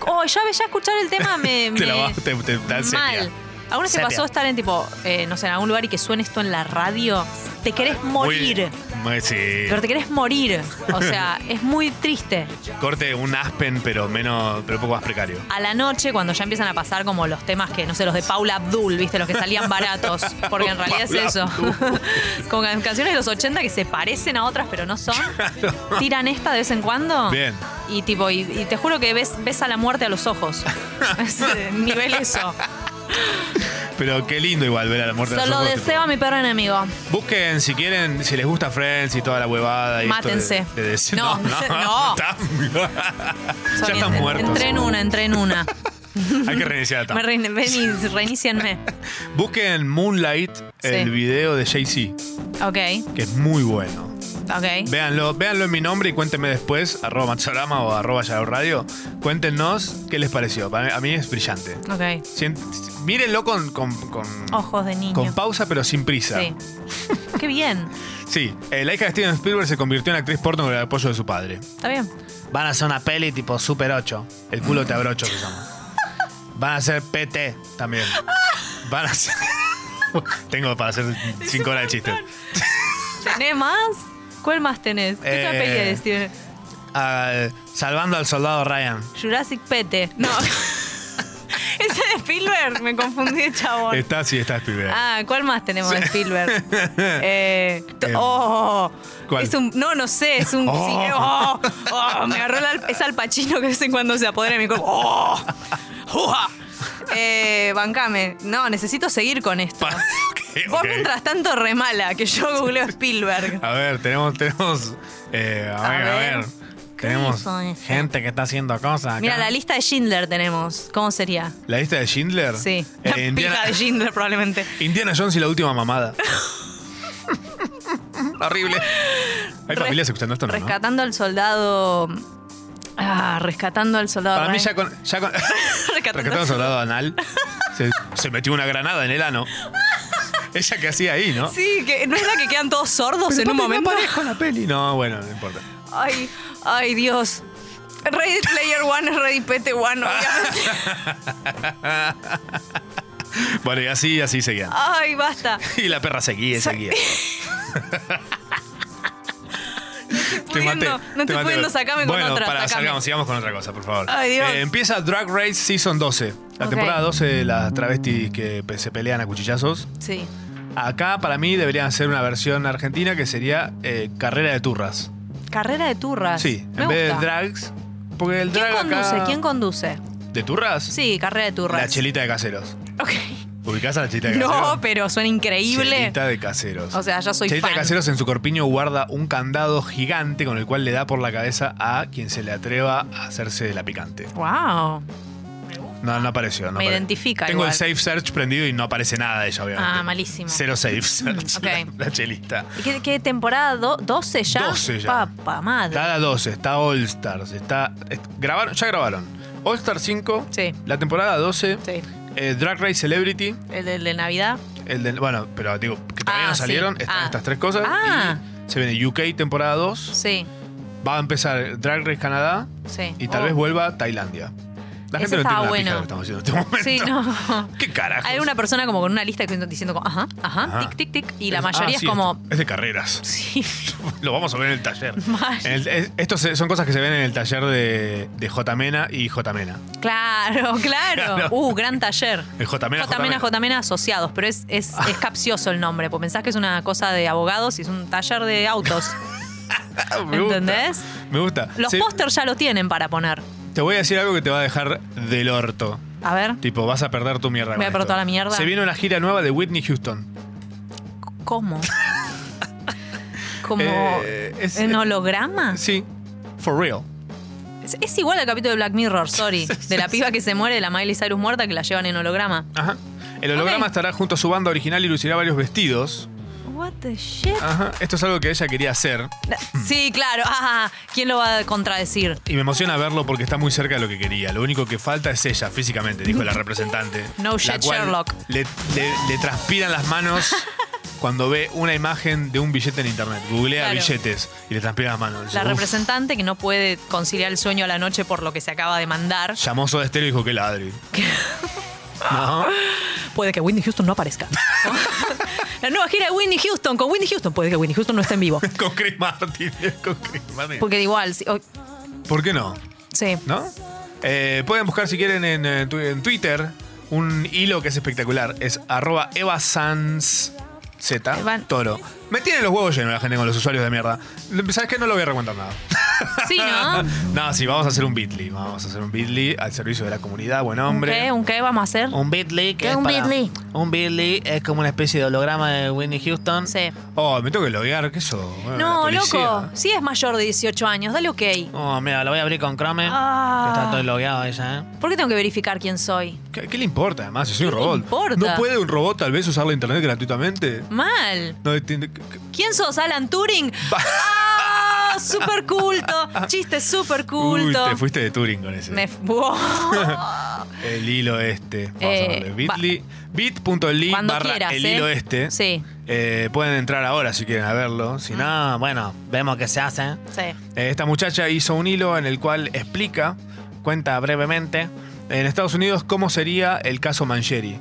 S3: oh, ya, ya escuchar el tema me.
S2: Te
S3: me-
S2: la vas, te, te dan
S3: Mal.
S2: sepia.
S3: ¿Alguna vez te
S2: Sepia.
S3: pasó estar en tipo, eh, no sé, en algún lugar y que suene esto en la radio? Te querés morir.
S2: Muy- sí.
S3: Pero te querés morir. O sea, es muy triste.
S2: Corte un Aspen, pero menos, pero un poco más precario.
S3: A la noche, cuando ya empiezan a pasar como los temas que, no sé, los de Paula Abdul, ¿viste? Los que salían baratos. Porque en realidad es
S2: Paula
S3: eso. Con can- canciones de los 80 que se parecen a otras, pero no son. Tiran esta de vez en cuando.
S2: Bien.
S3: Y tipo, y, y te juro que ves, ves a la muerte a los ojos. Es, eh, Nivel eso.
S2: Pero qué lindo igual ver a la muerte de los
S3: Solo
S2: ojos,
S3: deseo a mi perro enemigo.
S2: tipo, Busquen si quieren, si les gusta Friends y toda la huevada. Y esto de-
S3: Mátense.
S2: de decir-
S3: No, no.
S2: están- ya
S3: Son-
S2: están muertos.
S3: Entré en una, entré en una.
S2: Hay que reiniciar la
S3: Me
S2: etapa.
S3: rein- ven y reinícienme.
S2: Busquen Moonlight, el video de Jay-Z,
S3: Ok,
S2: que es muy bueno.
S3: ok.
S2: Véanlo, véanlo en mi nombre y cuéntenme después, arroba Matsorama o arroba Yarao Radio, cuéntenos qué les pareció. Para mí, a mí es brillante.
S3: Ok.
S2: Sien- mírenlo con, con, con-
S3: Ojos de niño.
S2: con pausa pero sin prisa.
S3: Sí.
S2: Sí.
S3: Qué bien.
S2: eh, la hija de Steven Spielberg se convirtió en actriz porno con el apoyo de su padre.
S3: Está bien.
S2: Van a hacer una peli tipo Super 8. El culo te abrocho se llama. Van a hacer PT también. Van a hacer... Tengo para hacer 5 horas de chistes.
S3: ¿Tenés más? ¿Cuál más tenés? ¿Qué otra
S2: Eh.
S3: peli de Steven?
S2: Ah, salvando al soldado Ryan.
S3: Jurassic Pete. No. Ese de Spielberg. Me confundí, chabón.
S2: Está, sí, está Spielberg.
S3: Ah, ¿cuál más tenemos de Spielberg? Eh, t-
S2: Eh,
S3: oh,
S2: ¿cuál?
S3: Es un, no, no sé, es un...
S2: Oh.
S3: sí, oh, oh, me agarró el al- es al Pacino que de vez en cuando se apodera de mi cuerpo. Oh, ¡Jua! Eh, bancame. No, necesito seguir con esto. Vos
S2: Eh, ok.
S3: mientras tanto remala, que yo googleo Spielberg.
S2: A ver, tenemos, tenemos, eh, a,
S3: A
S2: ver,
S3: ver.
S2: a ver, tenemos
S3: hizo ese?
S2: gente que está haciendo cosas. acá.
S3: Mira, la lista de Schindler tenemos. ¿Cómo sería?
S2: ¿La lista de Schindler.
S3: Sí.
S2: Eh,
S3: La
S2: Indiana,
S3: pija de Schindler probablemente.
S2: Indiana Jones y la última mamada. Horrible. Hay
S3: Res-
S2: familias escuchando esto, ¿no? ¿no?
S3: Rescatando al soldado... Ah, rescatando al soldado.
S2: Para mí
S3: Ryan.
S2: ya con, ya con rescatando al soldado anal se, se metió una granada en el ano. Ella que hacía ahí, ¿no?
S3: Sí, que no es la que quedan todos sordos en un momento.
S2: la peli. No, bueno, no importa.
S3: Ay, ay, Dios. Ready Player One es Ready Pete One, obviamente.
S2: bueno, y así, así seguían.
S3: Ay, basta.
S2: Y la perra seguía y
S3: Sa-
S2: seguía. te
S3: pudiendo- no estoy pudiendo, sacame con
S2: bueno,
S3: otra,
S2: para,
S3: sacame.
S2: salgamos, sigamos con otra cosa, por favor.
S3: Ay, Dios.
S2: Eh, empieza Drag Race Season 12. La
S3: Ok.
S2: temporada 12 de las travestis que pe- se pelean a cuchillazos.
S3: Sí.
S2: Acá, para mí, deberían hacer una versión argentina que sería eh, Carrera de Turras.
S3: Carrera de turras.
S2: Sí,
S3: Me
S2: en vez
S3: gusta.
S2: de drags. Porque el
S3: ¿Quién
S2: drag
S3: conduce?
S2: acá...
S3: ¿Quién conduce?
S2: ¿De Turras?
S3: Sí, carrera de turras.
S2: La chelita de caseros.
S3: Ok.
S2: ¿Ubicás a la chelita de caseros?
S3: No, pero suena increíble.
S2: Chelita de caseros.
S3: O sea, ya soy
S2: Chelita
S3: fan.
S2: de Caseros en su corpiño guarda un candado gigante con el cual le da por la cabeza a quien se le atreva a hacerse de la picante.
S3: Wow.
S2: No, no apareció. No
S3: Me
S2: apare-
S3: identifica
S2: Tengo
S3: igual.
S2: el safe search prendido y no aparece nada de ella, obviamente.
S3: Ah, malísimo. Mm,
S2: Cero safe search.
S3: Ok.
S2: La, la chelista.
S3: ¿Y ¿Qué, qué temporada? Do- ¿12 ya?
S2: 12 ya.
S3: Papa, madre.
S2: Está la 12, está All Stars, está. es- grabaron, ya grabaron. All Stars 5, la temporada 12, eh, Drag Race Celebrity,
S3: El de, el de Navidad.
S2: el del. Bueno, pero digo, que todavía
S3: Ah,
S2: no
S3: sí.
S2: salieron, están
S3: Ah.
S2: estas tres cosas.
S3: Ah.
S2: y se viene UK temporada 2.
S3: Sí,
S2: Va a empezar Drag Race Canadá
S3: sí.
S2: y tal
S3: Oh.
S2: vez vuelva a Tailandia. La
S3: Ese
S2: gente no
S3: estaba
S2: entiende la pija
S3: bueno.
S2: lo que estamos haciendo en este momento.
S3: Sí, no.
S2: ¿Qué carajo?
S3: Hay una persona como con una lista que diciendo como, ajá, ajá,
S2: Ajá. ah,
S3: tic, tic, tic. Y la mayoría es como,
S2: Es de carreras.
S3: Sí.
S2: Lo vamos a ver en el taller.
S3: Mal.
S2: En el- es- estos se- son cosas que se ven en el taller de, de J. Mena y J. Mena.
S3: claro, claro.
S2: Claro.
S3: Uh, gran taller.
S2: El J. Mena, J.
S3: Jotamena,
S2: Mena.
S3: Jotamena Asociados, pero es, es,
S2: Ah.
S3: es capcioso el nombre, porque pensás que es una cosa de abogados y es un taller de autos.
S2: Me gusta.
S3: ¿Entendés?
S2: Me gusta.
S3: Los
S2: Sí,
S3: pósters ya lo tienen para poner.
S2: te voy a decir algo que te va a dejar del orto.
S3: A ver,
S2: Tipo, vas a perder tu mierda.
S3: Voy
S2: con
S3: a perder
S2: esto.
S3: toda la mierda.
S2: Se viene una gira nueva de Whitney Houston.
S3: ¿cómo? ¿Como
S2: Eh, es-
S3: en holograma?
S2: Sí, for real.
S3: Es, es igual al capítulo de Black Mirror, sorry. De la piba que se muere, de la Miley Cyrus muerta, que la llevan en holograma.
S2: Ajá. El holograma estará junto a su banda original y lucirá varios vestidos.
S3: What the shit?
S2: Ajá. Esto es algo que ella quería hacer
S3: Sí, claro. Ah, ¿Quién lo va a contradecir?
S2: y me emociona verlo porque está muy cerca de lo que quería. Lo único que falta es ella físicamente, dijo la representante.
S3: No
S2: La
S3: shit,
S2: cual
S3: Sherlock.
S2: Le, le- le transpiran las manos cuando ve una imagen de un billete en internet. Googlea
S3: Claro.
S2: billetes y le transpiran las manos.
S3: La
S2: Uf.
S3: representante que no puede conciliar el sueño a la noche por lo que se acaba de mandar.
S2: Llamó Soda Stereo y dijo que ladri. No.
S3: Puede que Whitney Houston no aparezca. la nueva gira de Whitney Houston con Whitney Houston. Puede que Whitney Houston no esté en vivo.
S2: Con Chris Martin. Con Chris Martin.
S3: Porque igual, sí. o-
S2: ¿Por qué no?
S3: sí.
S2: ¿No? Eh, pueden buscar si quieren en, eh, tu- en Twitter un hilo que es espectacular. Es arroba Eva Sanz Z, Toro. Me tienen los huevos llenos la gente con los usuarios de mierda. ¿Sabes qué? No lo voy a recontar nada.
S3: Sí, ¿no?
S2: no, sí, vamos a hacer un bit.ly. Vamos a hacer un bit.ly al servicio de la comunidad, buen hombre.
S3: ¿Qué? ¿Un qué vamos a hacer?
S5: Un Bitly que
S3: ¿Qué es
S5: es
S3: un
S5: para-
S3: Bitly?
S5: Un Bitly es como una especie de holograma de Whitney Houston.
S3: Sí.
S2: Oh, me tengo que loguear, ¿qué eso?
S3: No, loco. Sí es mayor de 18 años. Dale ok.
S5: Oh, mira, lo voy a abrir con Chrome.
S3: Ah.
S5: Que está todo logueado ella, ¿eh?
S3: ¿Por qué tengo que verificar quién soy?
S2: ¿Qué, qué le importa además? Si soy un
S3: ¿Qué le
S2: robot.
S3: importa?
S2: ¿No puede un robot tal vez usar la internet gratuitamente?
S3: Mal.
S2: No entiende- que- que-
S3: ¿Quién sos, Alan Turing? ¡Ah! Super culto. Chiste super
S2: Uy,
S3: culto.
S2: te fuiste de Turing con ese.
S3: Me f- Wow.
S2: El hilo este. Vamos
S3: Eh,
S2: a ponerle bit.ly. Bit.ly
S3: Cuando
S2: barra
S3: quieras,
S2: el
S3: ¿eh?
S2: hilo este.
S3: Sí.
S2: Eh, pueden entrar ahora si quieren a verlo. Si
S3: Ah.
S2: no, bueno, vemos qué se hace.
S3: Sí.
S2: Eh, Esta muchacha hizo un hilo en el cual explica, cuenta brevemente, en Estados Unidos cómo sería el caso Mancheri.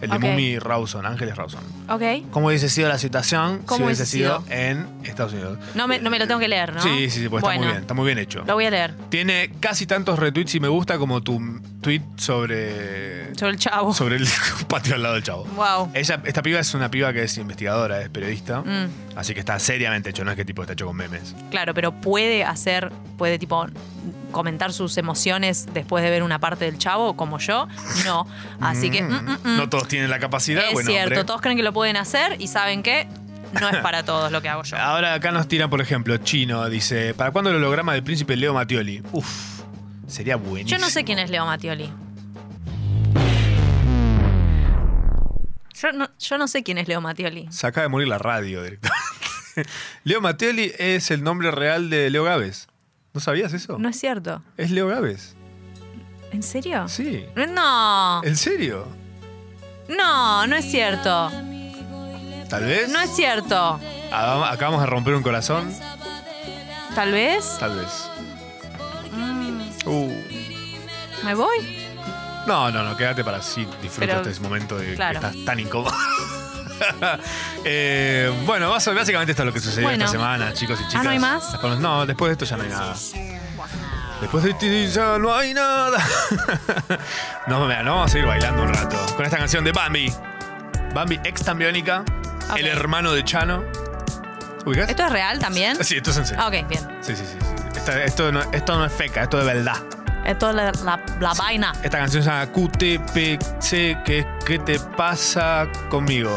S2: El de
S5: Ok.
S2: Mumi Rawson, Ángeles Rawson.
S3: Ok.
S5: ¿Cómo hubiese sido la situación
S2: Si
S3: ¿Cómo
S2: hubiese
S3: hubiese
S2: sido en Estados Unidos.
S3: No me, no me lo tengo que leer, ¿no?
S2: Sí, sí, sí, pues
S3: bueno,
S2: está muy bien, está muy bien hecho.
S3: Lo voy a leer.
S2: Tiene casi tantos retweets y me gusta como tu tweet sobre.
S3: Sobre el chavo.
S2: Sobre el patio al lado del chavo.
S3: Wow.
S2: Ella, esta piba es una piba que es investigadora, es periodista.
S3: Mm.
S2: Así que está seriamente hecho, no es que tipo está hecho con memes.
S3: Claro, pero puede hacer, puede tipo comentar sus emociones después de ver una parte del chavo, como yo. No. Así que.
S2: Mm.
S3: mm, mm, mm.
S2: No todos tienen la capacidad,
S3: es
S2: bueno,
S3: cierto,
S2: hombre.
S3: todos creen que lo pueden hacer y saben que no es para todos lo que hago yo.
S2: Ahora acá nos tiran, por ejemplo, Chino dice: ¿Para cuándo el holograma del príncipe Leo Mattioli? Uf, sería buenísimo.
S3: Yo no sé quién es Leo Mattioli. Yo no, yo no sé quién es Leo Mattioli.
S2: Se acaba de morir la radio directamente. Leo Mattioli es el nombre real de Leo Gávez. ¿No sabías eso?
S3: No es cierto.
S2: Es Leo Gávez.
S3: ¿En serio?
S2: Sí.
S3: No,
S2: ¿En serio?
S3: no, no es cierto.
S2: ¿Tal vez?
S3: No es cierto.
S2: Ah, Acabamos de romper un corazón.
S3: Tal vez
S2: Tal vez.
S3: Mm,
S2: Uh.
S3: me voy.
S2: No, no, no, quédate para sí. Disfruta
S3: Pero-
S2: este momento de
S3: claro.
S2: que estás tan incómodo. Eh, bueno, bas- básicamente esto es lo que sucedió
S3: Bueno. Ah,
S2: esta semana, chicos y chicas.
S3: ¿no hay más?
S2: Con los- No, después de esto ya no hay nada. Después de esto ya no hay nada. no, mira, no vamos a seguir bailando un rato. Con esta canción de Bambi. Bambi ex tambiónica, el hermano de Chano. ¿Ubicás?
S3: ¿Esto es real también?
S2: Sí, esto es en serio.
S3: Ah, ok, bien.
S2: Sí, sí, sí. sí. Esta- esto, no, esto no es feca, esto es verdad.
S3: Esto es la, la- la vaina.
S2: Esta canción se llama QTPC, que es ¿Qué te pasa conmigo?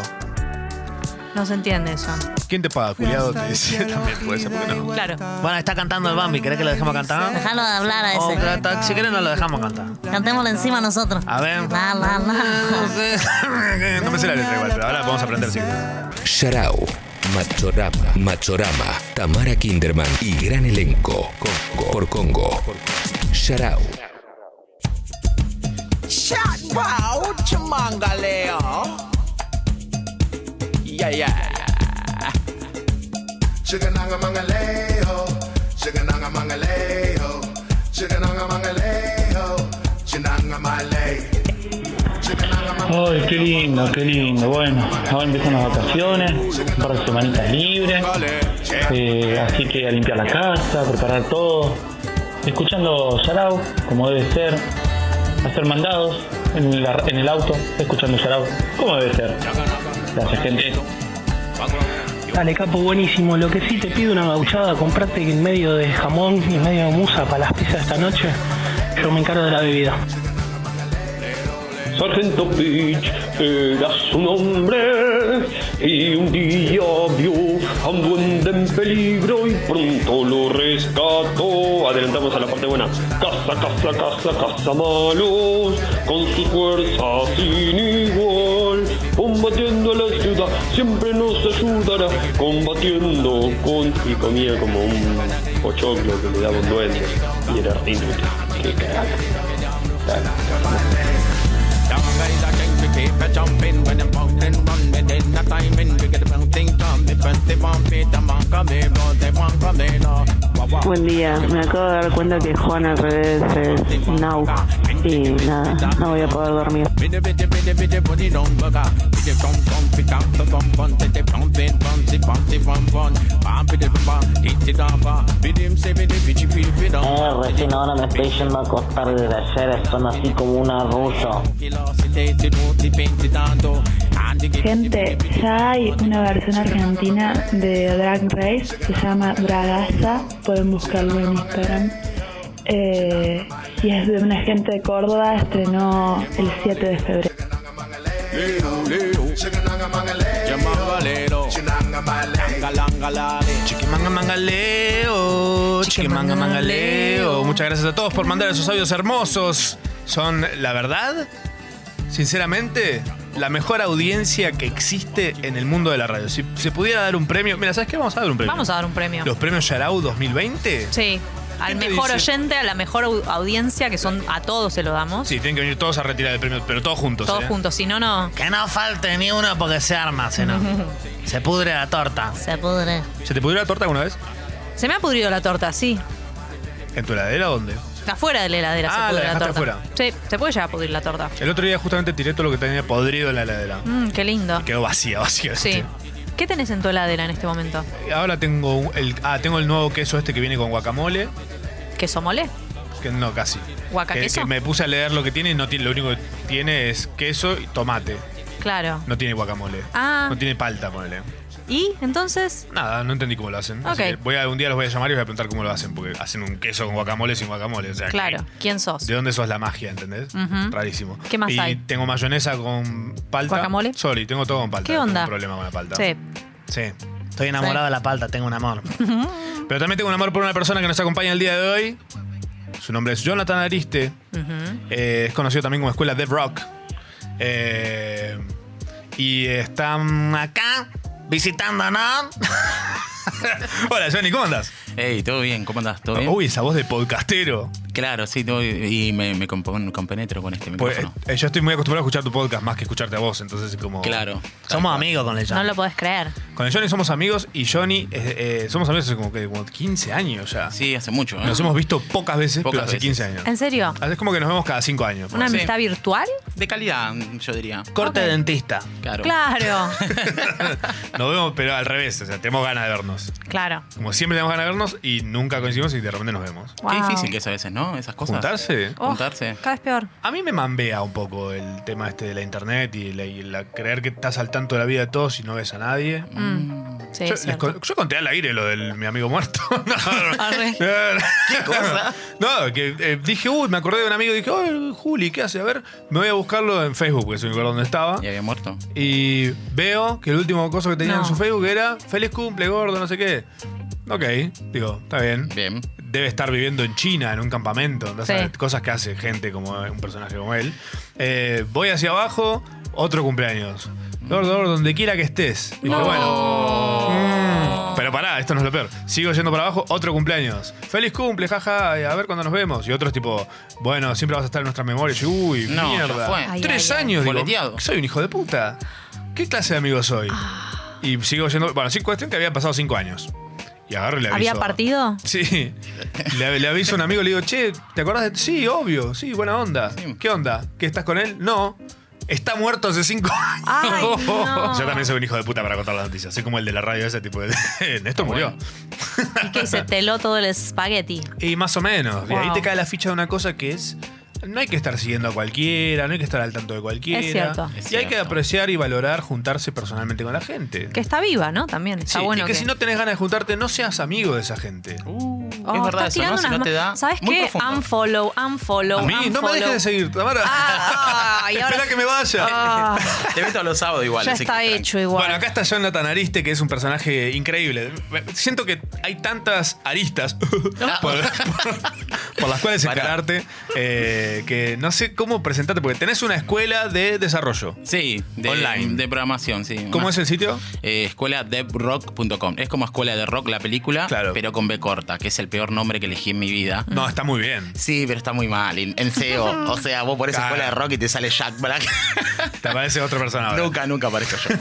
S3: No se entiende eso.
S2: ¿Quién te paga, culiado? Te dice también, puede ser, porque no.
S3: Claro.
S5: Bueno, está cantando el Bambi. ¿Querés que lo dejemos cantar?
S8: Déjalo de hablar a
S5: O
S8: ese.
S5: que ta- si querés, no lo dejamos cantar.
S8: Cantémoslo encima nosotros.
S5: A ver.
S8: La, la, la.
S2: Eh, No me sé la letra igual, pero ahora vamos a aprender sí.
S6: Sharau, Machorama, Machorama, Tamara Kinderman y gran elenco Congo, por Congo. Sharau,
S4: Shout wow, Chamangaleo. Yeah, yeah.
S10: Chigananga mangaleo, chigananga mangaleo, chigananga mangaleo,
S18: Ay, qué lindo, qué lindo. Bueno, ahora empiezan las vacaciones, un par de semanitas libres. eh, así que a limpiar la casa, preparar todo. Escuchando Yarao, como debe ser. Hacer mandados en, la- en el auto, escuchando Yarao, como debe ser. Gracias, gente.
S16: Dale, capo, buenísimo. Lo que sí te pido una gauchada, comprate en medio de jamón y medio de musa para las pizzas esta noche. Yo me encargo de la bebida.
S20: Sargento Peach era su nombre y un día vio a un duende en peligro y pronto lo rescató. Adelantamos a la parte buena. Casa, casa, casa, casa malos con su fuerza sin igual. Combatiendo a la ciudad siempre nos ayudará. Combatiendo con... Y comía como un pochoclo que le daba un duende y era inútil. Qué crack.
S4: Young guys are king, we keep a jumping when them out and run. We did not time in, we get the brown thing done. If they want me, they won't come here, but they won't come here, no. Wah, wah.
S9: Buen día, me acabo de dar cuenta que Juan al revés es Nau y nada, no voy a poder dormir.
S4: Bitty, bitty, bitty, bitty, body don't bugger. Bitty, bum, bum, fit up, the bum, bum, titty, bum, bin, bum, zip, bum, zip, bum, bum. Bum, bitty, bum, bum, itty, dum, bum. Bitty, him, say, bitty, bitty, bitty, bitty, dum.
S10: Eh, recién ahora me estoy yendo a acostar desde ayer, son así como un arrullo.
S11: Gente, ya hay una versión argentina de Drag Race, se llama Dragaza, pueden buscarlo en Instagram. Eh, y es de una gente de Córdoba, estrenó el 7 de febrero.
S4: Leo, leo. Yamangalero. Yangalangalale.
S2: Chiquimanga mangaleo, chiquimanga mangaleo. Muchas gracias a todos por mandar esos audios hermosos. Son, la verdad, sinceramente, la mejor audiencia que existe en el mundo de la radio. Si se pudiera dar un premio, mira, ¿sabes qué? Vamos a dar un premio.
S3: Vamos a dar un premio.
S2: Los premios Yarau 2020.
S3: Sí. Al
S2: ¿Qué te
S3: mejor
S2: dice?
S3: oyente, a la mejor au- audiencia, que son a todos se lo damos.
S2: Sí, tienen que venir todos a retirar el premio, pero todos juntos.
S3: todos
S2: ¿eh?
S3: juntos, si no, no.
S5: Que no falte ni uno porque se arma, si no. Se pudre la torta.
S10: Se pudre.
S2: ¿Se te pudrió la torta alguna vez?
S3: Se me ha pudrido la torta, sí.
S2: ¿En tu heladera o dónde?
S3: Afuera de la heladera
S2: Ah, la
S3: se pudre
S2: dejaste
S3: torta.
S2: afuera.
S3: Sí, se puede llegar a pudrir la torta.
S2: El otro día justamente tiré todo lo que tenía podrido en la heladera.
S3: Mm, qué lindo.
S2: Quedó vacía, básicamente.
S3: Sí. ¿Qué tenés en tu heladera en este momento?
S2: Ahora tengo un- el, ah, tengo el nuevo queso este que viene con guacamole.
S3: ¿Queso mole?
S2: Que no, casi. Que,
S3: ¿Guacaqueso?
S2: que me puse a leer lo que tiene y no tiene, lo único que tiene es queso y tomate.
S3: Claro.
S2: No tiene guacamole.
S3: Ah.
S2: No tiene palta, ponele.
S3: ¿Y entonces?
S2: Nada, no entendí cómo lo hacen. Así
S3: Ok.
S2: que voy a, un día los voy a llamar y voy a preguntar cómo lo hacen, porque hacen un queso con guacamole sin guacamole. O sea,
S3: Claro. ¿Quién
S2: que-
S3: sos?
S2: ¿De dónde sos la magia, entendés?
S3: Ujú.
S2: Rarísimo.
S3: ¿Qué más
S2: y
S3: hay?
S2: tengo mayonesa con palta. ¿Guacamole? Sorry, tengo todo con palta.
S3: ¿Qué
S2: Tengo
S3: onda?
S2: un problema con la palta.
S3: Sí.
S2: Sí.
S5: Estoy enamorado de la palta, tengo un amor.
S2: Pero también tengo un amor por una persona que nos acompaña el día de hoy. Su nombre es Jonathan Ariste. Eh, es conocido también como Escuela Dev Rock. Eh, y están acá visitándonos. Hola, Johnny, ¿cómo andas?
S23: Hey, ¿todo bien? ¿Cómo andás? ¿Todo bien?
S2: Uy, esa voz de podcastero.
S23: Claro, sí, todo, y me, me compon- compenetro con este
S2: Pues,
S23: micrófono.
S2: eh, yo estoy muy acostumbrado a escuchar tu podcast más que escucharte a vos, entonces como...
S23: Claro.
S2: Somos amigos con el
S3: No lo podés creer.
S2: Con el Johnny somos amigos y Johnny, eh, eh, somos amigos hace como, que, como 15 años ya.
S23: Sí, hace mucho. ¿eh?
S2: Nos hemos visto pocas veces,
S23: Pocas
S2: pero hace
S23: veces.
S2: 15 años.
S3: ¿En serio?
S2: Es como que nos vemos cada 5 años.
S3: ¿Una amistad virtual?
S23: De calidad, yo diría.
S2: Corte de dentista.
S23: Claro.
S3: Claro,
S2: Nos vemos, pero al revés, o sea, tenemos ganas de vernos.
S3: claro.
S2: Como siempre tenemos ganas de vernos y nunca coincidimos y de repente nos vemos.
S3: Wow.
S23: Qué difícil que es a veces, ¿no? Esas cosas.
S2: ¿Juntarse?
S3: Oh, Cada vez peor.
S2: A mí me mambea un poco el tema este de la internet y, la, y la- creer que estás al tanto de la vida de todos y no ves a nadie.
S3: Mm, sí,
S2: yo,
S3: es
S2: les
S3: cierto.
S2: con- yo conté al aire lo del mi amigo muerto. No,
S23: Eh,
S2: no, no. No, que eh, dije, uy, me acordé de un amigo y dije, oh, Juli, ¿qué hace? A ver, me voy a buscarlo en Facebook, porque se me acuerdo dónde estaba.
S23: Y había muerto.
S2: Y veo que el último cosa que tenía
S23: No.
S2: en su Facebook era feliz cumple, gordo, no sé qué. Ok, digo, está bien.
S23: Bien.
S2: Debe estar viviendo en China, en un campamento, ¿no?
S23: Sí.
S2: Esas cosas que hace gente como un personaje como él. Eh, voy hacia abajo, otro cumpleaños. Gordo, gordo, donde quiera que estés. Y dije, bueno. mm, Pero pará, esto no es lo peor. Sigo yendo para abajo, otro cumpleaños. Feliz cumple, jaja, a ver cuándo nos vemos. Y otros tipo, bueno, siempre vas a estar en nuestra memoria. Y yo, uy,
S23: No, ya
S2: mierda.
S23: fue. Ay,
S2: Tres
S23: ay, ay.
S2: años, digo,
S23: Boleteado.
S2: soy un hijo de puta. ¿Qué clase de amigo soy?
S23: Ah.
S2: Y sigo yendo. Bueno, sí, cuestión que había pasado cinco años. Y agarro y le aviso.
S3: ¿Había partido?
S2: Sí. Le, le aviso a un amigo, le digo, che, ¿te acordás de.? Sí, obvio, sí, buena onda. ¿Qué onda? ¿Que estás con él? No. Está muerto hace cinco años.
S4: Ay, no.
S2: Yo también soy un hijo de puta para contar las noticias. Soy como el de la radio ese tipo de. Néstor murió.
S1: Y que se teló todo el espagueti.
S2: Y más o menos. Y ahí
S1: Wow.
S2: te cae la ficha de una cosa que es. No hay que estar siguiendo a cualquiera, no hay que estar al tanto de cualquiera.
S3: Es cierto.
S2: Y
S3: Es
S2: hay que apreciar y valorar juntarse personalmente con la gente.
S3: Que está viva, ¿no? También está
S2: Sí,
S3: Ah, bueno.
S2: y que, si no tenés ganas de juntarte, no seas amigo de esa gente.
S3: Oh,
S2: Uh, es verdad
S3: estás
S2: eso,
S3: tirando
S2: ¿no? Si
S3: unas
S2: no te
S3: ma-
S2: da-
S3: ¿Sabes
S2: muy
S3: qué?
S2: profundo.
S3: Unfollow, unfollow,
S2: A mí, no me
S3: unfollow.
S2: dejes de seguir, Tamara.
S3: Ay, ahora-
S2: Espera que me vaya.
S3: Ah,
S2: Te meto los sábados igual.
S3: ya está hecho igual.
S2: Bueno, acá está Jonathan Ariste, que es un personaje increíble. Siento que hay tantas aristas por, por- por las cuales encararte eh, que no sé cómo presentarte, porque tenés una escuela de desarrollo.
S23: Sí, de,
S2: Online.
S23: de programación, sí.
S2: ¿Cómo es el sitio?
S23: Eh, escueladevrock.com. Es como Escuela de Rock, la película, pero con B corta, que es el peor nombre que elegí en mi vida.
S2: No, está muy bien.
S23: Sí, pero está muy mal. En en SEO. o sea, vos pones
S2: Claro.
S23: Escuela de Rock y te sale Jack Black.
S2: Te aparece otra persona.
S23: Nunca, nunca aparezco yo.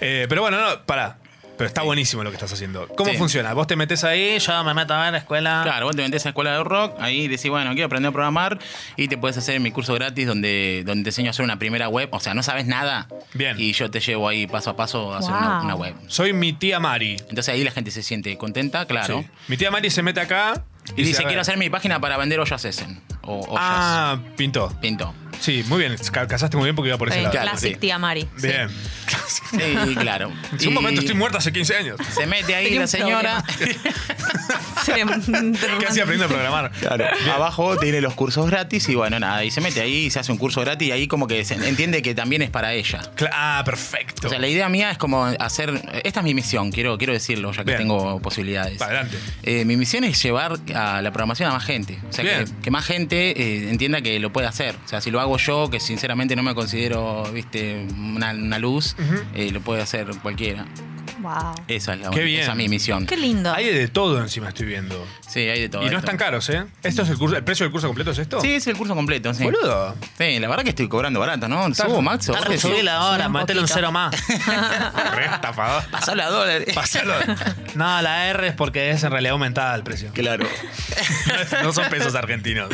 S2: Eh, pero bueno, no, pará. Pero está buenísimo lo que estás haciendo. ¿Cómo
S23: Sí.
S2: funciona? Vos te metes ahí, yo me meto a ver la escuela.
S23: Claro, vos te metés a escuela de rock, ahí decís, bueno, quiero aprender a programar y te puedes hacer mi curso gratis donde, donde te enseño a hacer una primera web. O sea, no sabes nada. Bien. Y yo te llevo ahí paso a paso a hacer una,
S2: Wow.
S23: una web.
S2: Soy mi tía Mari.
S23: Entonces ahí la gente se siente contenta, claro.
S2: Sí. Mi tía Mari se mete acá
S23: Y, dice,
S2: a ver.
S23: quiero hacer mi página para vender ollas Essen. O ollas.
S2: Ah, pintó.
S23: Pintó.
S2: Sí, muy bien. Ca- Casaste muy bien porque iba por ese
S23: Eh,
S2: lado.
S23: claro, Classic
S2: sí.
S3: Tía Mari. sí.
S2: Bien.
S23: Sí, claro.
S2: En un
S23: Y-
S2: momento estoy muerta hace 15 años.
S23: Se mete ahí
S2: Tenía
S23: la
S2: un
S23: señora.
S2: Casi aprendo a programar.
S23: Claro. Abajo tiene los cursos gratis y bueno, nada, y se mete ahí y se hace un curso gratis y ahí como que se entiende que también es para ella.
S2: Cla- Ah, perfecto.
S23: O sea, la idea mía es como hacer. Esta es mi misión, quiero, quiero decirlo, ya que
S2: Bien.
S23: tengo posibilidades.
S2: Adelante.
S23: Eh, mi misión es llevar a la programación a más gente. O sea, que,
S2: Bien.
S23: que más gente eh, entienda que lo puede hacer. O sea, si lo hago yo, que sinceramente no me considero, viste, una, una luz, eh, lo puede hacer cualquiera.
S3: Wow.
S23: Esa es la
S2: Qué bien.
S23: Esa es mi misión.
S3: Qué lindo.
S2: Hay de todo encima estoy viendo.
S23: Sí, hay de todo.
S2: y no
S23: de
S2: están
S23: todo.
S2: caros, ¿eh? ¿Esto es el curso? ¿El precio del curso completo es esto?
S23: Sí, es el curso completo, sí.
S2: Boludo.
S23: Sí, la verdad que estoy cobrando barato, ¿no? Subo, Max.
S2: Está re- subile ahora, Subí un metele un poquito. cero más. Re estafador.
S23: Pasalo a dólares.
S2: Pasalo. No, la R es porque es en realidad aumentada el precio.
S23: Claro.
S2: No son pesos argentinos.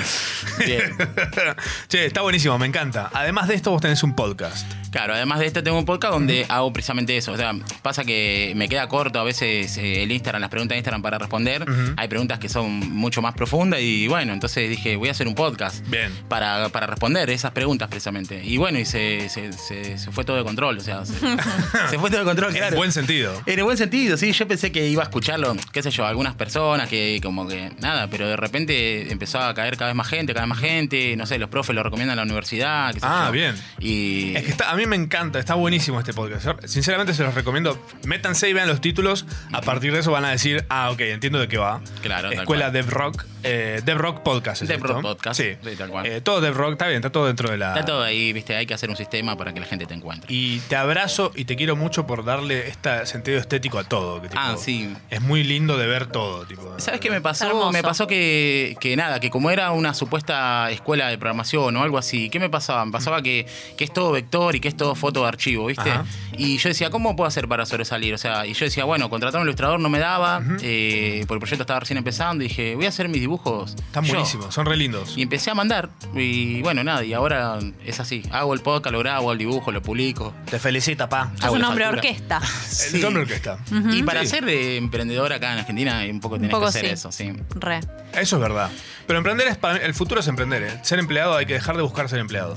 S23: Bien.
S2: che, está buenísimo, me encanta. Además de esto, vos tenés un podcast.
S23: Claro, además de esto tengo un podcast donde hago precisamente eso. O sea, pasa que me queda corto a veces eh, el Instagram, las preguntas de Instagram para responder.
S2: Ujú.
S23: Hay preguntas que son mucho más profundas y bueno, entonces dije, voy a hacer un podcast
S2: Bien.
S23: para, para responder esas preguntas precisamente. Y bueno, y se, se- se- se fue todo de control, o sea, se, se fue todo de control, claro.
S2: En buen sentido.
S23: En el buen sentido, sí, yo pensé que iba a escucharlo, qué sé yo, algunas personas que como que nada, pero de repente empezó a caer cada vez más gente, cada vez más gente, no sé, los profes lo recomiendan a la universidad, qué sé
S2: Ah,
S23: yo.
S2: bien.
S23: Y
S2: Es que está- a mí me encanta, está buenísimo este podcast. Yo, Sinceramente se los recomiendo. Métanse y vean los títulos. A partir de eso van a decir, ah, ok, entiendo de qué va.
S23: Claro, tal
S2: Escuela
S23: cual.
S2: Dev Rock, eh, Dev Rock Podcast. es
S23: Dev
S2: esto.
S23: Rock Podcast.
S2: Sí.
S23: Sí, tal cual.
S2: Eh, todo Dev Rock, está bien, está todo dentro de la.
S23: Está todo ahí, viste, hay que hacer un sistema para que la gente te encuentre.
S2: Y te abrazo y te quiero mucho por darle este sentido estético a todo. que, tipo,
S23: Ah, sí.
S2: Es muy lindo de ver todo, tipo.
S23: ¿Sabes qué me pasó? Me pasó que, que nada, que como era una supuesta escuela de programación o algo así, ¿qué me pasaba? Me pasaba que, que es todo vector y que es todo foto de archivo, ¿viste?
S2: Ajá.
S23: Y yo decía, ¿cómo puedo hacer para sobresalir? O sea, y yo decía, bueno, contratar un ilustrador no me daba, eh, porque el proyecto estaba recién empezando, y dije, voy a hacer mis dibujos.
S2: Están
S23: yo.
S2: buenísimos, son re lindos.
S23: Y empecé a mandar, y bueno, nada, y ahora es así. Hago el podcast, lo grabo, el dibujo, lo publico.
S2: Te felicita, pa.
S23: Hago
S3: Es un
S23: la
S3: hombre
S23: factura.
S3: orquesta.
S2: El nombre orquesta.
S23: Y para
S2: Sí.
S23: ser eh, emprendedor acá en Argentina, un poco tenés
S3: poco
S23: que hacer
S3: sí.
S23: eso, sí.
S3: Re.
S2: Eso es verdad. Pero emprender es para mí- el futuro es emprender. ¿eh? Ser empleado hay que dejar de buscar ser empleado.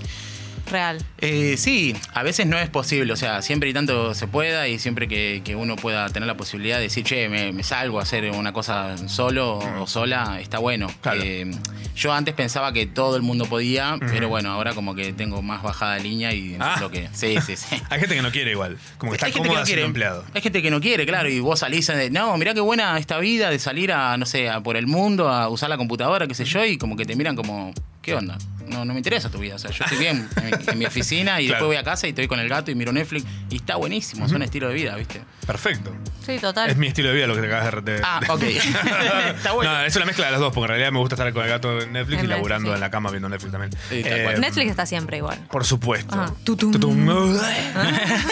S3: Real.
S23: Eh, sí, a veces no es posible, o sea, siempre y tanto se pueda y siempre que, que uno pueda tener la posibilidad de decir, che, me, me salgo a hacer una cosa solo
S2: Mm.
S23: o sola, está bueno. Eh, yo antes pensaba que todo el mundo podía, pero bueno, ahora como que tengo más bajada de línea y
S2: Ah.
S23: lo que... Sí, sí, sí.
S2: Hay gente que no quiere igual. Como que está
S23: Hay gente que
S2: cómoda
S23: no
S2: siendo
S23: quiere.
S2: empleado.
S23: Hay gente que no quiere, claro, y vos salís de, no, mirá qué buena esta vida de salir a, no sé, a por el mundo, a usar la computadora, qué sé yo, y como que te miran como, ¿qué onda? No, no me interesa tu vida, o sea, yo estoy bien en, mi- en mi oficina y
S2: Claro.
S23: después voy a casa y estoy con el gato y miro Netflix y está buenísimo, es un estilo de vida, ¿viste?
S2: Perfecto.
S3: Sí, total.
S2: Es mi estilo de vida lo que te acabas de...
S23: Ah, ok.
S2: Está bueno. No, es una mezcla de las dos, porque en realidad me gusta estar con el gato
S3: En
S2: en Netflix y
S3: Netflix,
S2: laburando
S3: sí.
S2: en la cama viendo Netflix también. Eh,
S3: Netflix está siempre igual.
S2: Por supuesto.
S3: Ajá.
S2: Ah. Tutum. Ah.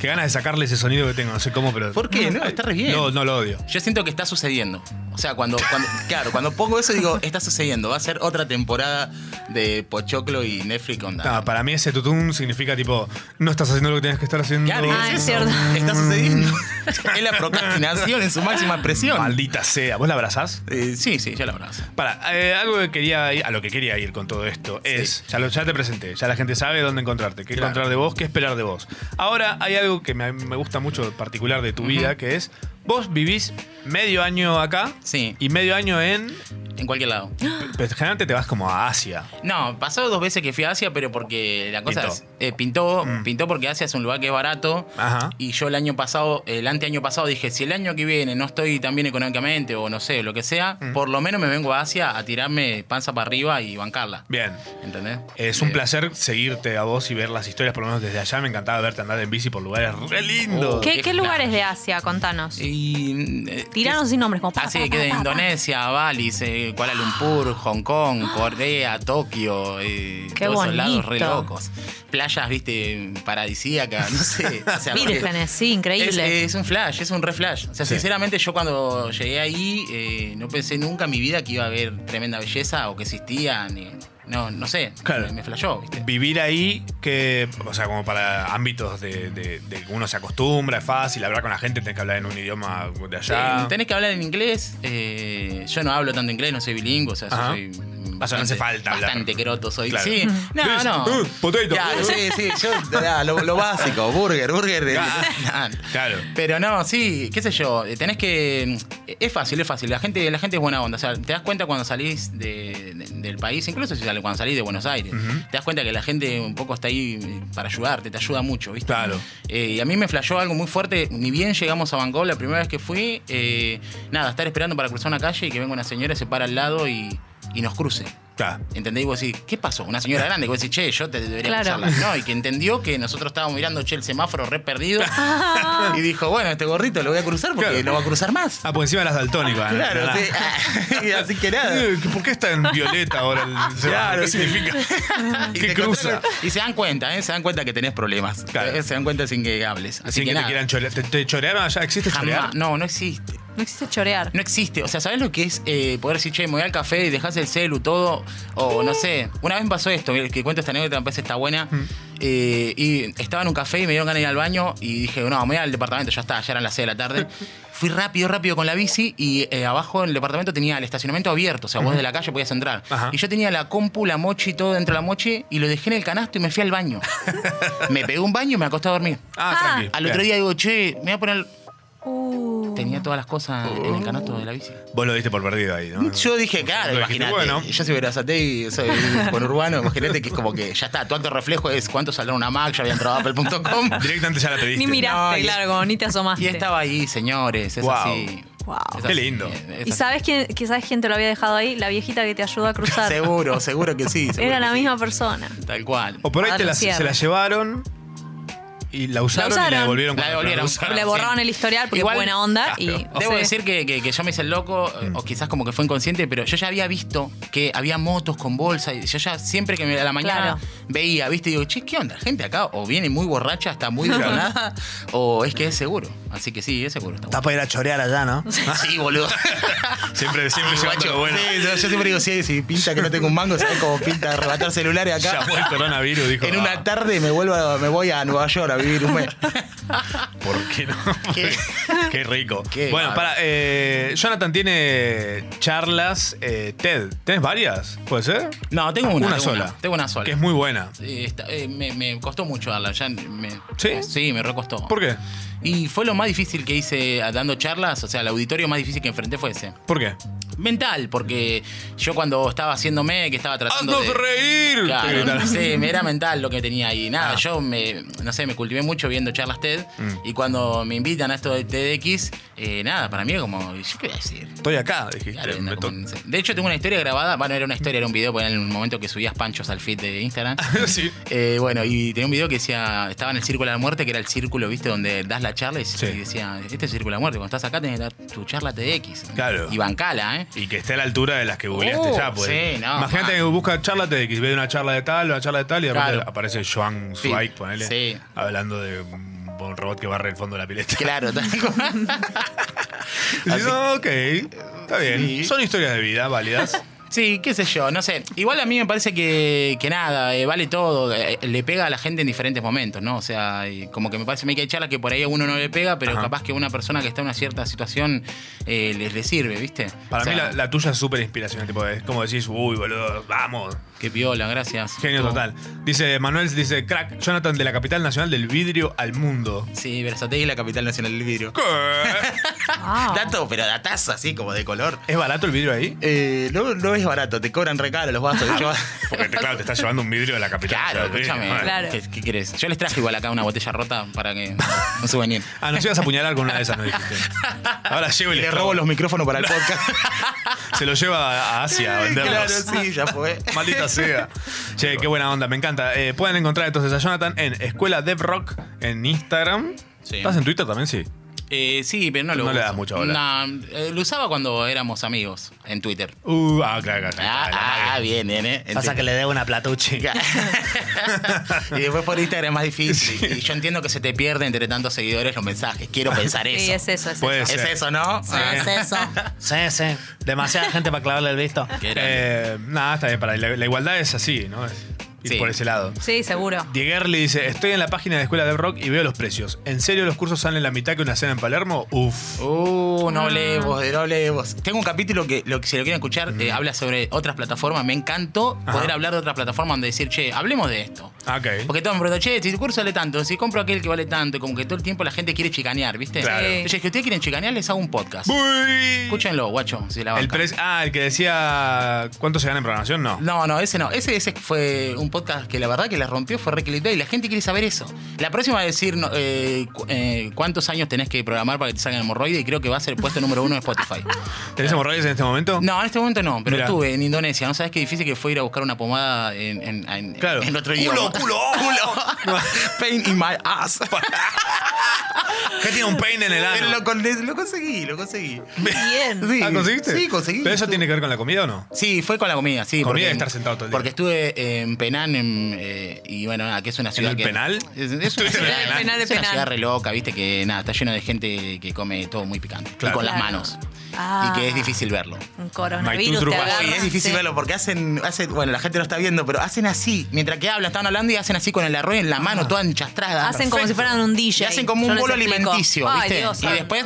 S2: Qué ganas de sacarle ese sonido que tengo, no sé cómo, pero...
S23: ¿Por qué? No, está re bien.
S2: No, no lo odio.
S23: Yo siento que está sucediendo. O sea, cuando, cuando- claro, cuando pongo eso digo, está sucediendo, va a ser otra temporada de entre Pochoclo y Netflix onda.
S2: No, para mí ese tutum significa tipo, no estás haciendo lo que tenías que estar haciendo.
S23: Claro, es Ah, es eso. cierto. Está sucediendo. es la procrastinación en su máxima expresión.
S2: Maldita sea. ¿Vos la abrazás?
S23: sí, sí, ya la abrazo.
S2: Para, eh, algo que quería ir- a lo que quería ir con todo esto es, ya, lo- ya te presenté, ya la gente sabe dónde encontrarte, qué
S23: Claro.
S2: encontrar de vos, qué esperar de vos. Ahora hay algo que me, me gusta mucho particular de tu vida, que es, vos vivís medio año acá y medio año en...
S23: En cualquier lado.
S2: Pero generalmente te vas como a Asia.
S23: No, pasó dos veces que fui a Asia, pero porque la cosa
S2: Pintó. Mm.
S23: es- eh, pintó, pintó porque Asia es un lugar que es barato. Y yo el año pasado, el anteaño pasado dije, si el año que viene no estoy tan bien económicamente o no sé, lo que sea,
S2: Mm.
S23: por lo menos me vengo a Asia a tirarme panza para arriba y bancarla.
S2: Bien.
S23: ¿Entendés?
S2: Es un placer seguirte a vos y ver las historias, por lo menos desde allá. Me encantaba verte andar en bici por lugares re lindos.
S3: ¿Qué, qué lugares de Asia? Contanos.
S23: Y.
S3: Tiranos sin nombres, como pa,
S23: Así
S3: pa,
S23: que
S3: pa,
S23: de
S3: pa, pa.
S23: Indonesia, Bali, eh, Kuala Lumpur, Hong Kong, Corea, Tokio, eh,
S3: Qué
S23: todos esos lados re
S3: bonito.
S23: locos. Playas, viste, paradisíacas, no sé. o sea,
S3: Vírgenes, sí,
S23: es,
S3: increíble.
S23: es un flash, es un re flash. O sea,
S2: Sí.
S23: sinceramente yo cuando llegué ahí eh, no pensé nunca en mi vida que iba a haber tremenda belleza o que existía, ni, no, no sé, me, me flashó. ¿viste?
S2: Vivir ahí, que, o sea, como para ámbitos de, de- de que uno se acostumbra, es fácil, hablar con la gente, tenés que hablar en un idioma de allá.
S23: Eh, tenés que hablar en inglés, eh, yo no hablo tanto inglés, no soy bilingüe, o sea, yo
S2: Ajá.
S23: soy...
S2: O sea, no hace
S23: bastante-
S2: falta hablar.
S23: Bastante croto soy.
S2: Claro.
S23: Sí, no,
S2: This,
S23: no.
S2: uh, potato.
S23: Claro, sí, sí, yo, Ah, ya, lo, lo básico, burger, burger. de-
S2: Claro.
S23: Pero no, sí, qué sé yo, eh, tenés que... mm, Es fácil, es fácil, la gente, la gente es buena onda, o sea, te das cuenta cuando salís de- de- del país, incluso si sale- cuando salís de Buenos Aires,
S2: Ujú.
S23: te das cuenta que la gente un poco está ahí eh, para ayudarte, te ayuda mucho, ¿viste?
S2: Claro.
S23: Eh, y a mí me flashó algo muy fuerte. Ni bien llegamos a Bangkok, la primera vez que fui, eh, nada, estar esperando para cruzar una calle y que venga una señora, se para al lado y, y nos cruce.
S2: Claro.
S23: ¿Entendés? Y vos decís, ¿qué pasó? Una señora grande, que vos decís, che, yo te debería
S2: Claro.
S23: cruzarla. No, y que entendió que nosotros estábamos mirando, che, el semáforo re perdido. y dijo, bueno, este gorrito lo voy a cruzar porque no va a cruzar más.
S2: Ah, por encima las daltónicas. ¿no?
S23: Claro,
S2: Nada.
S23: sí. Ah, Y así que nada.
S2: Eh, ¿Por qué está en violeta ahora el
S23: Claro,
S2: ¿Qué
S23: sí.
S2: significa?
S23: Y
S2: ¿Qué
S23: te
S2: cruza?
S23: controlan. Y se dan cuenta, ¿eh? Se dan cuenta que tenés problemas. Eh, Se dan cuenta sin que hables. Así
S2: Sin que, te
S23: nada.
S2: quieran chorear. ¿Te, te chorearon allá? ¿Existe chorear?
S23: Jamás. No, no existe.
S3: No existe chorear.
S23: No existe. O sea, ¿sabes lo que es eh, poder decir, che, me voy al café y dejás el celu, todo? O no sé. Una vez me pasó esto, el que cuento esta anécdota, me parece está buena. Eh, y estaba en un café y me dieron ganas de ir al baño y dije, no, me voy al departamento, ya está, ya eran las 6 de la tarde. Fui rápido, rápido con la bici y eh, abajo en el departamento tenía el estacionamiento abierto, o sea, vos
S2: Ujú.
S23: de la calle podías entrar. Y yo tenía la compu, la mochi, todo dentro de la mochi y lo dejé en el canasto y me fui al baño. me pegué un baño y me acosté a dormir.
S2: Ah, tranqui.
S23: Al otro
S2: Bien.
S23: día digo, che, me voy a poner.
S3: Uh.
S23: Tenía todas las cosas en
S2: Oh.
S23: el canasto de la bici.
S2: Vos lo diste por perdido ahí, ¿no?
S23: Yo dije, claro,
S2: Lo dijiste,
S23: imagínate.
S2: bueno.
S23: Yo soy Verazategui, soy conurbano, imagínate que es como que ya está, tu acto reflejo es cuánto saldrá una Mac, ya había entrado a Apple.com.
S2: Directamente ya la pediste.
S3: Ni miraste,
S23: No, y-
S3: claro, como ni te asomaste.
S23: Y estaba ahí, señores, es
S2: Wow.
S23: así. Es
S2: Qué
S23: así,
S2: lindo.
S23: es
S3: ¿Y
S23: así.
S3: sabes quién, que sabes quién te lo había dejado ahí? La viejita que te ayudó a cruzar.
S23: Seguro, seguro que sí. seguro
S3: Era
S23: que
S3: la misma persona.
S23: sí, Tal cual.
S2: O por ahí
S3: Ahora
S2: te
S3: lo
S2: la,
S3: cierran.
S2: se la llevaron y la usaron, y la
S3: usaron.
S2: devolvieron.
S23: La
S2: cuando
S23: devolvieron.
S2: usaron.
S3: Le borraron el historial porque
S23: Igual-
S3: buena onda y.
S23: Debo decir que, que- que yo me hice el loco, eh,
S2: Mm.
S23: o quizás como que fue inconsciente, pero yo ya había visto que había motos con bolsa. Y yo ya siempre que me, a la mañana
S3: Claro.
S23: veía, viste, y digo, che, ¿qué onda? La gente acá o viene muy borracha, está muy
S2: Claro.
S23: detonada, o es que es seguro. Así que sí, es seguro. Está
S2: Está para ir a chorear allá, ¿no?
S23: bueno. Sí, boludo.
S2: siempre siempre
S23: Sí,
S2: llevando
S23: guacho.
S2: lo bueno.
S23: Sí, yo, yo siempre digo, sí, si pinta que no tengo un mango, ¿sabes cómo pinta arrebatar celulares acá?
S2: Llamó el coronavirus, dijo.
S23: En
S2: "Ah,
S23: una tarde me vuelvo a- me voy a Nueva York a vivir un mes.
S2: ¿Por qué no?
S23: ¿Qué?
S2: Qué rico.
S23: Qué
S2: bueno,
S23: bárbaro.
S2: para. eh, Jonathan tiene charlas eh, TED. ¿Tenés varias? ¿Puede ser?
S23: No, tengo una.
S2: Una
S23: tengo
S2: sola.
S23: una, tengo una sola.
S2: Que es muy buena.
S23: Eh, está- eh, me, me costó mucho darla. Ya me,
S2: ¿Sí?
S23: Sí, me recostó.
S2: ¿Por qué?
S23: Y fue lo más difícil que hice ah, dando charlas. O sea, el auditorio más difícil que enfrenté fue ese.
S2: ¿Por qué?
S23: Mental, porque yo cuando estaba haciéndome, que estaba tratando
S2: ¡Haznos
S23: de...
S2: Ah, reír! Te
S23: Claro,
S2: gritaron.
S23: no sé, me era mental lo que tenía ahí. Nada, yo me, no sé, me cultivé mucho viendo charlas TED.
S2: Ah. Mm.
S23: Y cuando me invitan a esto de TEDx, eh, nada, para mí es como, ¿yo qué voy a decir?
S2: Estoy acá, dijiste.
S23: Claro,
S2: Me to-
S23: De hecho, tengo una historia grabada. Bueno, era una historia, era un video, porque en el momento que subías panchos al feed de Instagram.
S2: sí.
S23: Eh, bueno, y tenía un video que decía, estaba en el círculo de la muerte, que era el círculo, viste, donde das la charla y, y decía, este es el círculo de la muerte, cuando estás acá tenés que dar tu charla TDX.
S2: Claro.
S23: Y bancala, ¿eh?
S2: Y que esté a la altura de las que googleaste
S23: Oh,
S2: ya, pues.
S23: sí, no,
S2: Imagínate
S23: mal.
S2: que buscas charla TEDx, ve una charla de tal, una charla de tal, y de repente
S23: Claro.
S2: aparece Joan
S23: Sí,
S2: Zweig, ponele,
S23: sí.
S2: hablando de un un robot que barre el fondo de la pileta.
S23: Claro, tal cual.
S2: Y dices, "No, ok, está bien.
S23: Sí.
S2: Son historias de vida válidas.
S23: Sí, qué sé yo, no sé. Igual a mí me parece que, que nada, eh, vale todo, eh, le pega a la gente en diferentes momentos, ¿no? O sea, y como que me parece a mí que hay charlas que por ahí a uno no le pega, pero
S2: Ajá.
S23: capaz que a una persona que está en una cierta situación eh, les, le sirve, ¿viste?
S2: Para
S23: O sea,
S2: mí la, la tuya es súper inspiracional, tipo, es como decís, uy, boludo, vamos.
S23: Qué piola, gracias.
S2: Genio total. Dice Manuel, dice, crack, Jonathan de la capital nacional del vidrio al mundo.
S23: Sí, Versatei es la capital nacional del vidrio.
S2: ¡Eh!
S23: Ah. Dato, pero datazo así como de color. Eh,
S2: ¿Es barato el vidrio ahí? Ah,
S23: no, no es barato, te cobran recaro los vasos. Yo-
S2: Porque te- claro, te estás llevando un vidrio de la capital.
S23: Claro,
S2: O sea,
S23: escúchame.
S2: bueno.
S23: ¿Qué, qué querés? Yo les traje igual acá una botella rota para que. Un souvenir.
S2: Ah, nos ibas a apuñalar con una de esas, no dijiste. Ahora llevo y
S23: le robo los micrófonos para el podcast.
S2: Se lo lleva a Asia a venderlos.
S23: Claro, sí, ya fue.
S2: Maldita sea. Che, qué buena onda, me encanta. Eh, pueden encontrar entonces a Jonathan en Escuela Dev Rock en Instagram.
S23: Sí.
S2: ¿Estás en Twitter también? Sí.
S23: Eh, sí, pero no lo
S2: No le
S23: uso.
S2: das mucha bola.
S23: No, eh, lo usaba cuando éramos amigos en Twitter.
S2: Uh, ah, claro, claro.
S23: Ah, ah, bien, bien, eh. En Twitter.
S5: debo una platuche.
S23: Y después por Instagram es más difícil. Y yo entiendo que se te pierde entre tantos seguidores los mensajes. Quiero pensar eso.
S3: Sí, es eso, es
S2: Puede
S23: Es
S2: ser.
S23: eso, ¿no? Ah.
S5: eso. Sí, sí. Demasiada gente para clavarle el visto.
S2: Eh, nada, está bien. Para la, la igualdad es así, ¿no? Es ir
S23: Sí.
S2: por ese lado.
S3: Sí, seguro.
S2: Dieguerli dice, estoy en la página de Escuela de Rock y veo los precios. ¿En serio los cursos salen la mitad que una cena en Palermo? Uf.
S23: Uh,
S2: Ah.
S23: no hablemos, de no hablemos. Tengo un capítulo que, lo que si lo quieren escuchar, eh, habla sobre otras plataformas. Me encantó
S2: Ajá.
S23: poder hablar de otras plataformas donde decir, che, hablemos de esto.
S2: Ok.
S23: Porque todos me preguntan, che, si tu curso vale tanto, si compro aquel que vale tanto, y como que todo el tiempo la gente quiere chicanear, ¿viste?
S2: Claro. Sí.
S23: Entonces, que ustedes quieren chicanear, les hago un podcast. Escúchenlo, guacho, si la
S2: El
S23: bancan.
S2: pre- ah, el que decía Ah, cuánto se gana en programación, no.
S23: No, no, ese no. Ese, ese fue un podcast que la verdad que la rompió, fue reclitado y la gente quiere saber eso. La próxima va a decir no, eh, cu- eh, cuántos años tenés que programar para que te salgan hemorroides y creo que va a ser puesto número uno en Spotify.
S2: ¿Tenés hemorroides en este momento?
S23: No, en este momento no, pero
S2: Mirá.
S23: estuve en Indonesia. ¿No sabes qué difícil que fue ir a buscar una pomada en, en- en- en otro
S2: Culo,
S23: idioma?
S2: culo,
S23: culo. Pain in my ass.
S2: ¿Qué tiene un pain en el ano?
S23: Pero lo, con- lo conseguí, lo conseguí.
S3: Bien.
S23: Sí.
S2: ¿Ah, conseguiste?
S23: Sí, conseguí.
S2: ¿Pero eso tiene que ver con la comida o no?
S23: Sí, fue con la comida, sí.
S2: Comida
S23: porque-
S2: de estar sentado todo el día.
S23: Porque estuve en Penán en, eh, y bueno, nada, que es una ciudad.
S2: el
S23: que-
S2: penal?
S23: Es, es una,
S2: ¿Estuviste en el
S23: ciudad,
S2: penal? Penal de
S23: es una
S2: Penal.
S23: ciudad re loca, viste, que nada, está lleno de gente que come todo muy picante.
S2: Claro.
S23: Y con las
S2: Claro.
S23: manos.
S3: Ah,
S23: Y que es difícil verlo.
S3: un coronavirus te agarra.
S23: Y es difícil
S3: sí.
S23: verlo porque hacen, hacen- bueno, la gente lo está viendo, pero hacen así, mientras que hablan, estaban hablando y hacen así con el arroyo en la mano, toda enchastrada.
S3: Ah. Hacen como si fueran un DJ.
S23: Y hacen como
S3: Yo
S23: un
S3: les
S23: bolo
S3: explico.
S23: alimenticio,
S3: Ay,
S23: ¿viste?
S3: Dios
S23: y
S3: santo.
S23: después.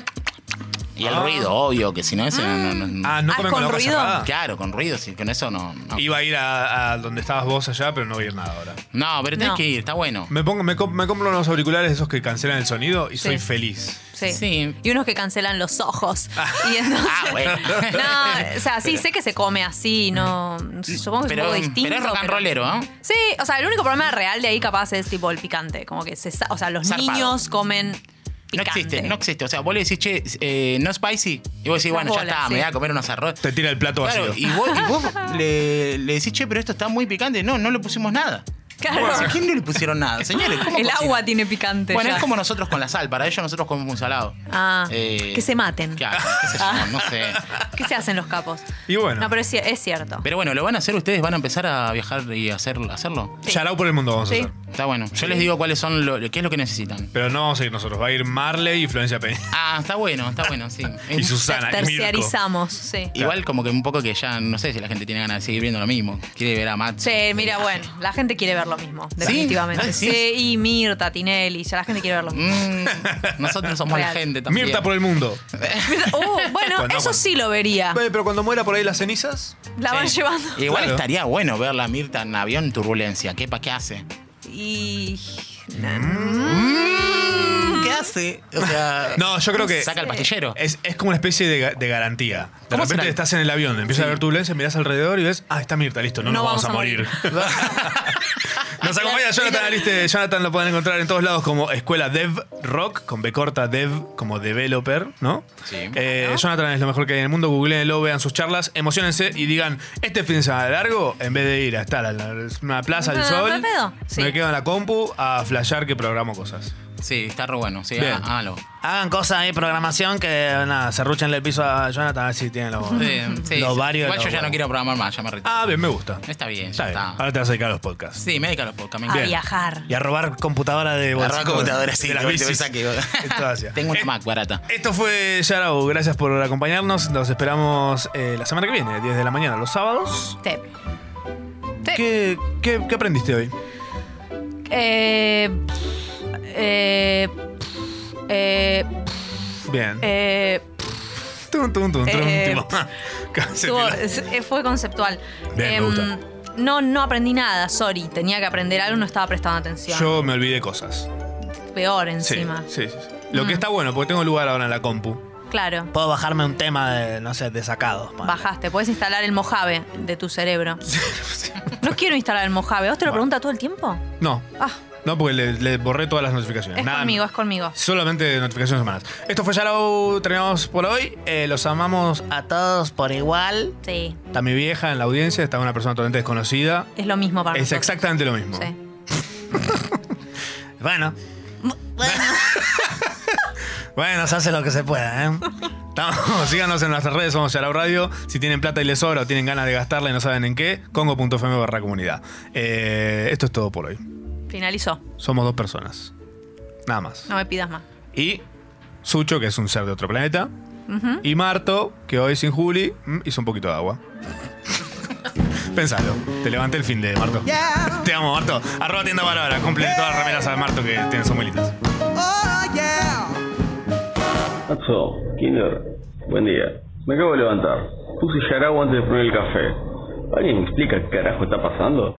S23: Y el
S2: Ah.
S23: ruido, obvio, que si no ese no, no, no-
S2: Ah, ¿no
S3: Ah,
S2: comen
S3: ¿con
S2: con la boca
S3: ruido?
S2: cerrada?
S23: Claro, con ruido, sí, con eso no. No,
S2: Iba a ir a, a donde estabas vos allá, pero no voy a ir nada ahora.
S23: No, pero tenés
S2: No.
S23: que ir, está bueno.
S2: Me, pongo, me, comp- me compro unos auriculares esos que cancelan el sonido y soy feliz.
S3: Sí. Y unos que cancelan los ojos. Y entonces-
S23: Ah, bueno.
S3: No, o sea, sí sé que se come así, no. Supongo que es un poco
S23: Pero- pero es
S3: distinto.
S23: rock and rollero, ¿eh? ¿no?
S3: Sí, o sea, el único problema real de ahí capaz es tipo el picante. Como que se sa- O sea, los
S23: Zarpado.
S3: niños comen
S23: No
S3: picante.
S23: existe, no existe. O sea, vos le decís, che, eh, no spicy. Y vos
S3: Las
S23: decís, bueno, ya
S3: bolas,
S23: está,
S3: sí.
S23: me voy a comer unos arroz.
S2: Te tira el plato
S23: Claro,
S2: vacío.
S23: y vos, y vos le, le decís, che, pero esto está muy picante. No, no le pusimos nada.
S3: Claro.
S23: ¿A quién no le pusieron nada? Señores, ¿cómo
S3: El
S23: cocinan?
S3: agua tiene picante.
S23: Bueno,
S3: ya.
S23: es como nosotros con la sal. Para ellos nosotros comemos un salado.
S3: Ah,
S23: Eh,
S3: que se maten.
S23: Claro, qué sé yo, no sé.
S3: ¿Qué se hacen los capos?
S2: Y bueno.
S3: No, pero es, cier- es cierto.
S23: Pero bueno, ¿lo van a hacer ustedes? ¿Van a empezar a viajar y hacer, hacerlo?
S2: Yarau por el mundo vamos
S23: Sí.
S2: a hacer.
S23: Está bueno. Yo les digo cuáles son lo, qué es lo que necesitan.
S2: Pero no vamos a ir nosotros. Va a ir Marley y Florencia Peña.
S23: Ah, está bueno, está bueno, sí.
S2: Y Susana. y Mirko.
S3: Terciarizamos, sí.
S23: Igual como que un poco que ya no sé si la gente tiene ganas de seguir viendo lo mismo. Quiere ver a Matt.
S3: Sí, mira, bueno, la gente quiere ver lo mismo, definitivamente.
S23: ¿Sí? Mm.
S3: ¿Sí? y Mirta, Tinelli, ya la gente quiere ver lo mismo.
S23: Nosotros somos la
S3: Real.
S23: gente también.
S2: Mirta por el mundo.
S3: Uh, bueno,
S23: Pues
S2: Cuando-
S3: eso sí lo vería.
S2: Eh, Pero cuando muera por ahí las cenizas.
S3: La van
S23: Sí.
S3: llevando.
S23: Igual
S2: Claro.
S23: estaría bueno verla a Mirta en avión turbulencia. ¿Qué pa' qué hace?
S3: Y.
S23: Mm. ¿Qué hace? O sea,
S2: No, yo creo que.
S23: Saca el pastillero.
S2: Es, es como una especie de, ga- de garantía. De
S23: ¿Cómo
S2: repente
S23: será?
S2: estás en el avión, empieza a ver turbulencia, mirás alrededor y ves, ah, está Mirta, listo, no, nos vamos, a morir. Nos acompaña Jonathan Aliste. Jonathan lo pueden encontrar en todos lados como Escuela Dev Rock, con B corta Dev como developer, ¿no?
S23: Sí.
S2: Eh, Jonathan es lo mejor que hay en el mundo. Googleenlo, vean sus charlas, emocionense y digan: Este fin de semana largo, en vez de ir a estar en la- una plaza del
S3: No,
S2: sol,
S3: mal pedo. Sí.
S2: me quedo en la compu a flashear que programo cosas.
S23: sí, está re bueno. Sí,
S2: Bien.
S23: hagan- háganlo.
S2: Hagan cosas ahí, programación, que nada, serruchenle el piso a Jonathan, a ver si tiene los,
S23: Sí, sí,
S2: los
S23: sí.
S2: varios.
S23: Igual yo
S2: los-
S23: ya no quiero programar más, ya me retiro.
S2: Ah, bien, me gusta.
S23: Está bien,
S2: Está
S23: ya
S2: bien.
S23: está.
S2: Ahora te vas a dedicar a los podcasts.
S23: Sí, me dedico a los podcasts. me
S2: Bien.
S23: encanta.
S2: Y a robar computadora de
S23: robar
S2: bolsitos,
S23: computadora, sí,
S2: de las
S23: que ahorita me
S2: bicis.
S23: saque.
S2: Esto hacía.
S23: Tengo una Mac barata.
S2: Esto fue Yarau, gracias por acompañarnos. Nos esperamos eh, la semana que viene, 10 de la mañana, los sábados.
S3: Te-
S2: ¿Qué, qué, qué aprendiste hoy?
S3: Eh, eh, eh,
S2: Bien.
S3: eh,
S2: Tum, tum, tum, tum,
S3: eh,
S2: tipo, casi
S3: estuvo-
S2: que la-
S3: es- eh, fue conceptual.
S2: Bien, me
S3: Em,
S2: gusta.
S3: no, no aprendí nada, sorry. Tenía que aprender algo, no estaba prestando atención.
S2: Yo me olvidé cosas.
S3: Peor
S2: Sí,
S3: encima.
S2: sí, sí, sí. Lo
S23: Mm.
S2: que está bueno, porque tengo lugar ahora en la compu.
S3: Claro.
S2: Puedo bajarme un tema de, no sé, de sacados.
S3: Bajaste, puedes instalar el Mojave de tu cerebro. No quiero instalar el Mojave. ¿Vos te lo preguntas todo el tiempo?
S2: No,
S3: Ah,
S2: no, porque le, le borré todas las notificaciones.
S3: es
S2: Nada,
S3: conmigo, es conmigo.
S2: Solamente notificaciones humanas. Esto fue Yarau, terminamos por hoy. Eh, los amamos a todos por igual.
S3: Sí,
S2: Está mi vieja en la audiencia, está una persona totalmente desconocida.
S3: es lo mismo para
S2: Es
S3: nosotros.
S2: exactamente lo mismo.
S3: Sí.
S2: Bueno. bueno, se hace lo que se pueda, ¿eh? Estamos- síganos en nuestras redes, somos Yarau Radio. Si tienen plata y les sobra o tienen ganas de gastarla y no saben en qué, congo.fm barra comunidad. Eh, esto es todo por hoy.
S3: Finalizó.
S2: Somos dos personas. Nada más.
S3: No me pidas más.
S2: Y Sucho, que es un ser de otro planeta.
S3: Ujú.
S2: Y Marto, que hoy sin Juli mm, hizo un poquito de agua. Pensalo, te levanté el fin de Marto. Te amo, Marto. Arroba tienda Bárbara, cumple todas las remeras al Marto que tienes son muy lindas.
S4: Oh, yeah.
S7: Maxo, Kinder, buen día. Me acabo de levantar. Puse Yaragua antes de poner el café. ¿Alguien me explica qué carajo está pasando?